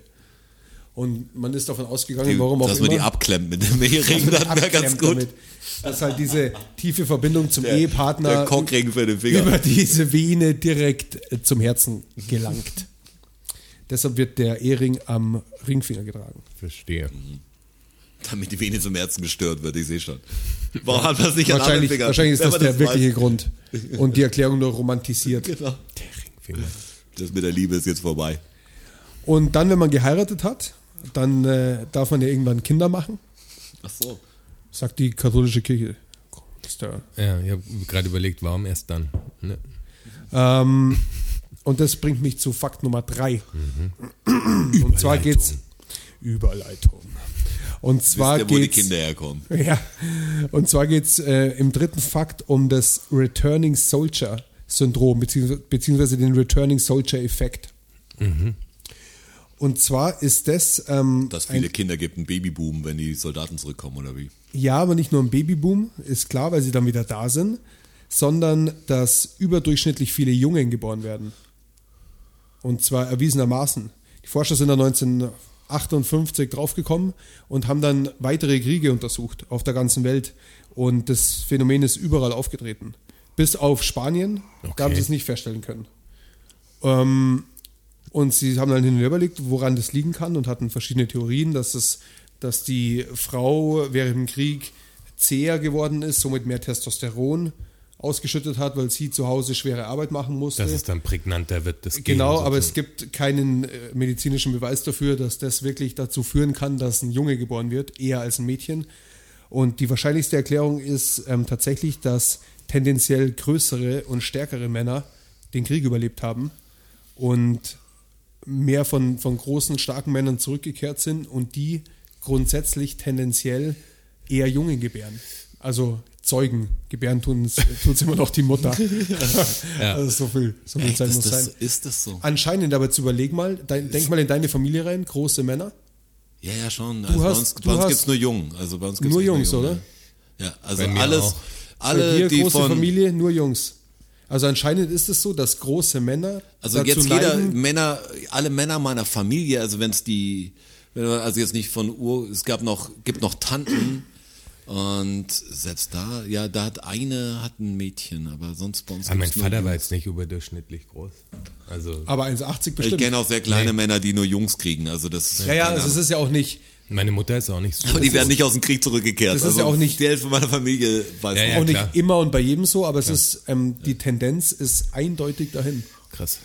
Speaker 4: Und man ist davon ausgegangen,
Speaker 3: Die,
Speaker 4: warum auch
Speaker 3: dass
Speaker 4: immer.
Speaker 3: man die abklemmt
Speaker 4: [LAUGHS]
Speaker 3: mit dem Ehering, das [LAUGHS] wäre ganz
Speaker 4: abklemmt
Speaker 3: gut.
Speaker 4: damit, dass halt diese tiefe Verbindung zum
Speaker 3: Der-
Speaker 4: Ehepartner
Speaker 3: Der Cockring für den Finger.
Speaker 4: [LAUGHS] über diese Vene direkt äh, zum Herzen gelangt. [LAUGHS] Deshalb wird der Ehering am Ringfinger getragen.
Speaker 3: Genau,
Speaker 5: Verstehe.
Speaker 3: Damit die Vene zum Herzen gestört wird, ich sehe schon. Warum hat man es nicht an anderen
Speaker 4: Wahrscheinlich,
Speaker 3: Fingern?
Speaker 4: wahrscheinlich ist
Speaker 3: Wenn
Speaker 4: das
Speaker 3: man
Speaker 4: der wirkliche
Speaker 3: weiß,
Speaker 4: Grund. Und die Erklärung nur romantisiert.
Speaker 3: [LAUGHS] Genau.
Speaker 5: Finger.
Speaker 3: Das mit der Liebe ist jetzt vorbei.
Speaker 4: Und dann, wenn man geheiratet hat, dann äh, darf man ja irgendwann Kinder machen,
Speaker 3: Ach so.
Speaker 4: sagt die katholische Kirche. Das ist der-
Speaker 5: Ja, ich habe gerade überlegt, warum erst dann? Ne?
Speaker 4: Ähm, und das bringt mich zu Fakt Nummer drei.
Speaker 3: Mhm.
Speaker 4: Und zwar geht's Überleitung. Und zwar
Speaker 3: Wisst ihr, wo die
Speaker 4: geht's
Speaker 3: Kinder herkommen?
Speaker 4: [LAUGHS] Ja. Und zwar geht's äh, im dritten Fakt um das Returning Soldier Syndrom, beziehungs- beziehungsweise den Returning Soldier Effekt. Und zwar ist das, ähm,
Speaker 3: Dass viele
Speaker 4: ein,
Speaker 3: Kinder gibt einen Babyboom, wenn die Soldaten zurückkommen oder wie?
Speaker 4: ja, aber nicht nur ein Babyboom, ist klar, weil sie dann wieder da sind, sondern dass überdurchschnittlich viele Jungen geboren werden. Und zwar erwiesenermaßen. Die Forscher sind da 1958 draufgekommen und haben dann weitere Kriege untersucht auf der ganzen Welt. Und das Phänomen ist überall aufgetreten. Bis auf Spanien,
Speaker 5: Okay.
Speaker 4: da haben sie es nicht feststellen können. Ähm, und sie haben dann hin und her überlegt, woran das liegen kann und hatten verschiedene Theorien, dass, es, dass die Frau während dem Krieg zäher geworden ist, somit mehr Testosteron ausgeschüttet hat, weil sie zu Hause schwere Arbeit machen musste.
Speaker 5: Dass es dann prägnanter wird, das Gen
Speaker 4: Genau, aber es
Speaker 5: sozusagen.
Speaker 4: gibt keinen äh, medizinischen Beweis dafür, dass das wirklich dazu führen kann, dass ein Junge geboren wird, eher als ein Mädchen. Und die wahrscheinlichste Erklärung ist ähm, tatsächlich, dass tendenziell größere und stärkere Männer den Krieg überlebt haben und mehr von, von großen, starken Männern zurückgekehrt sind und die grundsätzlich tendenziell eher Jungen gebären. Also Zeugen, gebären tun [LAUGHS] es immer noch
Speaker 3: [LAUGHS]
Speaker 4: die Mutter. [LAUGHS] Also so viel, so viel
Speaker 3: Echt,
Speaker 4: Zeit muss
Speaker 3: ist, das,
Speaker 4: sein.
Speaker 3: ist das so?
Speaker 4: Anscheinend, aber jetzt überleg mal, dein, denk mal in deine Familie rein, große Männer.
Speaker 3: Ja, ja, schon. Also
Speaker 4: hast-
Speaker 3: bei uns,
Speaker 4: du
Speaker 3: bei uns
Speaker 4: hast-
Speaker 3: gibt's nur Jung. Also bei uns gibt's
Speaker 4: Nur
Speaker 3: echt
Speaker 4: Jungs, oder?
Speaker 3: Ja, Ja, also
Speaker 5: Bei mir
Speaker 3: alles,
Speaker 5: auch.
Speaker 4: Bei dir,
Speaker 3: alle, die
Speaker 4: große
Speaker 3: von,
Speaker 4: Familie, nur Jungs. Also anscheinend ist es so, dass große Männer
Speaker 3: Also
Speaker 4: dazu
Speaker 3: jetzt jeder
Speaker 4: neigen,
Speaker 3: Männer, alle Männer meiner Familie, also wenn es die, wenn man- also jetzt nicht von Ur, es gab noch, gibt noch Tanten und selbst da, ja, da hat eine hat ein Mädchen, aber sonst bei uns.
Speaker 5: Aber Ah, mein
Speaker 3: gibt's nur
Speaker 5: Vater
Speaker 3: Jungs.
Speaker 5: war jetzt nicht überdurchschnittlich groß. Also
Speaker 4: aber 1,80
Speaker 3: Ich
Speaker 4: bestimmt.
Speaker 3: kenne auch sehr kleine Männer, die nur Jungs kriegen, also das.
Speaker 4: ja, ja,
Speaker 3: keine
Speaker 4: also es
Speaker 3: Ahnung.
Speaker 4: ist ja auch nicht.
Speaker 5: meine Mutter ist auch nicht so.
Speaker 3: aber die werden nicht aus dem Krieg zurückgekehrt.
Speaker 4: Das ist
Speaker 3: also
Speaker 4: ja auch nicht-
Speaker 3: Die Hälfte meiner Familie weiß
Speaker 5: Ja,
Speaker 3: nicht.
Speaker 5: ja.
Speaker 4: auch nicht
Speaker 5: klar.
Speaker 4: immer und bei jedem so, aber es ist ähm, die Tendenz ist eindeutig dahin.
Speaker 5: krass.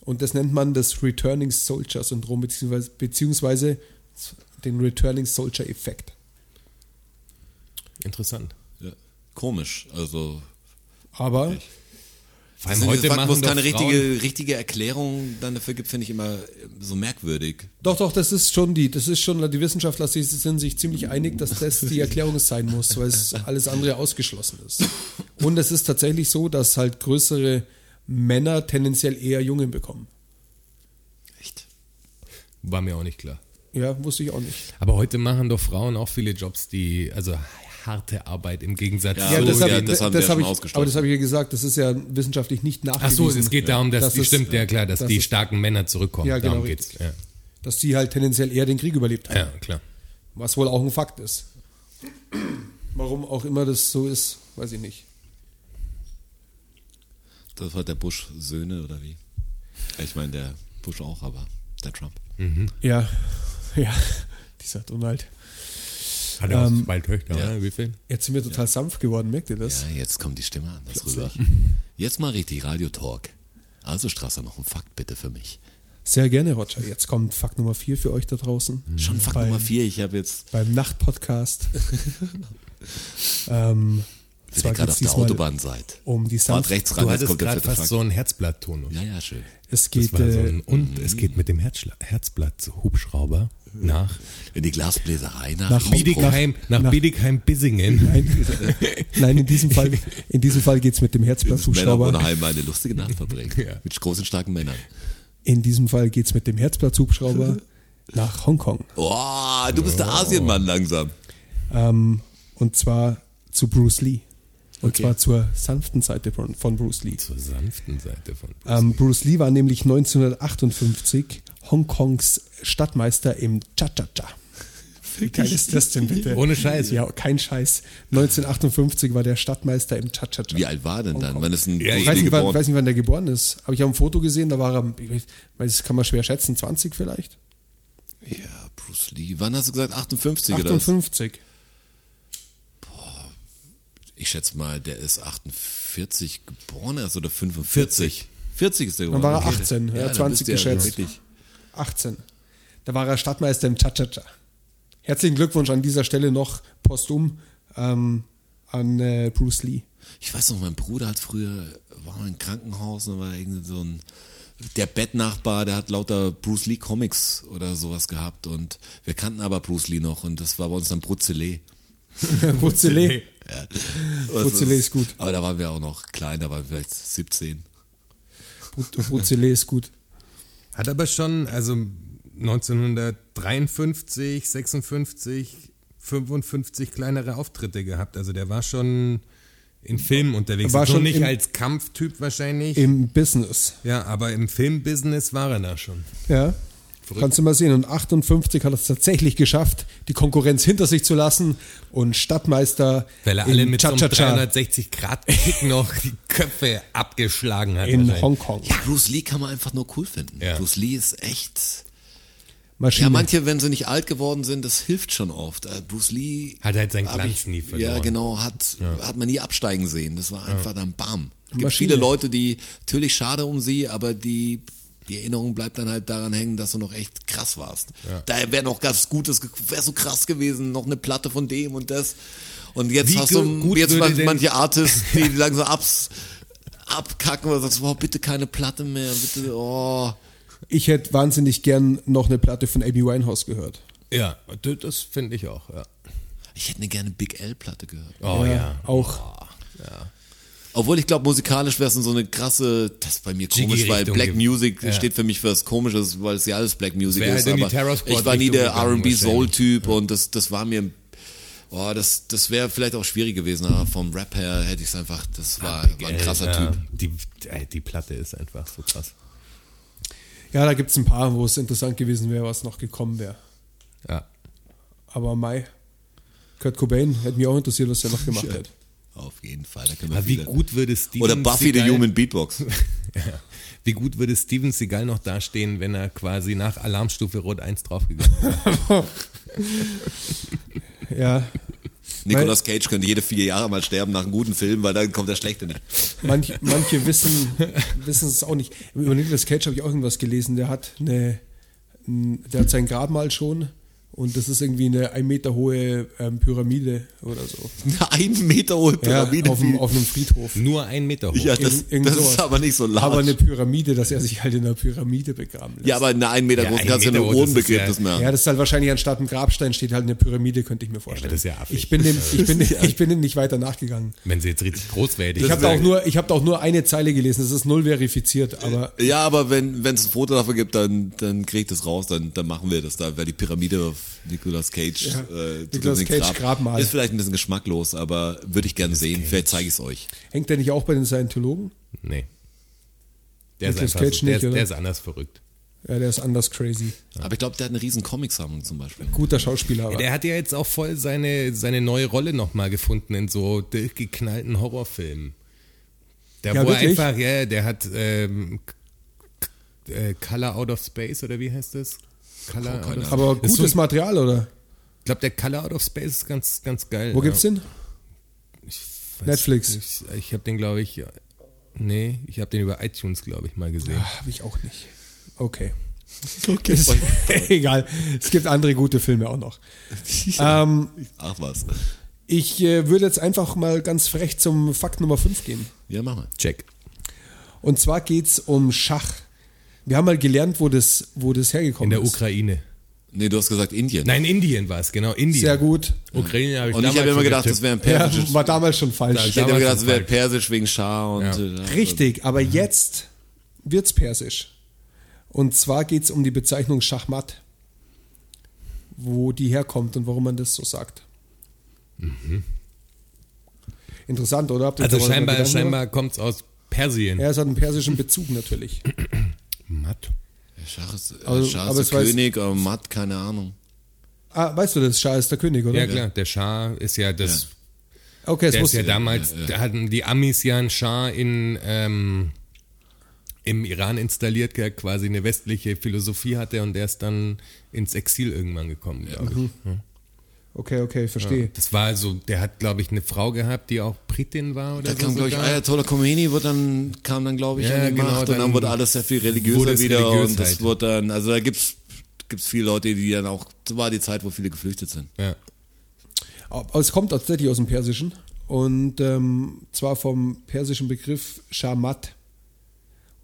Speaker 4: Und das nennt man das Returning Soldier Syndrom, beziehungsweise, beziehungsweise den Returning Soldier Effekt.
Speaker 5: Interessant.
Speaker 3: Ja. Komisch, also.
Speaker 4: Aber
Speaker 5: Vor
Speaker 3: Also heute Fakt, wo es keine richtige, richtige Erklärung dann dafür gibt, finde ich immer so merkwürdig.
Speaker 4: Doch, doch, das ist schon die, das ist schon, die Wissenschaftler sie sind sich ziemlich einig, dass das die Erklärung sein muss, weil es alles andere ausgeschlossen ist. Und es ist tatsächlich so, dass halt größere Männer tendenziell eher Jungen bekommen.
Speaker 3: Echt?
Speaker 5: war mir auch nicht klar.
Speaker 4: Ja, wusste ich auch nicht.
Speaker 5: Aber heute machen doch Frauen auch viele Jobs, die also harte Arbeit im Gegensatz
Speaker 3: Ja,
Speaker 5: zu
Speaker 3: So,
Speaker 4: das hab-
Speaker 3: ja, das haben wir ja schon
Speaker 4: hab ich,
Speaker 3: ausgeschlossen.
Speaker 4: aber das habe ich ja gesagt, das ist ja wissenschaftlich nicht
Speaker 5: Ach
Speaker 4: nachgewiesen.
Speaker 5: so, es geht darum, dass
Speaker 4: Das
Speaker 5: die
Speaker 4: ist-
Speaker 5: stimmt, ja klar, dass
Speaker 4: das
Speaker 5: die
Speaker 4: ist-
Speaker 5: starken Männer zurückkommen.
Speaker 4: Ja, genau,
Speaker 5: darum geht's.
Speaker 4: richtig.
Speaker 5: Ja.
Speaker 4: dass die halt tendenziell eher den Krieg überlebt haben,
Speaker 5: ja, klar.
Speaker 4: was wohl auch ein Fakt ist. Warum auch immer das so ist, weiß ich nicht.
Speaker 3: Das war der Bush Söhne oder wie? Ich meine, der Bush auch, aber der Trump.
Speaker 4: Hm. Ja, [LAUGHS] ja, dieser Donald.
Speaker 5: Hat er
Speaker 4: Ähm,
Speaker 5: auch bald Töchter,
Speaker 3: ja.
Speaker 5: oder? Wie viel?
Speaker 4: Jetzt sind wir total sanft geworden, merkt ihr das?
Speaker 3: Ja, jetzt kommt die Stimme anders rüber.
Speaker 4: [LAUGHS]
Speaker 3: Jetzt mal richtig Radiotalk. Also Strasser, noch ein Fakt bitte für mich.
Speaker 4: Sehr gerne, Roger. Jetzt kommt Fakt Nummer 4 für euch da draußen.
Speaker 3: Mhm. Schon Fakt
Speaker 4: beim,
Speaker 3: Nummer 4, ich habe jetzt
Speaker 4: Beim Nachtpodcast.
Speaker 3: wenn
Speaker 4: ähm,
Speaker 3: ihr gerade
Speaker 4: zwar
Speaker 3: auf
Speaker 4: geht's
Speaker 3: der
Speaker 4: diesmal
Speaker 3: Autobahn seid.
Speaker 4: um die
Speaker 3: Fahrt
Speaker 4: sanft,
Speaker 3: rechts ran,
Speaker 5: Du
Speaker 3: jetzt
Speaker 5: hattest
Speaker 3: kommt der
Speaker 5: gerade
Speaker 3: vierte
Speaker 5: fast
Speaker 3: Fakt.
Speaker 5: so einen Herzblatttonus.
Speaker 3: Ja, ja, schön.
Speaker 4: Es
Speaker 5: Das
Speaker 4: geht,
Speaker 5: war so
Speaker 4: äh,
Speaker 5: ein, und es geht mit dem Herzschla- Herzblatt-Hubschrauber nach,
Speaker 3: In die Glasbläserei nach,
Speaker 4: Nach
Speaker 3: Bietigheim.
Speaker 4: Nach-
Speaker 5: Hm. Biedigheim,
Speaker 4: nach-
Speaker 5: nach, Biedigheim-Bissingen. [LAUGHS]
Speaker 4: nein, nein, in diesem Fall, in diesem Fall geht es mit dem
Speaker 3: Männer ohne
Speaker 4: Herzblatt-Hubschrauber.
Speaker 3: Heim eine lustige
Speaker 4: [LAUGHS]
Speaker 3: Nacht verbringen. Mit großen, starken Männern.
Speaker 4: In diesem Fall geht es mit dem Herzblatt-Hubschrauber nach Hongkong.
Speaker 3: Oh, du bist der Asienmann langsam.
Speaker 4: Ähm, und zwar zu Bruce Lee. Und
Speaker 3: Okay.
Speaker 4: zwar zur sanften Seite von, von Bruce Lee.
Speaker 5: Zur sanften Seite von Bruce.
Speaker 4: Ähm, Bruce Lee war nämlich 1958 Hongkongs Stadtmeister im Cha-Cha-Cha. Wie geil ist das denn bitte?
Speaker 5: Ohne Scheiß.
Speaker 4: Ja, kein Scheiß. 1958 war der Stadtmeister im Cha-Cha-Cha.
Speaker 3: Wie alt war denn dann? Wann ist ein
Speaker 5: Ja,
Speaker 4: Oh, Ich weiß, nicht, wann,
Speaker 3: geboren?
Speaker 4: weiß nicht, wann der geboren ist. Aber ich habe ein Foto gesehen, da war er, ich weiß, das kann man schwer schätzen, 20 vielleicht?
Speaker 3: Ja, Bruce Lee. Wann hast du gesagt? 58, oder?
Speaker 4: 58.
Speaker 3: was? Ich schätze mal, der ist 48 geboren erst oder 45. 40 ist der
Speaker 4: Dann
Speaker 3: geboren.
Speaker 4: war er
Speaker 3: Okay.
Speaker 4: 18, ja,
Speaker 3: dann bist
Speaker 4: 20
Speaker 3: du ja
Speaker 4: geschätzt.
Speaker 3: wirklich-
Speaker 4: 18. Da war er Stadtmeister im Cha-Cha-Cha. Herzlichen Glückwunsch an dieser Stelle noch postum ähm, an äh, Bruce Lee. [LAUGHS]
Speaker 3: Ich weiß noch, mein Bruder hat früher, war mal im Krankenhaus und war irgendwie so ein, der Bettnachbar, der hat lauter Bruce Lee Comics oder sowas gehabt und wir kannten aber Bruce Lee noch und das war bei uns dann
Speaker 4: [LAUGHS]
Speaker 3: Bruzele.
Speaker 4: Bruzele. Bruzele ist gut.
Speaker 3: Aber da waren wir auch noch klein, da waren wir vielleicht 17.
Speaker 4: Bruzele ist gut.
Speaker 5: Hat aber schon, also 1953, 56, 55 kleinere Auftritte gehabt. Also der war schon in Filmen unterwegs.
Speaker 4: War
Speaker 5: War schon
Speaker 4: schon
Speaker 5: Also nicht
Speaker 4: im-
Speaker 5: als Kampftyp wahrscheinlich.
Speaker 4: Im Business.
Speaker 5: ja, aber im Filmbusiness war er da schon.
Speaker 4: Ja. Kannst du mal sehen. Und 58 hat es tatsächlich geschafft, die Konkurrenz hinter sich zu lassen und Stadtmeister
Speaker 5: Weil er
Speaker 4: im
Speaker 5: alle mit so einem
Speaker 4: Cha-Cha-Cha
Speaker 5: 360 Grad Kick noch die Köpfe abgeschlagen hat.
Speaker 4: in
Speaker 5: wahrscheinlich.
Speaker 4: Hongkong.
Speaker 3: Bruce Lee kann man einfach nur cool finden.
Speaker 5: Ja.
Speaker 3: Bruce Lee ist echt.
Speaker 4: Maschine.
Speaker 3: Ja, manche, wenn sie nicht alt geworden sind, das hilft schon oft. Äh, Bruce Lee.
Speaker 5: Hat halt seinen
Speaker 3: hab
Speaker 5: Glanz
Speaker 3: ich-
Speaker 5: nie verloren.
Speaker 3: Ja, genau, hat, hat man nie absteigen sehen. Das war einfach dann bam. Es gibt
Speaker 4: Maschine.
Speaker 3: viele Leute, die, natürlich schade um sie, aber die, die Erinnerung bleibt dann halt daran hängen, dass du noch echt krass warst. Da wäre noch ganz Gutes, wäre so krass gewesen, noch eine Platte von dem und das. Und jetzt
Speaker 5: Wie
Speaker 3: hast
Speaker 5: ge-
Speaker 3: du
Speaker 5: gut
Speaker 3: jetzt
Speaker 5: würde
Speaker 3: man,
Speaker 5: denn-
Speaker 3: manche Artists,
Speaker 5: [LAUGHS]
Speaker 3: die langsam abs, abkacken und sagst, wow, bitte keine Platte mehr, bitte, oh.
Speaker 4: Ich hätte wahnsinnig gern noch eine Platte von Amy Winehouse gehört.
Speaker 5: Ja, d- das finde ich auch. Ja.
Speaker 3: Ich hätte eine gerne Big L-Platte gehört.
Speaker 5: Oh ja. Oh,
Speaker 4: Auch.
Speaker 3: Obwohl ich glaube, musikalisch wäre es so eine krasse, das ist bei mir
Speaker 5: Jiggy
Speaker 3: komisch, weil
Speaker 5: Richtung
Speaker 3: Black
Speaker 5: gibt-
Speaker 3: Music
Speaker 5: ja.
Speaker 3: steht für mich für was Komisches, weil es ja alles Black Music
Speaker 5: Wär halt
Speaker 3: ist.
Speaker 5: in die
Speaker 3: aber
Speaker 5: Terror Squad
Speaker 3: ich war nie der
Speaker 5: Richtung gegangen
Speaker 3: RB-Soul-Typ und das, das war mir, oh, das, das wäre vielleicht auch schwierig gewesen, aber vom Rap her hätte ich es einfach, das war, war ein krasser
Speaker 5: ja,
Speaker 3: Typ.
Speaker 5: Die, ey, die Platte ist einfach so krass.
Speaker 4: Ja, da gibt es ein paar, wo es interessant gewesen wäre, was noch gekommen wäre.
Speaker 5: Ja. [LAUGHS]
Speaker 4: Aber Mai. Kurt Cobain hätte mich auch interessiert, was er noch gemacht hätte.
Speaker 3: Auf jeden Fall, da können wir
Speaker 5: Aber wie
Speaker 3: viele-
Speaker 5: gut würde Steven
Speaker 3: Oder Buffy the
Speaker 5: Seagal-
Speaker 3: Human
Speaker 5: [LAUGHS]
Speaker 3: Beatbox.
Speaker 5: Ja. Wie gut würde Steven Seagal noch dastehen, wenn er quasi nach Alarmstufe Rot 1 draufgegangen wäre?
Speaker 4: [LAUGHS] Ja,
Speaker 3: Nicolas Cage könnte jede vier Jahre mal sterben nach einem guten Film, weil dann kommt der Schlechte nicht. [LAUGHS]
Speaker 4: Manch, manche wissen, wissen es auch nicht. Über Nicolas Cage habe ich auch irgendwas gelesen. Der hat eine, n- der hat sein Grabmal schon und das ist irgendwie eine ein Meter hohe ähm, Pyramide oder so.
Speaker 3: Eine ein Meter hohe
Speaker 4: Ja,
Speaker 3: Pyramide.
Speaker 4: auf, einem, auf einem Friedhof.
Speaker 5: Nur ein Meter hoch.
Speaker 3: ja, das,
Speaker 4: Irgend- irgend
Speaker 3: das
Speaker 4: sowas.
Speaker 3: ist aber nicht so large.
Speaker 4: Aber eine Pyramide, dass er sich halt in einer Pyramide begraben lässt.
Speaker 3: Ja, aber eine 1 Meter
Speaker 5: Ja,
Speaker 3: groß
Speaker 5: ein
Speaker 3: kannst du
Speaker 5: Meter
Speaker 3: nur
Speaker 5: hoch, das ist
Speaker 3: Ohrenbegriff
Speaker 5: ja-
Speaker 3: das mehr.
Speaker 4: Ja, das ist halt wahrscheinlich anstatt einem Grabstein steht halt eine Pyramide, könnte ich mir vorstellen.
Speaker 5: das ist ja affig.
Speaker 4: ich bin dem, ich bin, ich bin dem nicht weiter nachgegangen.
Speaker 5: Wenn sie jetzt richtig groß wäre, hätte
Speaker 4: Ich habe da auch
Speaker 5: gesagt,
Speaker 4: nur, ich habe da auch nur eine Zeile gelesen. Das ist null verifiziert, aber
Speaker 3: Ja, aber wenn es ein Foto davon gibt, dann, dann krieg ich das raus, dann, dann machen wir das. Da wäre die Pyramide auf Nicolas Cage.
Speaker 4: Ja,
Speaker 3: Äh, zu
Speaker 4: Nicolas
Speaker 3: dem
Speaker 4: Cage Grabmal.
Speaker 3: Ist vielleicht ein bisschen geschmacklos, aber würde ich gerne sehen. Vielleicht zeige ich es euch.
Speaker 4: hängt der nicht auch bei den Scientologen?
Speaker 5: Nee. Der ist,
Speaker 4: Nicolas
Speaker 5: einfach
Speaker 4: Cage
Speaker 5: so,
Speaker 4: nicht,
Speaker 5: der, ist,
Speaker 4: oder?
Speaker 5: der ist anders verrückt.
Speaker 4: Ja, der ist anders crazy.
Speaker 3: Aber ich glaube, der hat eine riesen Comics-Sammlung zum Beispiel.
Speaker 4: Guter Schauspieler. Aber.
Speaker 5: Der hat ja jetzt auch voll seine, seine neue Rolle nochmal gefunden in so durchgeknallten Horrorfilmen. Der
Speaker 4: Ja,
Speaker 5: wo er
Speaker 4: wirklich?
Speaker 5: einfach, ja, der hat ähm, k- äh, Color Out of Space oder wie heißt das? Color Out of
Speaker 4: Aber
Speaker 5: Das ist so
Speaker 4: gutes
Speaker 5: ein-
Speaker 4: Material, oder?
Speaker 5: Ich glaube, der Color Out of Space ist ganz, ganz geil.
Speaker 4: Wo
Speaker 5: ja.
Speaker 4: gibt's den?
Speaker 5: Weiß
Speaker 4: Netflix.
Speaker 5: nicht. Ich, habe den, glaube ich, nee, ich habe den über iTunes, glaube ich, mal gesehen.
Speaker 3: Ah,
Speaker 4: Habe ich auch nicht.
Speaker 5: [LAUGHS]
Speaker 4: Okay. okay. Ist, [LAUGHS] egal. Es gibt andere gute Filme auch
Speaker 5: [LAUGHS]
Speaker 4: noch. Ähm,
Speaker 3: Ach was.
Speaker 4: ich äh, würde jetzt einfach mal ganz frech zum Fakt Nummer 5 gehen.
Speaker 3: Ja, mach mal.
Speaker 5: Check.
Speaker 4: Und zwar geht's um Schach. Wir haben mal gelernt, wo das, wo das
Speaker 5: In
Speaker 4: hergekommen
Speaker 5: der
Speaker 4: ist.
Speaker 5: Ukraine.
Speaker 3: Nee, du hast gesagt Indien.
Speaker 5: Nein, Indien war es, genau, Indien.
Speaker 4: Sehr gut.
Speaker 5: Ukraine habe ich
Speaker 3: Und ich
Speaker 5: damals
Speaker 3: habe immer
Speaker 5: schon
Speaker 3: gedacht,
Speaker 5: getippt.
Speaker 3: das wäre ein
Speaker 4: Ja,
Speaker 3: persisches.
Speaker 4: war damals schon falsch.
Speaker 3: ich hätte immer gedacht,
Speaker 5: damals
Speaker 3: das wäre
Speaker 5: schon
Speaker 3: persisch wegen Schar und.
Speaker 5: Ja.
Speaker 3: äh,
Speaker 4: Richtig, aber jetzt wird's persisch. Und zwar geht's um die Bezeichnung Schachmatt, wo die herkommt und warum man das so sagt. Interessant, oder? Habt ihr
Speaker 5: Mhm. Also
Speaker 4: darüber
Speaker 5: scheinbar,
Speaker 4: Gedanken gemacht?
Speaker 5: scheinbar kommt es aus Persien. [LAUGHS]
Speaker 4: Ja, es hat einen persischen Bezug natürlich.
Speaker 5: Matt.
Speaker 3: Schach ist, äh,
Speaker 4: Also,
Speaker 3: Schach
Speaker 4: aber
Speaker 3: ist
Speaker 4: es
Speaker 3: der
Speaker 4: weiß-
Speaker 3: König, aber Matt, keine Ahnung.
Speaker 4: Ah, weißt du, das Schah ist der König, oder?
Speaker 5: Ja, klar, der Schah ist ja das.
Speaker 4: Okay, das
Speaker 5: Der ist
Speaker 4: wusste
Speaker 5: ja
Speaker 4: ich.
Speaker 5: damals, da hatten die Amis ja einen Schah in, ähm, im Iran installiert, der quasi eine westliche Philosophie hatte und der ist dann ins Exil irgendwann gekommen, glaube
Speaker 3: Mhm.
Speaker 5: ich.
Speaker 4: Okay, okay, verstehe.
Speaker 5: Das war also, der hat, glaube ich, eine Frau gehabt, die auch Britin war oder
Speaker 3: Da
Speaker 5: so.
Speaker 3: kam, glaube ich,
Speaker 5: sogar.
Speaker 3: Ayatollah Khomeini wird dann, kam dann, glaube ich,
Speaker 5: Ja,
Speaker 3: an die
Speaker 5: genau,
Speaker 3: Macht und
Speaker 5: dann
Speaker 3: dann wurde alles sehr viel
Speaker 5: wurde
Speaker 3: religiöser
Speaker 5: es
Speaker 3: wieder
Speaker 5: religiös
Speaker 3: und das
Speaker 5: halt.
Speaker 3: wurde dann, also da gibt's, gibt's viele Leute, die dann auch, das war die Zeit, wo viele geflüchtet sind.
Speaker 5: ja.
Speaker 4: Aber es kommt tatsächlich aus dem Persischen. Und ähm, zwar vom persischen Begriff Shamat.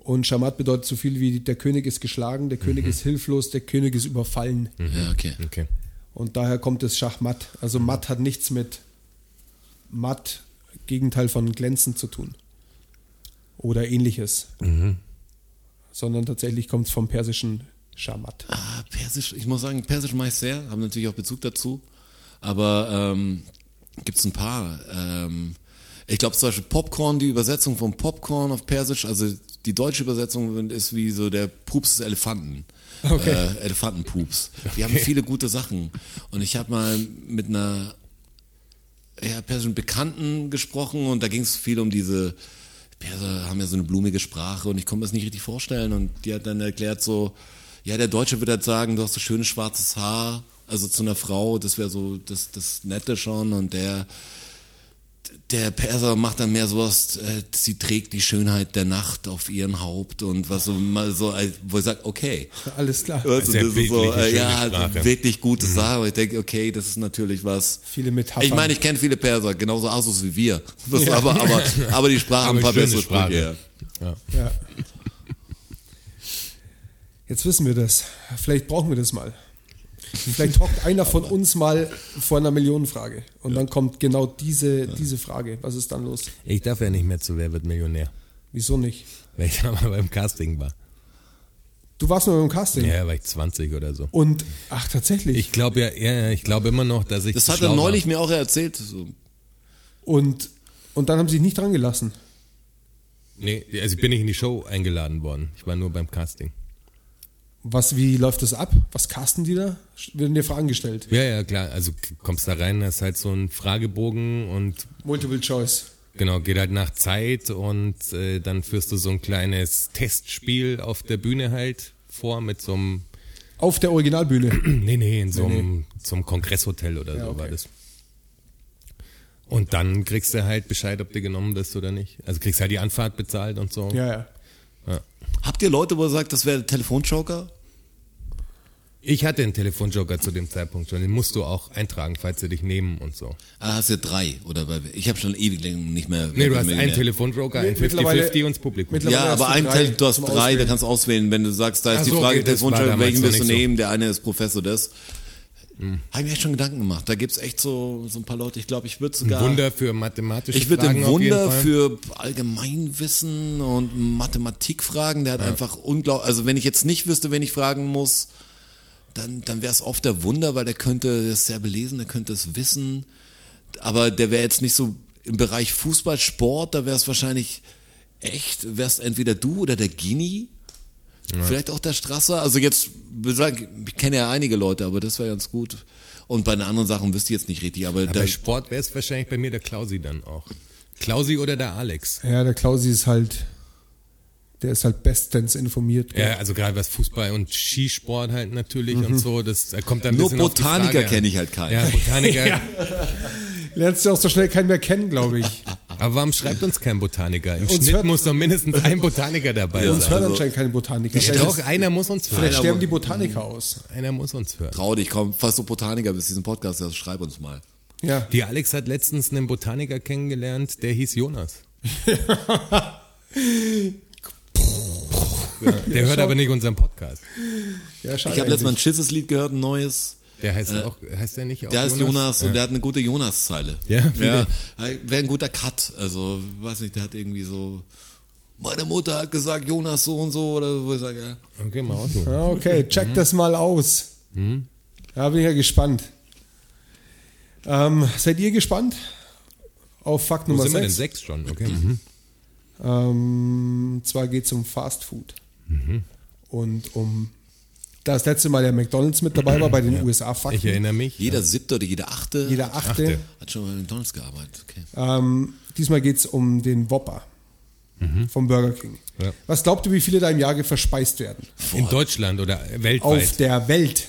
Speaker 4: Und Shamat bedeutet so viel wie der König ist geschlagen, der König ist hilflos, der König ist überfallen.
Speaker 5: Mhm.
Speaker 3: Ja, okay.
Speaker 5: Okay.
Speaker 4: Und daher kommt das Schachmatt. Also matt hat nichts mit matt, Gegenteil von glänzend zu tun. Oder ähnliches. Sondern tatsächlich kommt es vom persischen Schamat.
Speaker 3: Ah, Persisch, ich muss sagen, Persisch mache ich sehr, habe natürlich auch Bezug dazu. Aber ähm, gibt es ein paar. Ähm, ich glaube zum Beispiel Popcorn, die Übersetzung von Popcorn auf Persisch, also die deutsche Übersetzung ist wie so der Pups des Elefanten. Okay. Äh, Elefantenpups. Wir haben viele gute Sachen. Und ich habe mal mit einer ja, persischen Bekannten gesprochen und da ging es viel um diese Perser haben ja so eine blumige Sprache und ich konnte mir das nicht richtig vorstellen und die hat dann erklärt so, ja der Deutsche würde halt sagen, du hast so schönes schwarzes Haar, also zu einer Frau, das wäre so das, das Nette schon und der der Perser macht dann mehr sowas, äh, sie trägt die Schönheit der Nacht auf ihren Haupt und was so, mal so äh, wo ich sage, okay.
Speaker 4: Alles klar.
Speaker 3: Also,
Speaker 5: Sehr
Speaker 3: das ist so,
Speaker 5: bildliche,
Speaker 3: äh,
Speaker 5: schöne
Speaker 3: ja,
Speaker 5: Sprache. Mhm.
Speaker 3: wirklich gute Sache. aber Ich denke, okay, das ist natürlich was.
Speaker 4: Viele Metaphern.
Speaker 3: Ich meine, ich kenne viele Perser, genauso Asus wie wir. Das aber, aber, aber die Sprache haben ein paar
Speaker 5: schöne
Speaker 3: bessere
Speaker 5: Sprache.
Speaker 3: Sprüche.
Speaker 4: Ja. Jetzt wissen wir das. Vielleicht brauchen wir das mal. Vielleicht hockt einer von uns mal vor einer Millionenfrage. Und dann kommt genau diese, diese Frage. Was ist dann los?
Speaker 5: Ich darf ja nicht mehr zu Wer wird Millionär, [LAUGHS]
Speaker 4: Wieso nicht?
Speaker 5: weil ich da mal beim Casting war.
Speaker 4: Du warst mal beim Casting.
Speaker 5: Ja, war ich 20 oder so.
Speaker 4: Und, ach, tatsächlich.
Speaker 5: Ich glaube ja, ja, ja, ich glaube immer noch, dass ich.
Speaker 3: Das
Speaker 5: zu
Speaker 3: hat er
Speaker 5: schlau war.
Speaker 3: neulich mir auch erzählt. So,
Speaker 4: Und, und dann haben sie dich nicht dran gelassen.
Speaker 5: Nee, also ich bin nicht in die Show eingeladen worden. Ich war nur beim Casting.
Speaker 4: Was, wie läuft das ab? Was casten die da? Werden dir Fragen gestellt?
Speaker 5: Ja, ja, klar. Also k- kommst da rein, hast halt so einen Fragebogen und
Speaker 4: Multiple Choice.
Speaker 5: genau, geht halt nach Zeit und äh, dann führst du so ein kleines Testspiel auf der Bühne halt vor mit so einem,
Speaker 4: Auf der Originalbühne.
Speaker 5: [CLEARS THROAT] nee, nee, in so einem, so einem Kongresshotel oder so
Speaker 4: okay.
Speaker 5: war das. Und dann kriegst du halt Bescheid, ob du genommen bist oder nicht. Also kriegst halt die Anfahrt bezahlt und so.
Speaker 4: ja, ja.
Speaker 3: habt ihr Leute, wo ihr sagt, das wäre der Telefonjoker?
Speaker 5: Ich hatte einen Telefonjoker zu dem Zeitpunkt schon. Den musst du auch eintragen, falls sie dich nehmen und so.
Speaker 3: Ah, hast du drei? Oder bei, ich habe schon ewig lang nicht mehr.
Speaker 5: Nee, du hast
Speaker 3: mehr-
Speaker 5: einen Telefonjoker, einen
Speaker 4: Mittlerweile-
Speaker 5: 50-50 und das Publikum.
Speaker 4: mittlerweile-
Speaker 3: Ja,
Speaker 4: hast
Speaker 3: aber
Speaker 4: du
Speaker 3: einen
Speaker 4: drei
Speaker 3: Tel du hast
Speaker 4: zum
Speaker 3: drei, da
Speaker 4: Auswählen.
Speaker 3: kannst du auswählen. Wenn du sagst, da ist
Speaker 5: Ach
Speaker 3: die
Speaker 5: so,
Speaker 3: Frage,
Speaker 5: okay, das war
Speaker 3: Telefonjoker,
Speaker 5: damals
Speaker 3: welchen
Speaker 5: noch
Speaker 3: wirst du
Speaker 5: nicht so. Hm.
Speaker 3: nehmen? Der eine ist Professor des. Hab ich mir echt schon Gedanken gemacht. Da gibt's echt so, so ein paar Leute, ich glaube, ich würde sogar.
Speaker 5: Wunder für mathematische
Speaker 3: Ich würde
Speaker 5: Fragen
Speaker 3: den
Speaker 5: auf jeden
Speaker 3: Wunder
Speaker 5: Fall.
Speaker 3: für Allgemeinwissen und Mathematik fragen. Der hat einfach unglaublich. Also wenn ich jetzt nicht wüsste, wen ich fragen muss, dann, dann wäre es oft der Wunder, weil der könnte das sehr belesen, der könnte es wissen. Aber der wäre jetzt nicht so im Bereich Fußball, Sport, da wäre es wahrscheinlich echt, wärst entweder du oder der Gini. Vielleicht auch der Strasser. Also jetzt, wir sagen, ich kenne ja einige Leute, aber das wäre ganz gut. Und bei den anderen Sachen wüsste ich jetzt nicht richtig, aber,
Speaker 5: Bei
Speaker 3: der,
Speaker 5: Sport wäre es wahrscheinlich bei mir der Klausi dann auch. Klausi oder der Alex.
Speaker 4: Ja, der Klausi ist halt, der ist halt bestens informiert.
Speaker 5: Ja, also gerade was Fußball und Skisport halt natürlich und so, das da kommt dann ein
Speaker 3: Mhm. Nur
Speaker 5: bisschen auf die
Speaker 3: Botaniker
Speaker 5: Frage an.
Speaker 3: kenne ich halt keinen.
Speaker 5: Ja,
Speaker 3: [LAUGHS]
Speaker 5: Botaniker.
Speaker 4: Lernst du auch so schnell keinen mehr kennen, glaube
Speaker 5: [LAUGHS]
Speaker 4: ich.
Speaker 5: Aber warum schreibt uns kein Botaniker? Im
Speaker 4: Uns
Speaker 5: Schnitt
Speaker 4: hört-
Speaker 5: muss doch mindestens ein Botaniker dabei
Speaker 4: Uns
Speaker 5: sein.
Speaker 4: hören anscheinend keine Botaniker.
Speaker 5: Doch,
Speaker 4: Vielleicht,
Speaker 5: also einer muss uns
Speaker 4: vielleicht
Speaker 5: hören.
Speaker 4: sterben die Botaniker aus.
Speaker 5: Einer muss uns hören.
Speaker 3: Trau dich, komm, fast so Botaniker bis diesen Podcast, also schreib uns mal.
Speaker 4: Ja.
Speaker 5: Die Alex hat letztens einen Botaniker kennengelernt, der hieß Jonas. Ja, der hört aber nicht unseren Podcast.
Speaker 4: ja schade
Speaker 3: Ich habe letztes Mal ein
Speaker 4: eigentlich.
Speaker 3: schisses Lied gehört, ein neues.
Speaker 5: Der heißt auch, heißt der nicht auch
Speaker 3: Der heißt Jonas und der hat eine gute Jonas-Zeile.
Speaker 5: Ja?
Speaker 3: ja. Wäre ein guter Cut. Also, weiß nicht, der hat irgendwie so. Meine Mutter hat gesagt, Jonas so und so, oder so, wo ich sage, ja.
Speaker 5: Okay, mal Mhm. aussuchen.
Speaker 4: Ah, Okay, check das mal aus. Da bin ich ja gespannt. Ähm, seid ihr gespannt? Auf Fakt
Speaker 5: Wo
Speaker 4: Nummer
Speaker 5: sind wir denn?
Speaker 4: 6.
Speaker 5: Sechs Mhm. schon, okay. Mhm.
Speaker 4: Ähm, zwar geht es um Fast Food. Und um da das letzte Mal der McDonalds mit dabei war bei den
Speaker 5: Ich
Speaker 4: USA-Fakten,
Speaker 5: erinnere mich.
Speaker 3: Jeder siebte oder jeder achte
Speaker 4: jeder achte.
Speaker 5: Achte.
Speaker 3: hat schon mal bei McDonalds gearbeitet. Okay.
Speaker 4: Ähm, diesmal geht es um den Whopper
Speaker 3: Mhm.
Speaker 4: vom Burger King.
Speaker 5: Ja.
Speaker 4: Was glaubt ihr, wie viele da im Jahr verspeist werden?
Speaker 5: In Deutschland oder weltweit.
Speaker 4: Auf der Welt.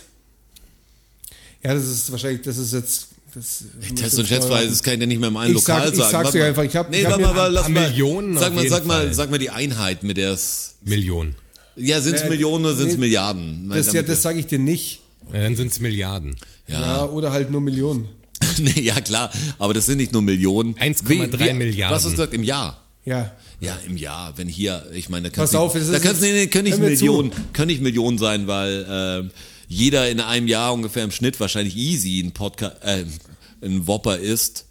Speaker 4: Ja, das ist wahrscheinlich, das ist jetzt. Das
Speaker 3: Test und Schätzweise, das kann ich dir nicht mehr im einen
Speaker 4: Ich sag-
Speaker 3: Lokal
Speaker 4: ich
Speaker 3: sagen.
Speaker 4: sag's
Speaker 3: Warte
Speaker 4: dir
Speaker 3: mal.
Speaker 4: einfach, ich hab-
Speaker 3: nee,
Speaker 4: ich hab
Speaker 3: warte
Speaker 4: mir
Speaker 3: mal,
Speaker 4: ein
Speaker 3: lass
Speaker 5: paar
Speaker 3: mal.
Speaker 5: Millionen
Speaker 3: sag
Speaker 5: auf
Speaker 3: mal,
Speaker 5: jeden
Speaker 3: sag mal,
Speaker 5: Fall.
Speaker 3: sag mal die Einheit, mit der es.
Speaker 5: Millionen.
Speaker 3: Ja, sind's
Speaker 4: Äh,
Speaker 3: Millionen oder sind's
Speaker 4: nee,
Speaker 3: Milliarden? Nein,
Speaker 4: Das, ja,
Speaker 3: damit-
Speaker 4: das sage ich dir nicht.
Speaker 5: Ja, dann sind es Milliarden.
Speaker 4: Ja. oder halt nur Millionen.
Speaker 3: [LAUGHS] nee, ja, klar, aber das sind nicht nur Millionen.
Speaker 5: 1,3
Speaker 3: Wie- wie-
Speaker 5: Milliarden.
Speaker 3: Was hast du gesagt, im Jahr?
Speaker 4: Ja.
Speaker 3: Ja, im Jahr, wenn hier, ich meine, da
Speaker 4: Pass
Speaker 3: kann's nicht-
Speaker 4: auf, es ist
Speaker 3: da kann's,
Speaker 4: jetzt-
Speaker 3: nee, nee, können nicht
Speaker 4: hör mir zu.
Speaker 3: Millionen, können nicht Millionen sein, weil ähm, jeder in einem Jahr ungefähr im Schnitt wahrscheinlich easy ein Podcast, äh, ein Whopper ist.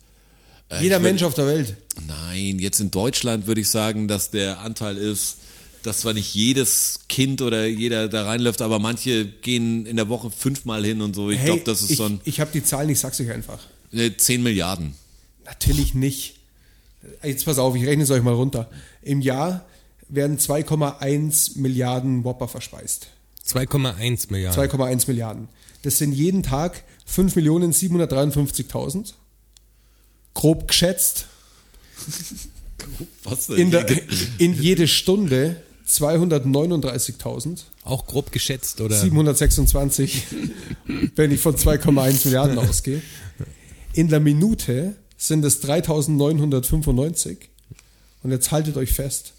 Speaker 4: Jeder
Speaker 3: ich würd-
Speaker 4: Mensch auf der Welt.
Speaker 3: Nein, jetzt in Deutschland würde ich sagen, dass der Anteil ist, dass zwar nicht jedes Kind oder jeder da reinläuft, aber manche gehen in der Woche fünfmal hin und so. Ich
Speaker 4: Hey,
Speaker 3: glaube, das ist
Speaker 4: ich,
Speaker 3: so ein
Speaker 4: ich habe die Zahlen, ich sag's euch einfach.
Speaker 3: äh, 10 Milliarden.
Speaker 4: Natürlich nicht. Jetzt pass auf, ich rechne es euch mal runter. Im Jahr werden 2,1 Milliarden Whopper verspeist.
Speaker 5: 2,1 Milliarden.
Speaker 4: 2,1 Milliarden. Das sind jeden Tag 5.753.000. Grob geschätzt.
Speaker 3: Was denn?
Speaker 4: In, der, in jede Stunde 239.000.
Speaker 5: Auch grob geschätzt oder?
Speaker 4: 726, wenn ich von 2,1 Milliarden ausgehe. In der Minute sind es 3.995. Und jetzt haltet euch fest.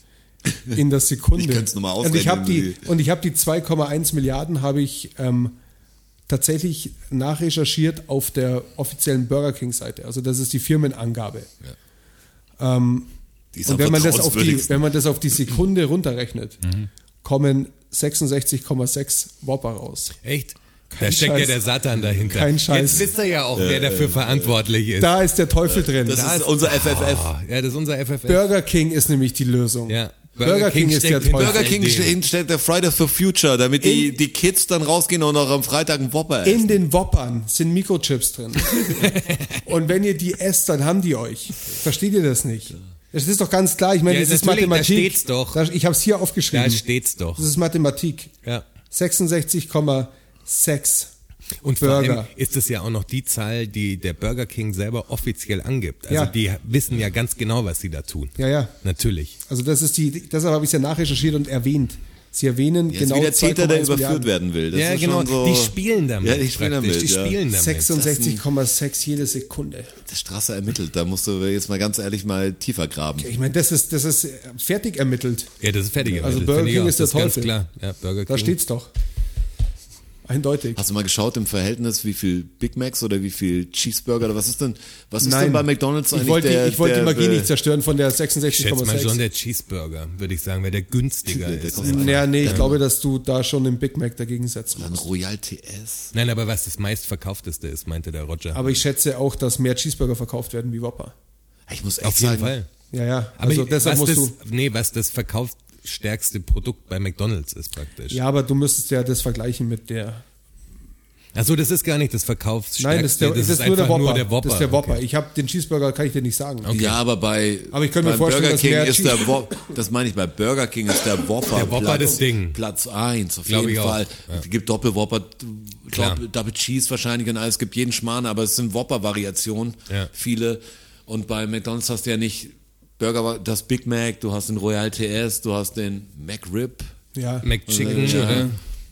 Speaker 4: In der Sekunde.
Speaker 3: Ich könnte es nochmal
Speaker 4: Und ich habe die,
Speaker 3: ausrechnen.
Speaker 4: und ich hab die 2,1 Milliarden habe ich ähm, tatsächlich nachrecherchiert auf der offiziellen Burger King-Seite. Also das ist die Firmenangabe.
Speaker 3: Die ist
Speaker 4: Und
Speaker 3: am
Speaker 4: wenn man, das auf die,
Speaker 3: vertrauenswürdigsten. Mhm.
Speaker 4: wenn man das auf die Sekunde runterrechnet, kommen 66,6 Whopper raus.
Speaker 5: Echt? Da steckt ja
Speaker 4: Scheiß.
Speaker 5: der Satan dahinter.
Speaker 4: Kein Scheiß.
Speaker 5: Jetzt wisst ihr ja auch, wer dafür verantwortlich ist. Äh,
Speaker 4: Da ist der Teufel drin.
Speaker 3: das
Speaker 4: Da
Speaker 3: ist
Speaker 4: ist Ah,
Speaker 3: unser FFF.
Speaker 5: Oh, ja, das ist unser FFF.
Speaker 4: Burger King ist nämlich die Lösung.
Speaker 5: Ja.
Speaker 4: Burger, King, ist der
Speaker 5: steckt hinter-
Speaker 4: Teufel.
Speaker 3: Burger King
Speaker 5: Idee.
Speaker 3: hinstellt der Fridays for Future, damit die,
Speaker 4: In-
Speaker 3: die Kids dann rausgehen und auch am Freitag einen Whopper essen.
Speaker 4: In den Woppern sind Mikrochips drin.
Speaker 5: [LAUGHS]
Speaker 4: Und wenn ihr die esst, dann haben die euch. Versteht ihr das nicht? Das ist doch ganz klar. Ich meine,
Speaker 5: Ja,
Speaker 4: das ist
Speaker 5: natürlich, da
Speaker 4: Mathematik.
Speaker 5: steht's doch.
Speaker 4: Da- ich habe es hier aufgeschrieben.
Speaker 5: Da steht's doch.
Speaker 4: Das ist Mathematik.
Speaker 5: Ja.
Speaker 4: 66,6.
Speaker 5: Und vor
Speaker 4: Burger.
Speaker 5: allem ist es ja auch noch die Zahl, die der Burger King selber offiziell angibt. Also
Speaker 4: Ja.
Speaker 5: die wissen ja ganz genau, was sie da tun.
Speaker 4: Ja, ja.
Speaker 5: Natürlich.
Speaker 4: Also das ist die, deshalb habe ich es ja nachrecherchiert und erwähnt. Sie erwähnen
Speaker 3: Jetzt
Speaker 4: genau
Speaker 3: wie der Täter, der
Speaker 4: 2,1
Speaker 3: überführt
Speaker 4: Milliarden.
Speaker 3: werden will. Das
Speaker 5: ja,
Speaker 3: ist
Speaker 5: genau.
Speaker 3: Schon so
Speaker 5: die spielen damit.
Speaker 3: Ja, die spielen
Speaker 5: praktisch.
Speaker 3: damit.
Speaker 5: Die
Speaker 3: ja.
Speaker 5: spielen damit.
Speaker 4: 66,6 jede Sekunde.
Speaker 3: Der Straße ermittelt, da musst du jetzt mal ganz ehrlich mal tiefer graben.
Speaker 4: Ich meine, das ist, das ist äh, fertig ermittelt.
Speaker 5: Ja, das ist fertig.
Speaker 4: Also
Speaker 5: das
Speaker 4: Burger
Speaker 5: finde ich
Speaker 4: King
Speaker 5: auch.
Speaker 4: ist der
Speaker 5: Das ganz
Speaker 4: Teufel.
Speaker 5: Klar. Ja, Burger
Speaker 4: Da
Speaker 5: King.
Speaker 4: steht's doch. Eindeutig.
Speaker 3: Mhm. Hast du mal geschaut im Verhältnis, wie viel Big Macs oder wie viel Cheeseburger oder was ist denn, was ist denn bei McDonalds eigentlich
Speaker 4: ich wollte,
Speaker 3: der,
Speaker 4: ich wollte
Speaker 3: der,
Speaker 4: die Magie
Speaker 3: der,
Speaker 4: nicht zerstören von der
Speaker 5: Ich schätze mal schon
Speaker 4: 66,6.
Speaker 5: der Cheeseburger, würde ich sagen, weil der günstiger
Speaker 3: Der
Speaker 5: ist.
Speaker 3: kostet-
Speaker 4: Ja, nee, ich glaube, dass du da schon den Big Mac dagegen setzt.
Speaker 3: Dann Royal TS.
Speaker 5: Nein, aber was das meistverkaufteste ist, meinte der Roger.
Speaker 4: Aber ich schätze auch, dass mehr Cheeseburger verkauft werden wie Whopper.
Speaker 3: Ich muss echt
Speaker 5: Auf jeden
Speaker 3: sagen,
Speaker 5: Fall.
Speaker 4: Ja, ja.
Speaker 5: Aber
Speaker 4: Also deshalb
Speaker 5: was
Speaker 4: musst
Speaker 5: das,
Speaker 4: du.
Speaker 5: Nee, was das verkaufsstärkste Produkt bei McDonalds ist praktisch.
Speaker 4: Ja, aber du müsstest ja das vergleichen mit der.
Speaker 5: Achso, das ist gar nicht das verkaufsstärkste.
Speaker 4: Nein, das ist, der, das ist nur, der
Speaker 5: einfach
Speaker 4: Whopper.
Speaker 5: nur der Whopper.
Speaker 4: Das ist der Whopper.
Speaker 5: Okay.
Speaker 4: Ich habe den Cheeseburger, kann ich dir nicht sagen.
Speaker 3: Ja, aber bei,
Speaker 4: Aber ich könnte mir
Speaker 3: bei
Speaker 4: vorstellen,
Speaker 3: Burger
Speaker 4: dass
Speaker 3: King
Speaker 4: mehr
Speaker 3: ist
Speaker 4: Cheese-
Speaker 3: der Whopper, das meine ich, bei Burger King ist der Whopper,
Speaker 5: Der Whopper
Speaker 3: Platz,
Speaker 5: das Ding.
Speaker 3: Platz eins auf
Speaker 5: Glaub
Speaker 3: jeden
Speaker 5: ich auch.
Speaker 3: Fall. Es gibt Doppelwhopper,
Speaker 5: Klar.
Speaker 3: Doppel, Double Cheese wahrscheinlich und alles, es gibt jeden Schmarrn, aber es sind Whopper-Variationen,
Speaker 5: Ja.
Speaker 3: viele. Und bei McDonalds hast du ja nicht Burger, das Big Mac, du hast den Royal TS, du hast den McRib. Äh,
Speaker 4: Ja.
Speaker 5: McChicken,
Speaker 3: Ja.
Speaker 5: oder?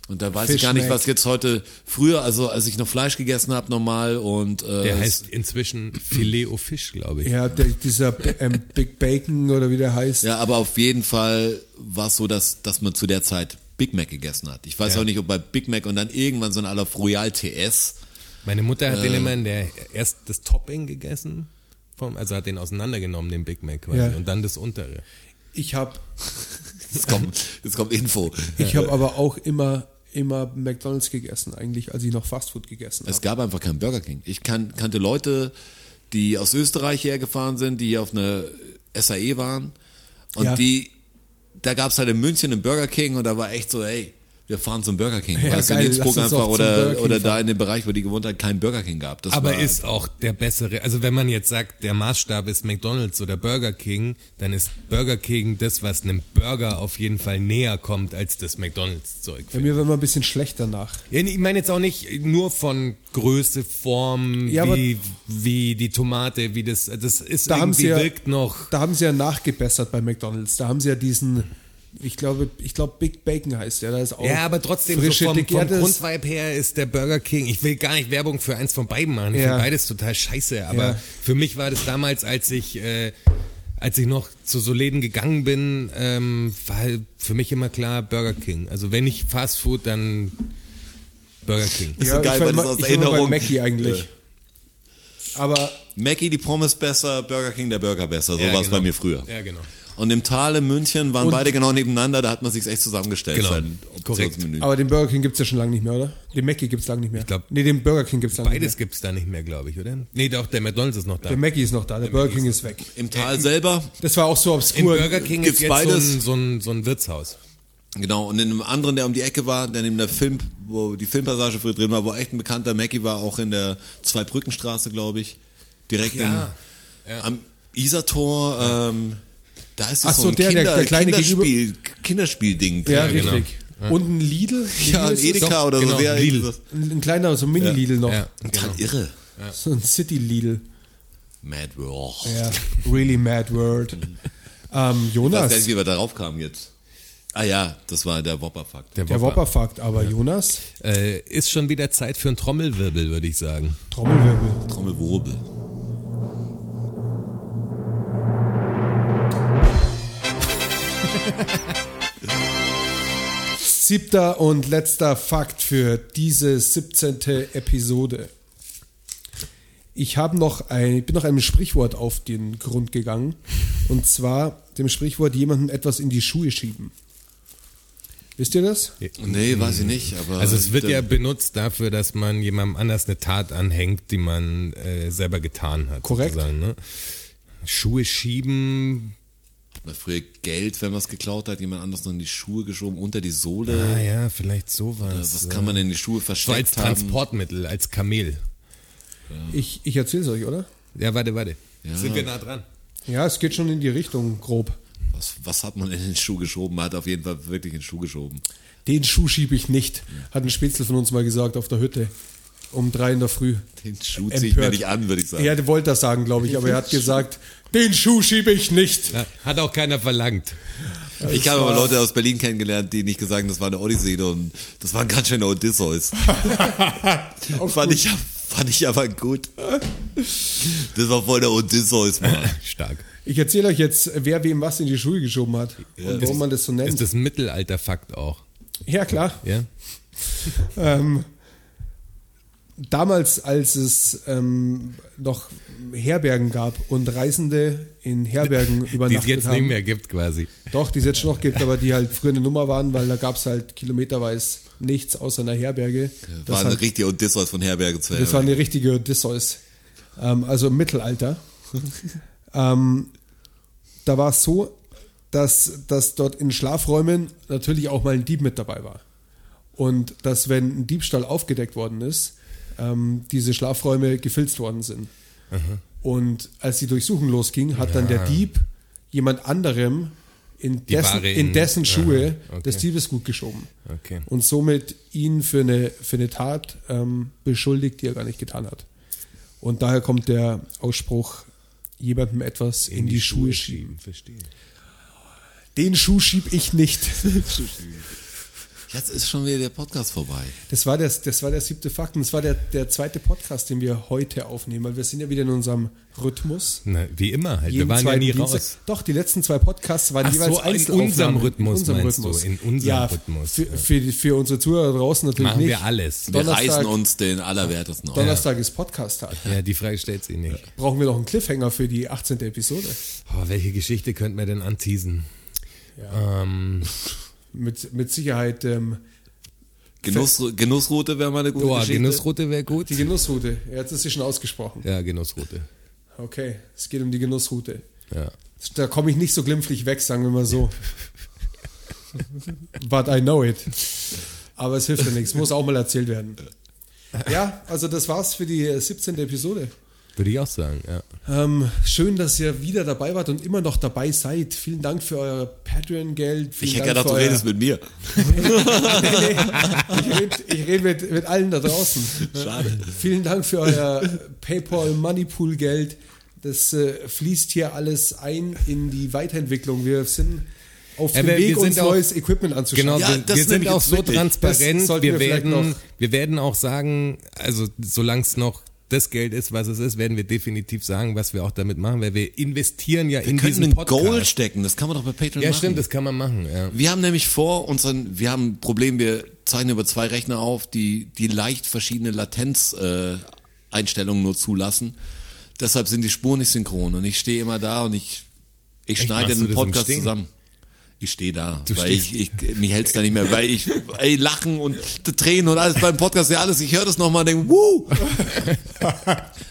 Speaker 3: Und da weiß ich
Speaker 4: Fish
Speaker 3: gar nicht,
Speaker 4: Mac.
Speaker 3: was jetzt heute früher, also als ich noch Fleisch gegessen habe normal und äh,
Speaker 5: Der heißt inzwischen Filet au Fisch, glaube ich.
Speaker 4: Also Ja, der, dieser ähm, Big Bacon oder wie der heißt.
Speaker 3: Ja, aber auf jeden Fall war es so, dass, dass man zu der Zeit Big Mac gegessen hat. Ich weiß auch nicht, ob bei Big Mac und dann irgendwann so ein aller Royal TS.
Speaker 5: Meine Mutter hat
Speaker 4: Äh.
Speaker 5: den immer in der, erst das Topping gegessen, vom, also hat den auseinandergenommen, den Big Mac quasi,
Speaker 4: Ja.
Speaker 5: und dann das untere.
Speaker 4: Ich habe
Speaker 3: Jetzt kommt,
Speaker 4: [LAUGHS]
Speaker 3: jetzt kommt Info.
Speaker 4: ich hab aber auch immer, immer McDonalds gegessen, eigentlich, als ich noch Fastfood gegessen habe.
Speaker 3: Es gab einfach keinen Burger King. Ich kan kannte Leute, die aus Österreich hergefahren sind, die hier auf eine SAE E waren. Und
Speaker 4: Ja.
Speaker 3: die, da gab's halt in München einen Burger King und da war echt so, ey, wir fahren zum Burger King.
Speaker 4: Ja,
Speaker 3: weißt du,
Speaker 4: geil,
Speaker 3: in Innsbruck
Speaker 4: lass uns doch
Speaker 3: einfach
Speaker 4: zum Burger
Speaker 3: oder,
Speaker 4: King
Speaker 3: oder da in dem Bereich, wo die gewohnt hat, keinen Burger King gab. Das
Speaker 5: Aber
Speaker 3: war,
Speaker 5: ist auch der bessere, also wenn man jetzt sagt, der Maßstab ist McDonalds oder Burger King, dann ist Burger King das, was einem Burger auf jeden Fall näher kommt als das McDonalds-Zeug.
Speaker 4: Ja, mir wird immer ein bisschen schlecht danach.
Speaker 5: Ja, nee, Ich meine jetzt auch nicht nur von Größe, Form,
Speaker 4: Ja, aber-
Speaker 5: wie, wie die Tomate, wie das, das ist
Speaker 4: Da haben
Speaker 5: irgendwie
Speaker 4: sie ja,
Speaker 5: wirkt noch.
Speaker 4: Da haben sie ja nachgebessert bei McDonalds. Da haben sie ja diesen, ich glaube, ich glaube Big Bacon heißt der. Da ist auch
Speaker 5: Ja, aber trotzdem
Speaker 4: Oh, frische,
Speaker 5: so vom, vom
Speaker 4: gegärtes-
Speaker 5: Grundvibe her ist der Burger King. Ich will gar nicht Werbung für eins von beiden machen. Ich
Speaker 4: Ja.
Speaker 5: finde beides total scheiße. Aber
Speaker 4: Ja.
Speaker 5: für mich war das damals, als ich äh, als ich noch zu Soleden gegangen bin, ähm, war halt für mich immer klar Burger King. Also wenn nicht Fast Food, dann Burger King.
Speaker 3: ist so geil, weil
Speaker 4: war
Speaker 3: das
Speaker 4: immer-
Speaker 3: aus
Speaker 4: ich war immer
Speaker 3: Erinnerung-
Speaker 4: Bei Mackie eigentlich. Aber
Speaker 3: Mackie die Pommes besser, Burger King der Burger besser. So
Speaker 5: Ja,
Speaker 3: war es
Speaker 5: genau.
Speaker 3: bei mir früher.
Speaker 5: Ja, genau.
Speaker 3: Und im Tal in München waren beide genau nebeneinander, da hat man sich echt zusammengestellt.
Speaker 5: Genau.
Speaker 3: sein Optionsmenü.
Speaker 4: Aber den Burger King gibt's ja schon lange nicht mehr, oder? Den Mackie gibt's lange nicht mehr. Ich
Speaker 5: glaub-
Speaker 4: nee, den Burger King gibt's lange nicht mehr.
Speaker 5: Beides gibt's da nicht mehr, glaube ich, oder? Nee, doch, der McDonalds ist noch da.
Speaker 4: Der Mackie ist noch da, der, Burger King ist weg.
Speaker 3: Im Tal selber,
Speaker 4: Das war auch so
Speaker 5: In
Speaker 4: obskur.
Speaker 5: Burger King
Speaker 3: Gibt's
Speaker 5: ist jetzt
Speaker 3: beides?
Speaker 5: So, ein, so, ein, so ein Wirtshaus.
Speaker 3: genau, und in einem anderen, der um die Ecke war, der neben der Film, wo die Filmpassage früher drin war, wo echt ein bekannter Mackie war, auch in der Zweibrückenstraße, glaube ich. Direkt
Speaker 5: Ja.
Speaker 3: in, am Isartor, ähm, da ist
Speaker 4: Ach
Speaker 3: es so,
Speaker 4: so,
Speaker 3: ein
Speaker 4: der, der-
Speaker 3: Kinder,
Speaker 4: der kleine
Speaker 3: Kinderspiel, Kinderspielding.
Speaker 4: ja,
Speaker 5: Ja, genau.
Speaker 4: richtig. Und ein Lidl?
Speaker 3: ja
Speaker 4: Lidl
Speaker 3: ein
Speaker 4: ist es?
Speaker 3: Edeka
Speaker 4: Doch,
Speaker 3: oder
Speaker 5: genau,
Speaker 3: so. Wer Genau.
Speaker 5: Lidl.
Speaker 3: Das
Speaker 4: Ein, ein kleiner, so ein Mini-Lidl noch.
Speaker 5: Ja.
Speaker 3: Total irre.
Speaker 4: So ein City-Lidl.
Speaker 3: Mad World.
Speaker 4: Ja, really mad word. Ähm,
Speaker 3: Ich weiß gar
Speaker 4: Jonas,
Speaker 3: nicht, wie wir darauf kamen jetzt. Ah ja, das war der Whopper-Fakt.
Speaker 4: der Whopper fuckt, aber Jonas,
Speaker 5: Äh, ist schon wieder Zeit für einen Trommelwirbel, würde ich sagen.
Speaker 4: Trommelwirbel.
Speaker 3: Trommelwirbel.
Speaker 4: Siebter und letzter Fakt für diese 17. Episode. Ich habe noch ein, ich bin noch einem Sprichwort auf den Grund gegangen. Und zwar dem Sprichwort jemandem etwas in die Schuhe schieben. Wisst ihr das?
Speaker 3: Nee, weiß ich nicht, aber.
Speaker 5: Also es wird
Speaker 3: der-
Speaker 5: ja benutzt dafür, dass man jemandem anders eine Tat anhängt, die man äh, selber getan hat.
Speaker 4: Korrekt.
Speaker 5: sozusagen, Ne? Schuhe schieben.
Speaker 3: Na, Früher Geld, wenn man es geklaut hat, jemand anders noch in die Schuhe geschoben, unter die Sohle. Also
Speaker 5: Ah ja, vielleicht sowas.
Speaker 3: Was kann man denn in die Schuhe
Speaker 5: so als
Speaker 3: versteckt haben?
Speaker 5: Transportmittel, als Kamel.
Speaker 4: Ich, ich erzähle es euch, oder?
Speaker 5: Ja, warte, warte. Sind wir nah dran?
Speaker 4: Ja, es geht schon in die Richtung, grob.
Speaker 3: Was, was hat man in den Schuh geschoben? Man hat auf jeden Fall wirklich in den Schuh geschoben.
Speaker 4: Den Schuh schiebe ich nicht, hat ein Spitzel von uns mal gesagt auf der Hütte. Um drei in der Früh.
Speaker 3: Den Schuh ziehe ich mir
Speaker 4: Empört.
Speaker 3: nicht an, würde ich sagen.
Speaker 4: Er wollte das sagen, glaube ich, aber er hat
Speaker 5: [LAUGHS]
Speaker 4: gesagt, den Schuh schiebe ich nicht.
Speaker 5: Ja, hat auch keiner verlangt. [LAUGHS]
Speaker 3: ich habe aber Leute aus Berlin kennengelernt, die nicht gesagt haben, das war eine Odyssee und das war ein ganz schöner
Speaker 4: [LAUGHS]
Speaker 3: Odysseus. fand, ich, fand ich aber gut. Das war voll der Odysseus, Mann.
Speaker 5: Stark.
Speaker 4: Ich erzähle euch jetzt, wer wem was in die Schuhe geschoben hat und warum man das so nennt.
Speaker 5: Ist das ein Mittelalterfakt auch?
Speaker 4: ja, klar.
Speaker 5: Ja?
Speaker 4: Ähm, damals, als es ähm, noch Herbergen gab und Reisende in Herbergen
Speaker 5: Die
Speaker 4: übernachtet
Speaker 5: es jetzt
Speaker 4: haben.
Speaker 5: nicht mehr gibt quasi.
Speaker 4: Doch, die es jetzt schon noch gibt, aber die halt früher eine Nummer waren, weil da gab es halt kilometerweise nichts außer einer Herberge.
Speaker 3: War
Speaker 4: Das,
Speaker 3: ein
Speaker 4: hat,
Speaker 3: richtiger Odysseus von Herberge zu
Speaker 4: das war
Speaker 3: Herberge.
Speaker 4: eine richtige Odysseus. Ähm, also im
Speaker 5: [LAUGHS]
Speaker 4: Mittelalter. ähm, da war es so, dass, dass dort in Schlafräumen natürlich auch mal ein Dieb mit dabei war. Und dass, wenn ein Diebstahl aufgedeckt worden ist, ähm, diese Schlafräume gefilzt worden sind. Und als die Durchsuchung losging, hat dann der Dieb jemand anderem in dessen,
Speaker 5: Ware
Speaker 4: in,
Speaker 5: in-
Speaker 4: dessen Schuhe
Speaker 5: Aha, okay.
Speaker 4: das Diebesgut geschoben.
Speaker 5: Okay.
Speaker 4: Und somit ihn für eine, für eine Tat ähm, beschuldigt, die er gar nicht getan hat. Und daher kommt der Ausspruch, jemandem etwas in, die, Schuhe schieben.
Speaker 5: Verstehe.
Speaker 4: Den Schuh schieb ich
Speaker 5: [LAUGHS]
Speaker 4: nicht.
Speaker 3: Jetzt ist schon wieder der Podcast vorbei.
Speaker 4: Das war, das, das war der siebte Fakt und das war der, der zweite Podcast, den wir heute aufnehmen, weil wir sind ja wieder in unserem Rhythmus.
Speaker 5: Na, wie immer halt.
Speaker 4: Jeden
Speaker 5: wir waren ja
Speaker 4: zweiten
Speaker 5: nie
Speaker 4: Dienstag-
Speaker 5: raus.
Speaker 4: Doch, die letzten zwei Podcasts waren
Speaker 5: Ach
Speaker 4: jeweils
Speaker 5: so, in
Speaker 4: Einzelaufnahmen.
Speaker 5: unserem Rhythmus
Speaker 4: In unserem
Speaker 5: meinst du,
Speaker 4: Rhythmus.
Speaker 5: in unserem
Speaker 4: ja,
Speaker 5: Rhythmus,
Speaker 4: Für,
Speaker 5: ja.
Speaker 4: für, die- für unsere Zuhörer draußen natürlich
Speaker 5: Machen
Speaker 4: nicht.
Speaker 5: wir alles.
Speaker 3: Wir
Speaker 4: Donnerstag-
Speaker 3: reißen uns den Allerwertesten auf.
Speaker 4: Donnerstag ist Podcast-Tag.
Speaker 5: Ja, die Frage stellt sie nicht.
Speaker 4: Brauchen wir noch einen Cliffhanger für die 18. Episode
Speaker 5: Oh, welche Geschichte könnten wir denn anteasen? Ähm,
Speaker 4: mit, mit Sicherheit ähm,
Speaker 3: Genuss, Genussroute wäre mal eine gute
Speaker 5: boah,
Speaker 3: Geschichte.
Speaker 5: Genussroute wäre gut.
Speaker 4: die Genussroute. Jetzt ist sie schon ausgesprochen.
Speaker 5: Ja, genau Genussroute.
Speaker 4: Okay, es geht um die Genussroute.
Speaker 5: Ja.
Speaker 4: Da komme ich nicht so glimpflich weg, sagen wir mal so. But I know it. Aber es hilft ja nichts, muss auch mal erzählt werden. Ja, also das war's für die 17. Episode.
Speaker 5: Würde ich auch sagen, ja.
Speaker 4: Ähm, schön, dass ihr wieder dabei wart und immer noch dabei seid. Vielen Dank für euer Patreon-Geld.
Speaker 3: Ich hätte
Speaker 4: Dank
Speaker 3: gedacht,
Speaker 4: für
Speaker 3: du
Speaker 4: euer-
Speaker 3: redest mit mir.
Speaker 4: Nee, nee, [LAUGHS] ich rede ich red mit, mit allen da draußen.
Speaker 3: Schade.
Speaker 4: Vielen Dank für euer PayPal Moneypool Geld. Das äh, fließt hier alles ein in die Weiterentwicklung. Wir sind auf
Speaker 5: Ja,
Speaker 4: dem
Speaker 5: wir- wir
Speaker 4: Weg,
Speaker 5: sind
Speaker 4: uns
Speaker 5: auch-
Speaker 4: neues Equipment anzuschaffen.
Speaker 5: Genau,
Speaker 3: Ja,
Speaker 5: wir,
Speaker 3: das
Speaker 5: wir
Speaker 3: nehme
Speaker 5: sind
Speaker 3: ich
Speaker 5: auch
Speaker 3: jetzt
Speaker 5: so
Speaker 3: mit. Das
Speaker 5: transparent.
Speaker 4: sollten
Speaker 5: Wir,
Speaker 4: wir vielleicht
Speaker 5: werden,
Speaker 4: noch-
Speaker 5: wir werden auch sagen, also solange es noch das Geld ist, was es ist, werden wir definitiv sagen, was wir auch damit machen, weil wir investieren ja in
Speaker 3: Wir könnten
Speaker 5: diesen
Speaker 3: ein
Speaker 5: Podcast.
Speaker 3: Goal stecken, das kann man doch bei Patreon
Speaker 5: ja,
Speaker 3: machen.
Speaker 5: stimmt, das kann man machen. Ja.
Speaker 3: Wir haben nämlich vor unseren, wir haben ein Problem, wir zeichnen über zwei Rechner auf, die, die leicht verschiedene Latenz-Einstellungen äh, Einstellungen nur zulassen. Deshalb sind die Spuren nicht synchron und ich stehe immer da und ich, ich schneide
Speaker 5: machst du
Speaker 3: den
Speaker 5: das im
Speaker 3: Podcast
Speaker 5: Stehen?
Speaker 3: zusammen. Ich stehe da,
Speaker 5: Du
Speaker 3: weil ich, ich,
Speaker 5: stehst-
Speaker 3: mich hält's da nicht mehr, weil ich, ey, Lachen und Tränen und alles beim Podcast, ja alles, ich höre das nochmal und denke,
Speaker 5: [LAUGHS]
Speaker 3: wuh!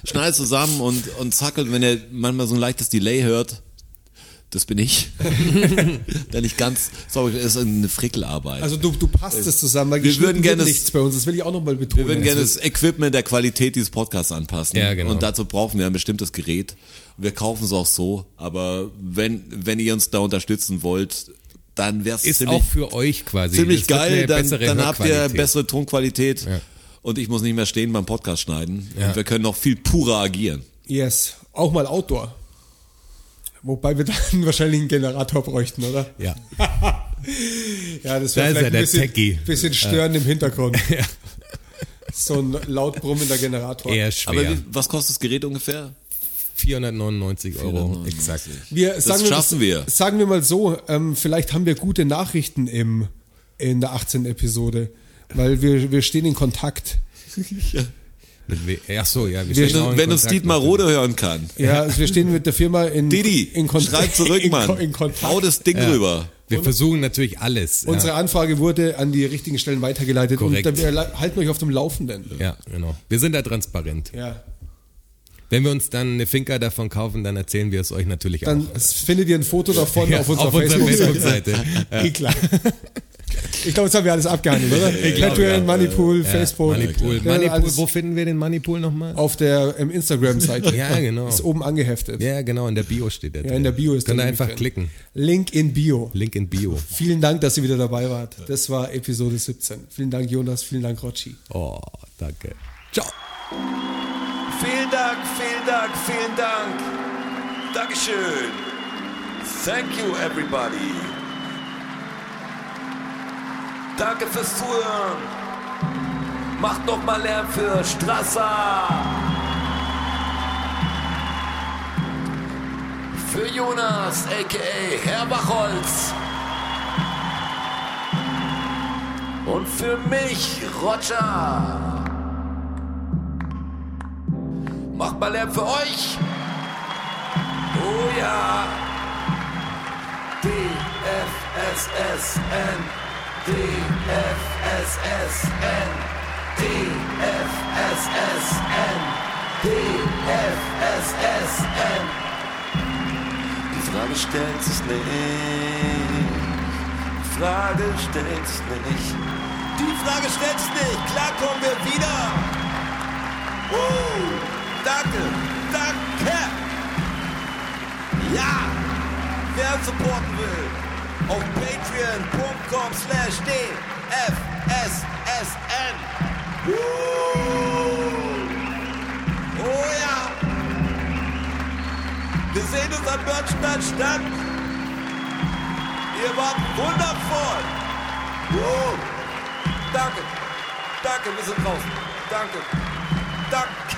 Speaker 3: Schneid zusammen und, und zackelt, wenn ihr manchmal so ein leichtes Delay hört, das bin ich. [LAUGHS] der nicht ganz sauber ist, eine Frickelarbeit.
Speaker 4: Also du, du passt es zusammen, weil
Speaker 3: Wir
Speaker 4: geschnitten
Speaker 3: würden gerne
Speaker 4: wird
Speaker 3: das-
Speaker 4: nichts bei uns. Das will ich auch nochmal betonen.
Speaker 3: wir würden gerne das Equipment der Qualität dieses Podcasts anpassen.
Speaker 5: Ja, genau.
Speaker 3: Und dazu brauchen wir ein bestimmtes Gerät. Wir kaufen es auch so, aber wenn, wenn ihr uns da unterstützen wollt, dann wäre es
Speaker 5: Ist
Speaker 3: ziemlich,
Speaker 5: auch für euch quasi.
Speaker 3: ziemlich
Speaker 5: Es wird eine
Speaker 3: geil. Dann,
Speaker 5: bessere
Speaker 3: dann habt ihr
Speaker 5: Hörqualität.
Speaker 3: bessere Tonqualität
Speaker 5: Ja.
Speaker 3: und ich muss nicht mehr stehen beim Podcast schneiden.
Speaker 5: Ja.
Speaker 3: Und wir können noch viel purer agieren.
Speaker 4: Yes, auch mal Outdoor. Wobei wir dann [LAUGHS] wahrscheinlich einen Generator bräuchten, oder?
Speaker 5: Ja.
Speaker 4: Ja, das
Speaker 5: Da
Speaker 4: wäre
Speaker 5: ist
Speaker 4: vielleicht
Speaker 5: er, der
Speaker 4: ein bisschen,
Speaker 5: Techie.
Speaker 4: bisschen stören im Hintergrund.
Speaker 5: [LAUGHS]
Speaker 4: So ein laut brummender Generator.
Speaker 5: Eher
Speaker 3: Aber
Speaker 5: schwer.
Speaker 3: wie, was kostet das Gerät
Speaker 5: [LAUGHS]
Speaker 3: ungefähr?
Speaker 5: 499 Euro.
Speaker 3: 499.
Speaker 5: Exakt.
Speaker 4: Wir, sagen
Speaker 3: schaffen wir.
Speaker 4: Sagen wir mal so, ähm, vielleicht haben wir gute Nachrichten im, in der 18. Episode, weil wir, wir stehen in Kontakt.
Speaker 5: Mit we- Ach so, ja. Wir
Speaker 3: Wenn,
Speaker 5: stehen auch in
Speaker 3: wenn uns
Speaker 5: Kontakt
Speaker 3: Dietmar
Speaker 5: mit-
Speaker 3: Rode hören kann.
Speaker 4: Ja, also wir stehen mit der Firma in,
Speaker 3: Didi,
Speaker 4: [LAUGHS] in Kontakt.
Speaker 3: schreib zurück,
Speaker 4: in,
Speaker 3: Mann.
Speaker 4: In Kontakt.
Speaker 3: Hau das Ding rüber.
Speaker 5: Wir versuchen natürlich alles.
Speaker 4: Unsere
Speaker 5: ja.
Speaker 4: Anfrage wurde an die richtigen Stellen weitergeleitet
Speaker 5: Korrekt.
Speaker 4: und wir la- halten euch auf dem Laufenden.
Speaker 5: ja, genau. Wir sind da transparent.
Speaker 4: Ja.
Speaker 5: Wenn wir uns dann eine Finca davon kaufen, dann erzählen wir es euch natürlich
Speaker 4: Dann
Speaker 5: auch.
Speaker 4: findet ihr ein Foto davon
Speaker 5: Ja,
Speaker 4: auf unserer, Facebook-Seite.
Speaker 5: Ja.
Speaker 4: Eh klar. Ich glaube, jetzt haben wir alles abgehandelt, oder?
Speaker 5: glaub,
Speaker 4: Patreon,
Speaker 5: ja.
Speaker 4: Moneypool, Facebook.
Speaker 5: Moneypool.
Speaker 4: Ja,
Speaker 5: Moneypool,
Speaker 4: alles
Speaker 5: wo finden wir den Moneypool nochmal?
Speaker 4: auf der ähm, Instagram-Seite.
Speaker 5: Ja, genau.
Speaker 4: Ist oben angeheftet.
Speaker 5: Ja, genau, in der Bio steht der.
Speaker 4: Ja,
Speaker 5: drin.
Speaker 4: in der Bio ist
Speaker 5: Könnt
Speaker 4: der
Speaker 5: ihr
Speaker 4: Link
Speaker 5: einfach
Speaker 4: drin.
Speaker 5: klicken.
Speaker 4: Link in Bio.
Speaker 5: Link in Bio.
Speaker 4: Vielen Dank, dass ihr wieder dabei wart. Das war Episode 17. Vielen Dank, Jonas. Vielen Dank, Rotschi.
Speaker 5: Oh, danke.
Speaker 4: Ciao.
Speaker 6: Vielen Dank, vielen Dank, vielen Dank. Dankeschön. Thank you, everybody. Danke fürs Zuhören. Macht noch mal Lärm für Strasser. Für Jonas, a.k.a. Herr Bachholz. Und für mich, Roger. Macht mal Lärm für euch. Oh ja. DFSSN. DFSSN. DFSSN. DFSSN. Die Frage stellt sich nicht. Die Frage stellt sich nicht. Die Frage stellt sich nicht. Klar kommen wir wieder. Uh, danke, danke. Ja, wer uns supporten will, auf patreon.com slash dfssn. Uh, oh ja. Wir sehen uns am Börnstein statt. Ihr wart wundervoll. Oh. Uh, danke, danke, wir sind draußen. Danke, danke.